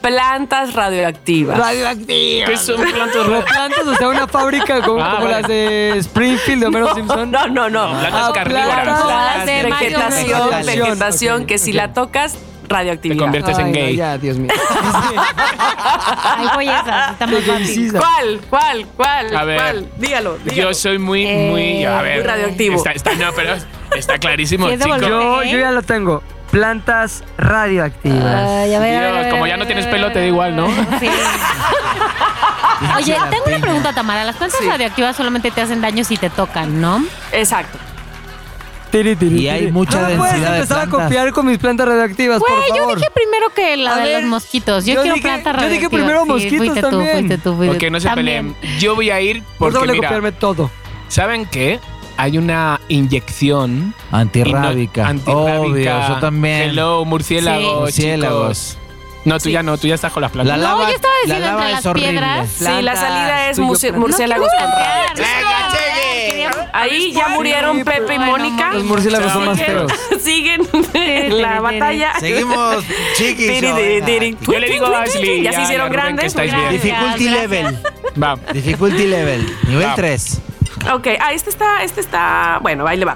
S4: plantas radioactivas.
S5: ¿Qué
S2: Radioactivas.
S5: son plantas rojas?
S2: Plantas, o sea, una fábrica como,
S5: Ah,
S2: como
S5: vale.
S2: las de Springfield de Homero Simpson.
S4: No, no, no.
S5: No, plantas
S4: Ah,
S5: carnívoras.
S4: plantas,
S6: Las de Mario
S4: vegetación,
S2: Bros.
S4: vegetación,
S2: Ok,
S4: que si
S2: ok.
S4: la tocas,
S5: Te
S4: radioactividad.
S5: convierte- Conviertes
S2: Ay,
S5: en
S2: no,
S5: gay.
S2: ya, Dios <laughs> mío.
S6: Ahí voy esas, está más fácil.
S4: ¿Cuál? ¿Cuál? ¿Cuál?
S5: A ver.
S4: ¿Cuál? Dígalo. dígalo.
S5: Yo soy muy, muy. A ver.
S4: muy radioactivo.
S5: Está, está- no, pero está clarísimo,
S6: Sí, es de
S5: chico.
S6: volver.
S2: Yo, yo ya lo tengo. Plantas radioactivas.
S6: Ay, a ver, a ver,
S5: Dios,
S6: a ver,
S5: como
S6: a
S5: ya
S6: ver,
S5: no
S6: a
S5: tienes
S6: ver,
S5: pelo,
S6: a
S5: te da
S6: ver,
S5: igual, ¿no?
S6: Sí. Oye,
S3: la
S6: tengo una
S3: piña.
S6: pregunta, Tamara. Las plantas
S4: Sí.
S6: radioactivas solamente te hacen daño si te tocan, ¿no?
S4: Exacto.
S3: Y hay mucha
S2: no me puedes
S3: densidad de
S2: empezar a
S3: plantas.
S2: copiar con mis plantas radioactivas, por
S6: Güey, yo
S2: favor.
S6: dije primero que la
S2: A
S6: de
S2: ver,
S6: los mosquitos. Yo,
S2: yo
S6: quiero
S2: dije-
S6: plantas
S2: yo dije
S6: radioactivas.
S2: primero
S6: Sí,
S2: mosquitos
S6: fuiste tú,
S2: también.
S6: fuiste tú, fuiste
S5: Ok,
S6: tú.
S5: no se
S6: También.
S5: peleen. Yo voy a ir
S2: Por
S5: porque,
S2: favor,
S5: mira,
S2: copiarme todo.
S5: ¿saben qué? Hay una inyección
S3: Antirrábica.
S5: ino- antirrábica.
S3: Obvio, yo también.
S5: Hello, murciélagos.
S6: Sí.
S3: Murciélagos.
S5: chicos. No, tú ya no, tú ya estás con las plantas.
S3: La
S6: No,
S3: lava-
S6: yo estaba
S3: la
S6: diciendo
S3: lava
S6: entre
S3: es
S6: las
S3: horrible.
S6: piedras.
S4: Sí, la
S2: Plantas,
S4: salida es
S2: tú y yo
S4: murci-
S2: plantas.
S4: murciélagos con ratas.
S6: Venga,
S4: Ahí ya murieron Pepe y
S6: Bueno,
S4: Mónica.
S6: Los
S2: murciélagos son más feos.
S4: <laughs> Siguen en la batalla.
S3: <laughs> Seguimos, chiquis.
S4: Tiri,
S3: yo,
S4: tiri,
S3: venga.
S4: tiri.
S5: Yo le digo a Ashley.
S4: Ya
S5: y
S4: se
S5: a
S4: hicieron
S5: Rubén
S4: grandes,
S5: Que estáis
S6: muy
S5: bien.
S6: grandes.
S3: Difficulty
S6: Gracias,
S3: level.
S5: Va.
S3: Difficulty level. Nivel
S5: Va.
S3: 3.
S4: Ok, ah, este está, este está. Bueno, ahí le va.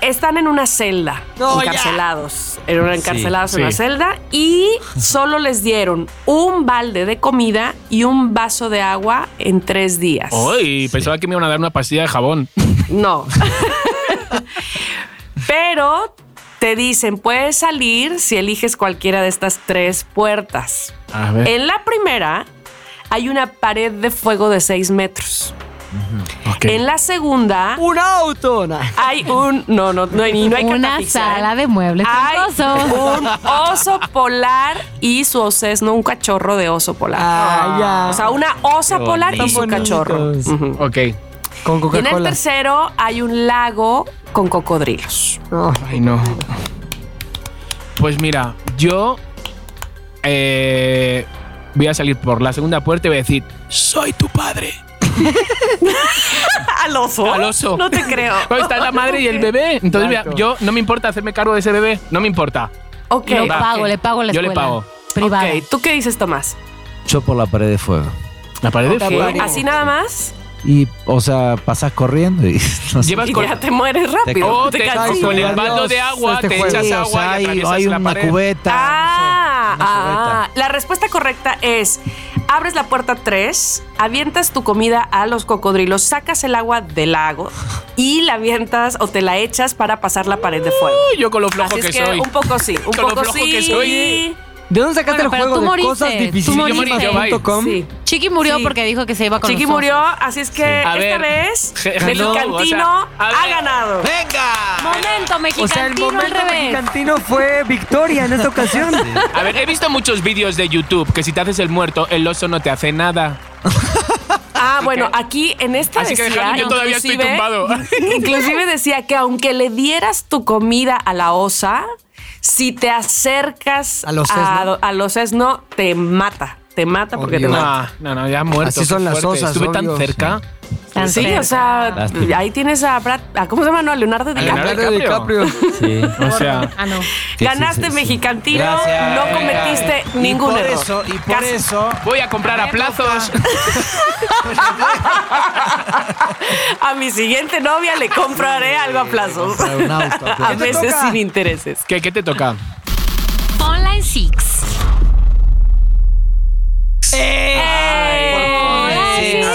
S4: Están en una celda,
S2: No, ya.
S4: encarcelados. En una- encarcelados en
S5: sí.
S4: una celda y solo les dieron un balde de comida y un vaso de agua en tres días.
S5: Uy, pensaba que me iban a dar una pastilla de jabón.
S4: No. <laughs> Pero te dicen, puedes salir si eliges cualquiera de estas tres puertas.
S5: A ver.
S4: En la primera hay una pared de fuego de seis metros.
S5: ok.
S4: En la segunda
S2: ¡Un auto! Nah.
S4: hay un. No, no, no, y no hay
S6: Una
S4: catafixia, ¿eh?
S6: sala de muebles
S4: Hay
S6: con oso.
S4: un oso polar y su osesno, un cachorro de oso polar.
S2: Ah, ya.
S4: O sea, una osa
S3: Qué
S4: polar y
S3: bonitos.
S4: su cachorro.
S2: Bonitos.
S4: Ujú.
S5: Ok.
S2: Con
S4: Y en el
S2: Coca-Cola.
S4: tercero hay un lago con cocodrilos.
S2: No.
S5: Ay, no. Pues mira, yo eh, voy a salir por la segunda puerta y voy a decir, soy tu padre.
S4: <laughs> ¿Al oso?
S5: Al oso.
S4: No te
S5: <laughs>
S4: creo.
S5: Pues está la madre y el bebé. Entonces, mira,
S2: Exacto.
S5: yo no me importa hacerme cargo de ese bebé. No me importa.
S4: Ok.
S6: Yo
S5: Va.
S6: pago, le pago la
S5: Yo le
S6: escuela.
S5: pago.
S6: Privada.
S4: Ok, ¿tú qué dices, Tomás?
S3: Yo por la pared de fuego.
S5: La pared de
S4: Ok,
S5: fuego.
S2: fuego.
S4: ¿Así nada más?
S3: Y, o sea, pasas corriendo y <laughs> no sé.
S5: Llevas
S4: Y
S5: con-
S4: ya <laughs> te mueres rápido.
S5: O te
S4: caes.
S5: o con el
S2: Adiós,
S5: baldo de agua,
S2: este
S5: te
S2: juego.
S5: echas
S3: Sí,
S5: agua
S3: o sea,
S5: y
S3: hay,
S5: atraviesas
S3: hay
S5: la
S3: una
S5: pared.
S3: cubeta.
S4: Ah,
S3: no sé, una
S4: ah. la respuesta correcta es, abres la puerta 3, avientas tu comida a los cocodrilos, sacas el agua del lago y la avientas o te la echas para pasar la pared de fuego.
S5: Uy, Yo con lo flojo
S4: Así es
S5: que,
S4: que
S5: soy.
S4: un poco sí, un
S5: Con lo
S4: poco
S5: flojo
S4: sí.
S5: que soy.
S2: ¿De dónde
S6: Bueno,
S2: sacaste el
S6: pero
S2: juego
S6: tú
S2: de
S6: moriste,
S2: cosas
S6: tú
S2: dificilísimas.com?
S4: Sí.
S6: Chiqui murió
S4: Sí.
S6: porque dijo que se iba con
S4: Chiqui
S6: los osos.
S4: murió, así es que esta
S5: ver,
S4: vez
S5: je- <laughs> ganó,
S4: Mexicantino
S5: o sea, a
S4: ha
S5: ver.
S4: ganado.
S3: ¡Venga!
S6: Momento mexicantino
S2: O sea, el
S6: al
S2: momento
S6: revés.
S2: mexicantino fue victoria en esta ocasión.
S5: A ver, he visto muchos vídeos de YouTube que si te haces el muerto, el oso no te hace nada.
S4: Ah, bueno, aquí en esta
S5: Así que
S4: decía,
S5: dejadme, yo todavía estoy
S4: inclusive-
S5: tumbado.
S4: <laughs> Inclusive decía que aunque le dieras tu comida a la osa, si te acercas
S2: A los
S4: a,
S2: esno.
S4: a los esno, te mata. Te mata porque te
S2: Obvio.
S4: mata.
S5: No, no, no, ya muerto.
S2: Así son
S5: qué
S2: las
S5: fuerte.
S2: osas,
S5: Estuve
S2: obvio.
S5: tan cerca.
S6: Tan
S4: Sí,
S6: cerca.
S4: o sea,
S3: Lástima.
S4: ahí tienes a, Brad, a- ¿cómo se llama? No, a Leonardo DiCaprio.
S5: Leonardo DiCaprio.
S3: Sí.
S5: O sea,
S6: Ah, no.
S4: Ganaste
S3: Sí, sí, sí.
S4: mexicantino,
S3: Gracias.
S4: no cometiste
S3: Y
S4: ningún
S3: por
S4: error.
S3: Eso, y por
S4: Casi.
S3: eso.
S5: voy a comprar a plazos.
S4: A mi siguiente novia le compraré algo a plazos.
S3: Un auto.
S4: <laughs> A
S2: ¿Qué te
S4: veces
S2: toca?
S4: sin intereses.
S5: ¿Qué, qué te toca?
S1: Online Six.
S4: Ah,
S3: Sí, eh, a ver.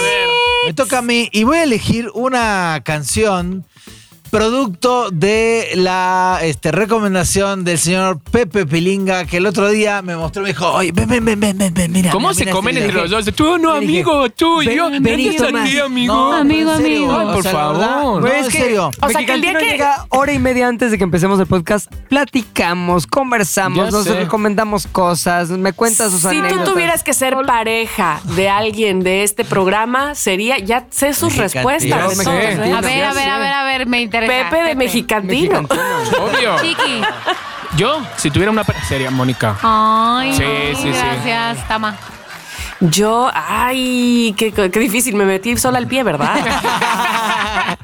S3: Me toca a mí y voy a elegir una canción producto de la este, recomendación del señor Pepe Pilinga que el otro día me mostró, me dijo, oye, ven, ven, ven, ven, ven, ven, mira.
S5: ¿Cómo
S3: mira,
S5: se
S3: mira
S5: comen
S3: este
S5: entre
S3: video".
S5: los dos? Tú no,
S2: Le dije,
S5: amigo, tú y
S2: "Ven-
S5: yo.
S2: vení,
S5: Vete a
S2: Tomás".
S5: ti, amigo.
S3: No,
S6: Amigo,
S3: en serio,
S6: amigo.
S5: Ay, por
S3: o sea, la
S5: favor.
S3: verdad,
S5: Güey,
S3: no,
S2: Güey, es
S3: en
S2: que
S3: serio.
S4: o sea, que el día
S2: Mexicantino
S4: que-
S2: llega hora y media antes de que empecemos el podcast, platicamos, conversamos,
S5: Ya
S2: nos
S5: sé.
S2: recomendamos cosas, me cuentas sus
S4: Si tú
S2: anécdotas.
S4: tuvieras que ser pareja de alguien de este programa, sería, ya sé sus
S3: Mexicantino.
S4: respuestas.
S5: Ya sé.
S4: entonces, ¿eh?
S6: A ver, a ver, a ver, a ver, me interesa.
S4: Pepe de Mexicantino.
S5: Obvio.
S6: Chiqui.
S5: Yo, si tuviera una pa- sería Mónica.
S6: Ay,
S5: Sí, sí, sí.
S6: gracias, Tama.
S4: Yo, ay, qué, qué difícil, me metí sola al pie,
S5: <laughs>
S4: ¿verdad?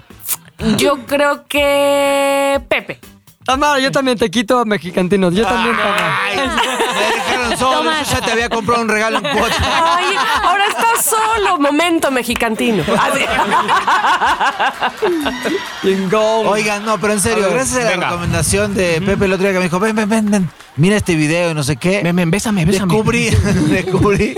S4: Yo creo que Pepe.
S2: Tamara, Ah, yo también te quito a Mexicantino. Yo
S5: Ah.
S2: también, Tamara.
S3: Ay, me dejaron solo,
S6: Toma.
S3: yo ya te había comprado un regalo en cuota.
S4: Ay, ahora estás solo. Momento mexicantino. Así.
S2: Bingo.
S3: Oigan, no, pero en
S5: A
S3: serio,
S5: ver,
S3: gracias a la
S5: venga.
S3: recomendación de Pepe el otro día que me dijo, ven, ven, ven, ven, mira este video y no sé qué.
S5: Ven, ven, bésame, bésame.
S3: descubrí, <laughs> descubrí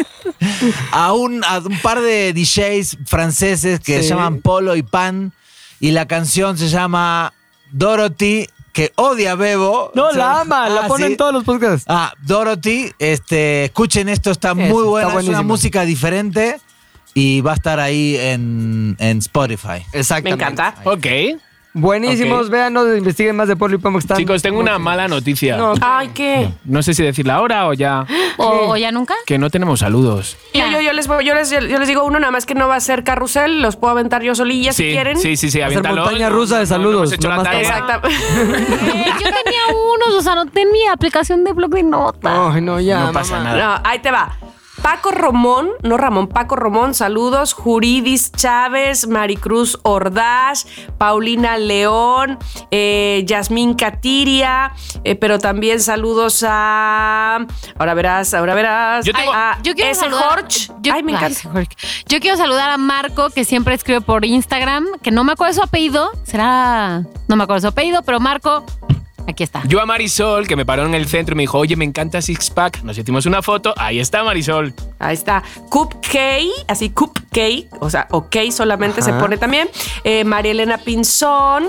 S3: a un, a un par de DJs franceses que
S2: Sí.
S3: se llaman Polo y Pan y la canción se llama Dorothy, que odia a Bebo.
S2: No,
S3: o sea,
S2: la ama, la
S3: ah,
S2: pone
S3: sí.
S2: en todos los podcasts.
S3: Ah, Dorothy, este, escuchen esto, está
S2: está
S3: muy buena, es una
S2: buenísimo.
S3: música diferente y va a estar ahí en, en Spotify.
S4: Me
S2: Exactamente.
S4: encanta.
S5: Ok.
S2: Buenísimos,
S5: Ok.
S2: vean, no investiguen más de Poli Pomo. que están-
S5: Chicos, tengo una mala noticia.
S2: No.
S4: Ay, ¿qué?
S5: No sé si decirla ahora o ya.
S6: ¿O, o ya nunca?
S5: Que no tenemos saludos.
S4: Yo, yo, yo les, voy- yo, les, yo les digo uno, nada más que no va a ser carrusel, los puedo aventar yo solilla si
S5: sí,
S4: quieren.
S5: sí, sí, sí,
S2: hacer
S5: aviéntalo.
S2: montaña rusa de
S5: No, no,
S2: saludos,
S5: No, hemos hecho la
S2: nomás
S5: tarea.
S4: Exactamente.
S6: Eh, yo tenía unos, o sea, no tenía aplicación de blog de notas.
S2: Ay, no, ya.
S5: No pasa nada.
S4: No, ahí te va. Paco Romón, no Ramón, Paco Romón, saludos. Juridis Chávez, Maricruz Ordaz, Paulina León, eh, Yasmín Catiria, eh, pero también saludos a. Ahora verás, ahora verás.
S5: Yo tengo-
S4: a
S6: Yo quiero
S4: ese
S6: saludar-
S4: Jorge.
S6: yo-
S4: Ay, me
S6: ay,
S4: encanta.
S6: ese Jorge. Yo quiero saludar a Marco, que siempre escribe por Instagram, que no me acuerdo su apellido. Será. No me acuerdo su apellido, pero Marco, aquí está.
S5: Yo a Marisol, que me paró en el centro y me dijo, oye, me encanta Six Pack. Nos hicimos una foto. Ahí está Marisol.
S4: Ahí está. Cupcake, así Cupcake, o sea, ok solamente se pone también. Eh, María Elena Pinzón.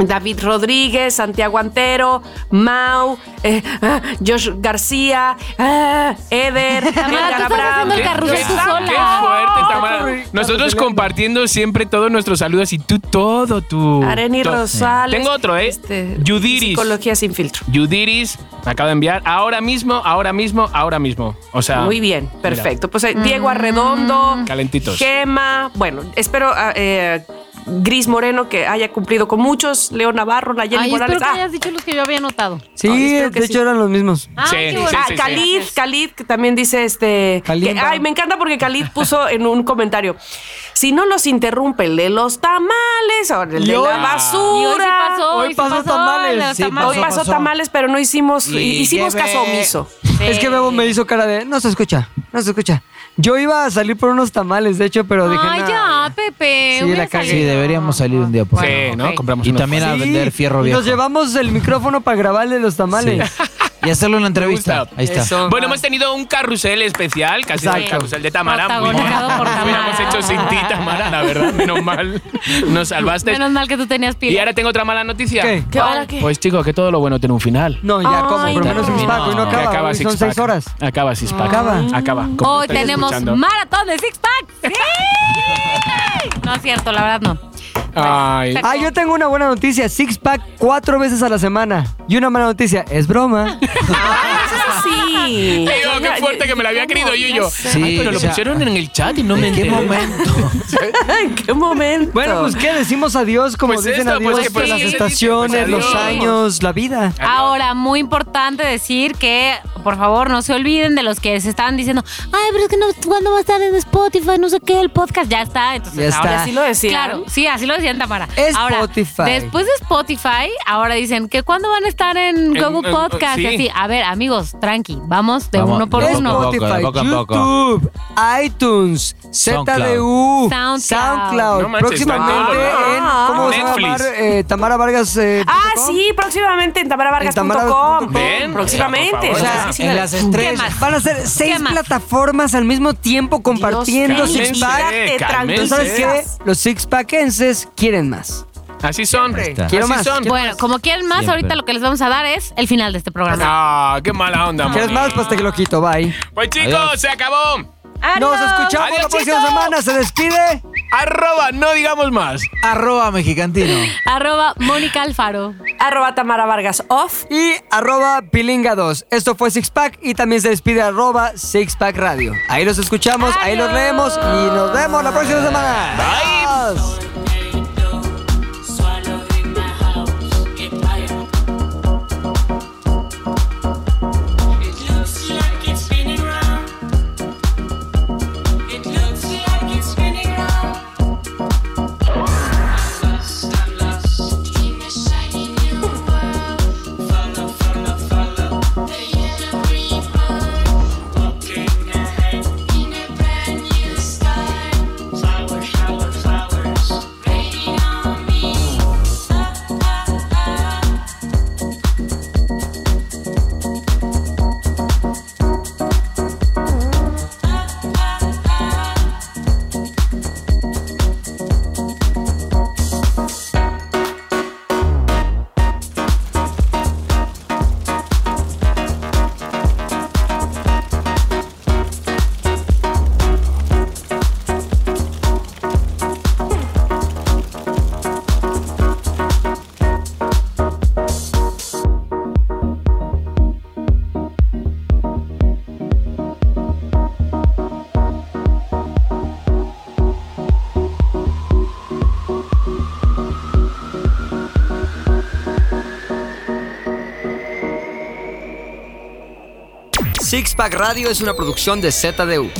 S4: David Rodríguez, Santiago Antero, Mau, eh, ah, Josh García, ah,
S6: <laughs>
S4: Eder,
S6: Tamara,
S4: Edgar
S6: tú estás
S4: Abraham.
S6: haciendo el carrusel tú
S5: qué
S6: sola.
S5: fuerte, Tamara.
S2: Qué rico,
S5: Nosotros
S2: Marcelino.
S5: compartiendo siempre todos nuestros saludos y tú todo, tú.
S4: Areni
S5: todo.
S4: Rosales.
S5: Tengo otro, ¿eh?
S4: Este,
S5: Yudiris.
S4: Psicología sin filtro.
S5: Yudiris, me acaba de enviar ahora mismo, ahora mismo, ahora mismo. O sea,
S4: Muy bien, perfecto. Pues eh,
S6: Mm.
S4: Diego Arredondo,
S5: Calentitos.
S4: Gema, bueno, espero ah, eh, Gris Moreno que haya cumplido con muchos, Leo Navarro, Nayeli
S6: Ay, espero
S4: Morales.
S6: que
S4: Ah,
S6: hayas dicho los que yo había anotado.
S2: Sí,
S4: Ay, espero que
S2: de hecho
S4: sí.
S2: eran los mismos.
S6: Ay,
S5: Sí,
S6: qué
S5: sí,
S6: bueno.
S4: Ah,
S5: sí, sí.
S4: Khalid, Khalid, que también dice este.
S2: Kalimba.
S4: que- ay, me encanta porque Khalid puso en un comentario: si no los interrumpe el de los tamales o el de
S2: Y hoy-
S4: la
S6: Y hoy sí
S4: basura.
S6: pasó,
S2: Hoy
S6: hoy sí
S2: pasó
S6: pasó
S2: tamales.
S6: los
S3: Sí,
S6: tamales.
S4: Hoy pasó
S3: pasó.
S4: tamales, pero no hicimos,
S3: Y
S4: hicimos
S3: lleve-
S4: caso omiso.
S2: Es que Bebo me hizo cara de, no se escucha, no se escucha. Yo iba a salir por unos tamales, de hecho, pero dije,
S6: Ay,
S2: "Nah".
S6: ya, Pepe.
S2: Sí,
S6: hubiera
S2: la cagué.
S6: salido.
S2: Sí,
S3: deberíamos salir un día por
S5: Sí,
S3: Bueno,
S5: ¿no?
S6: ok.
S5: Compramos
S3: Y
S5: unos
S3: también a
S2: Sí,
S3: vender fierro
S2: y
S3: viejo.
S2: Nos llevamos el micrófono para grabarle los tamales.
S3: Y
S5: <laughs>
S3: hacerle una
S5: gusta.
S3: entrevista. Ahí está.
S2: Eso.
S5: Bueno, hemos tenido un carrusel especial, casi
S2: Exacto.
S5: el carrusel de Tamara.
S6: Protagonizado por
S5: Lo hubiéramos
S6: Tamara.
S5: hecho sin ti, Tamara, la verdad. Menos mal. Nos salvaste.
S6: Menos mal que tú tenías
S5: y
S6: pila.
S5: ahora tengo otra mala noticia.
S2: ¿Qué?
S4: ¿Qué hora qué?
S5: Pues chicos, que todo lo bueno tiene un final.
S2: No, ya, ¿cómo?
S4: Ay,
S2: Por lo menos
S4: no.
S2: un pack, y no
S3: No.
S5: Que
S2: acaba,
S5: acaba
S2: hoy
S5: Six
S2: son seis
S5: Pack.
S2: horas.
S5: Acaba Six Pack.
S2: Acaba.
S5: Acaba. como
S6: Hoy
S5: estáis
S6: tenemos
S5: escuchando.
S6: maratón de Six Pack. ¡Sí! No es cierto, la verdad no.
S5: Ay.
S2: Ah, yo tengo una buena noticia. Six pack cuatro veces a la semana. Y una mala noticia, es
S5: <laughs>
S2: broma.
S4: Ah, eso sí.
S5: Tío, qué
S4: Ya,
S5: fuerte
S4: <laughs> ya,
S5: que me la había querido yo y yo.
S3: Sí,
S5: Ay, pero lo
S3: ya.
S5: pusieron en el chat y no me
S3: ¿En qué
S5: enteré.
S3: momento?
S5: <laughs>
S4: ¿En qué momento?
S2: Bueno, pues ¿qué? Decimos adiós como
S5: Pues
S2: dicen
S5: esto,
S2: adiós
S5: pues, que
S2: por
S5: pues,
S2: las
S5: sí,
S2: estaciones,
S5: pues,
S2: los
S5: adiós.
S2: años, la vida.
S6: Ahora, muy importante decir que, por favor, no se olviden de los que se estaban diciendo, ay, pero es que no, ¿cuándo va a estar en Spotify? No sé qué, el podcast ya está. Entonces,
S2: Ya
S6: ahora
S2: está.
S4: Así lo decía.
S6: Claro, sí, así lo decían Tamara.
S2: Spotify.
S6: Ahora, después de Spotify, ahora dicen que cuándo van a estar en
S5: En-
S6: Google
S5: en-
S6: Podcast.
S5: sí.
S6: y así. A ver, amigos, tranqui, vamos de
S3: Vamos,
S6: uno por
S3: de poco a
S6: uno.
S3: poco.
S2: Spotify,
S3: poco a poco.
S2: YouTube, iTunes, ZDU,
S6: SoundCloud.
S2: SoundCloud,
S5: No manches,
S2: próximamente
S5: está en todo,
S2: en
S4: ¿no?
S2: ¿cómo se va a
S5: Netflix.
S2: llamar? Eh, Tamara Vargas. eh,
S4: Ah,
S2: punto com.
S4: sí, próximamente en
S2: En
S4: tamaravargas.com.
S5: Ven,
S4: Próximamente.
S5: por favor.
S4: O sea,
S5: Ah,
S4: sí,
S3: en las estrellas.
S6: más?
S2: Van a ser seis
S6: más?
S2: plataformas al mismo tiempo compartiendo
S4: Dios,
S2: six
S5: cálmense,
S2: pack.
S5: cálmense.
S2: ¿Tú sabes qué? Los six packenses quieren más.
S5: Así son.
S3: está.
S5: Así
S2: Quiero más.
S5: son.
S6: Bueno, como quieren más,
S3: Siempre.
S6: ahorita lo que les vamos a dar es el final de este programa.
S5: Ah, qué mala onda,
S2: ¿Quieres
S5: mami.
S2: más? Pues te lo quito, bye.
S5: Pues chicos,
S3: Adiós.
S5: se acabó.
S2: Nos escuchamos la
S5: Adiós,
S2: próxima
S5: chicos.
S2: semana. Se despide.
S5: Arroba, no digamos más.
S3: Arroba mexicantino.
S6: Arroba Mónica Alfaro.
S4: Arroba Tamara Vargas Off.
S2: Y arroba pilinga2. Esto fue Six Pack y también se despide arroba Six Pack Radio. Ahí los escuchamos, ahí los leemos y nos vemos la próxima semana.
S5: Bye.
S2: Adiós.
S8: Flowers, flowers, flowers.
S2: Six Pack Radio es una producción de ZDU.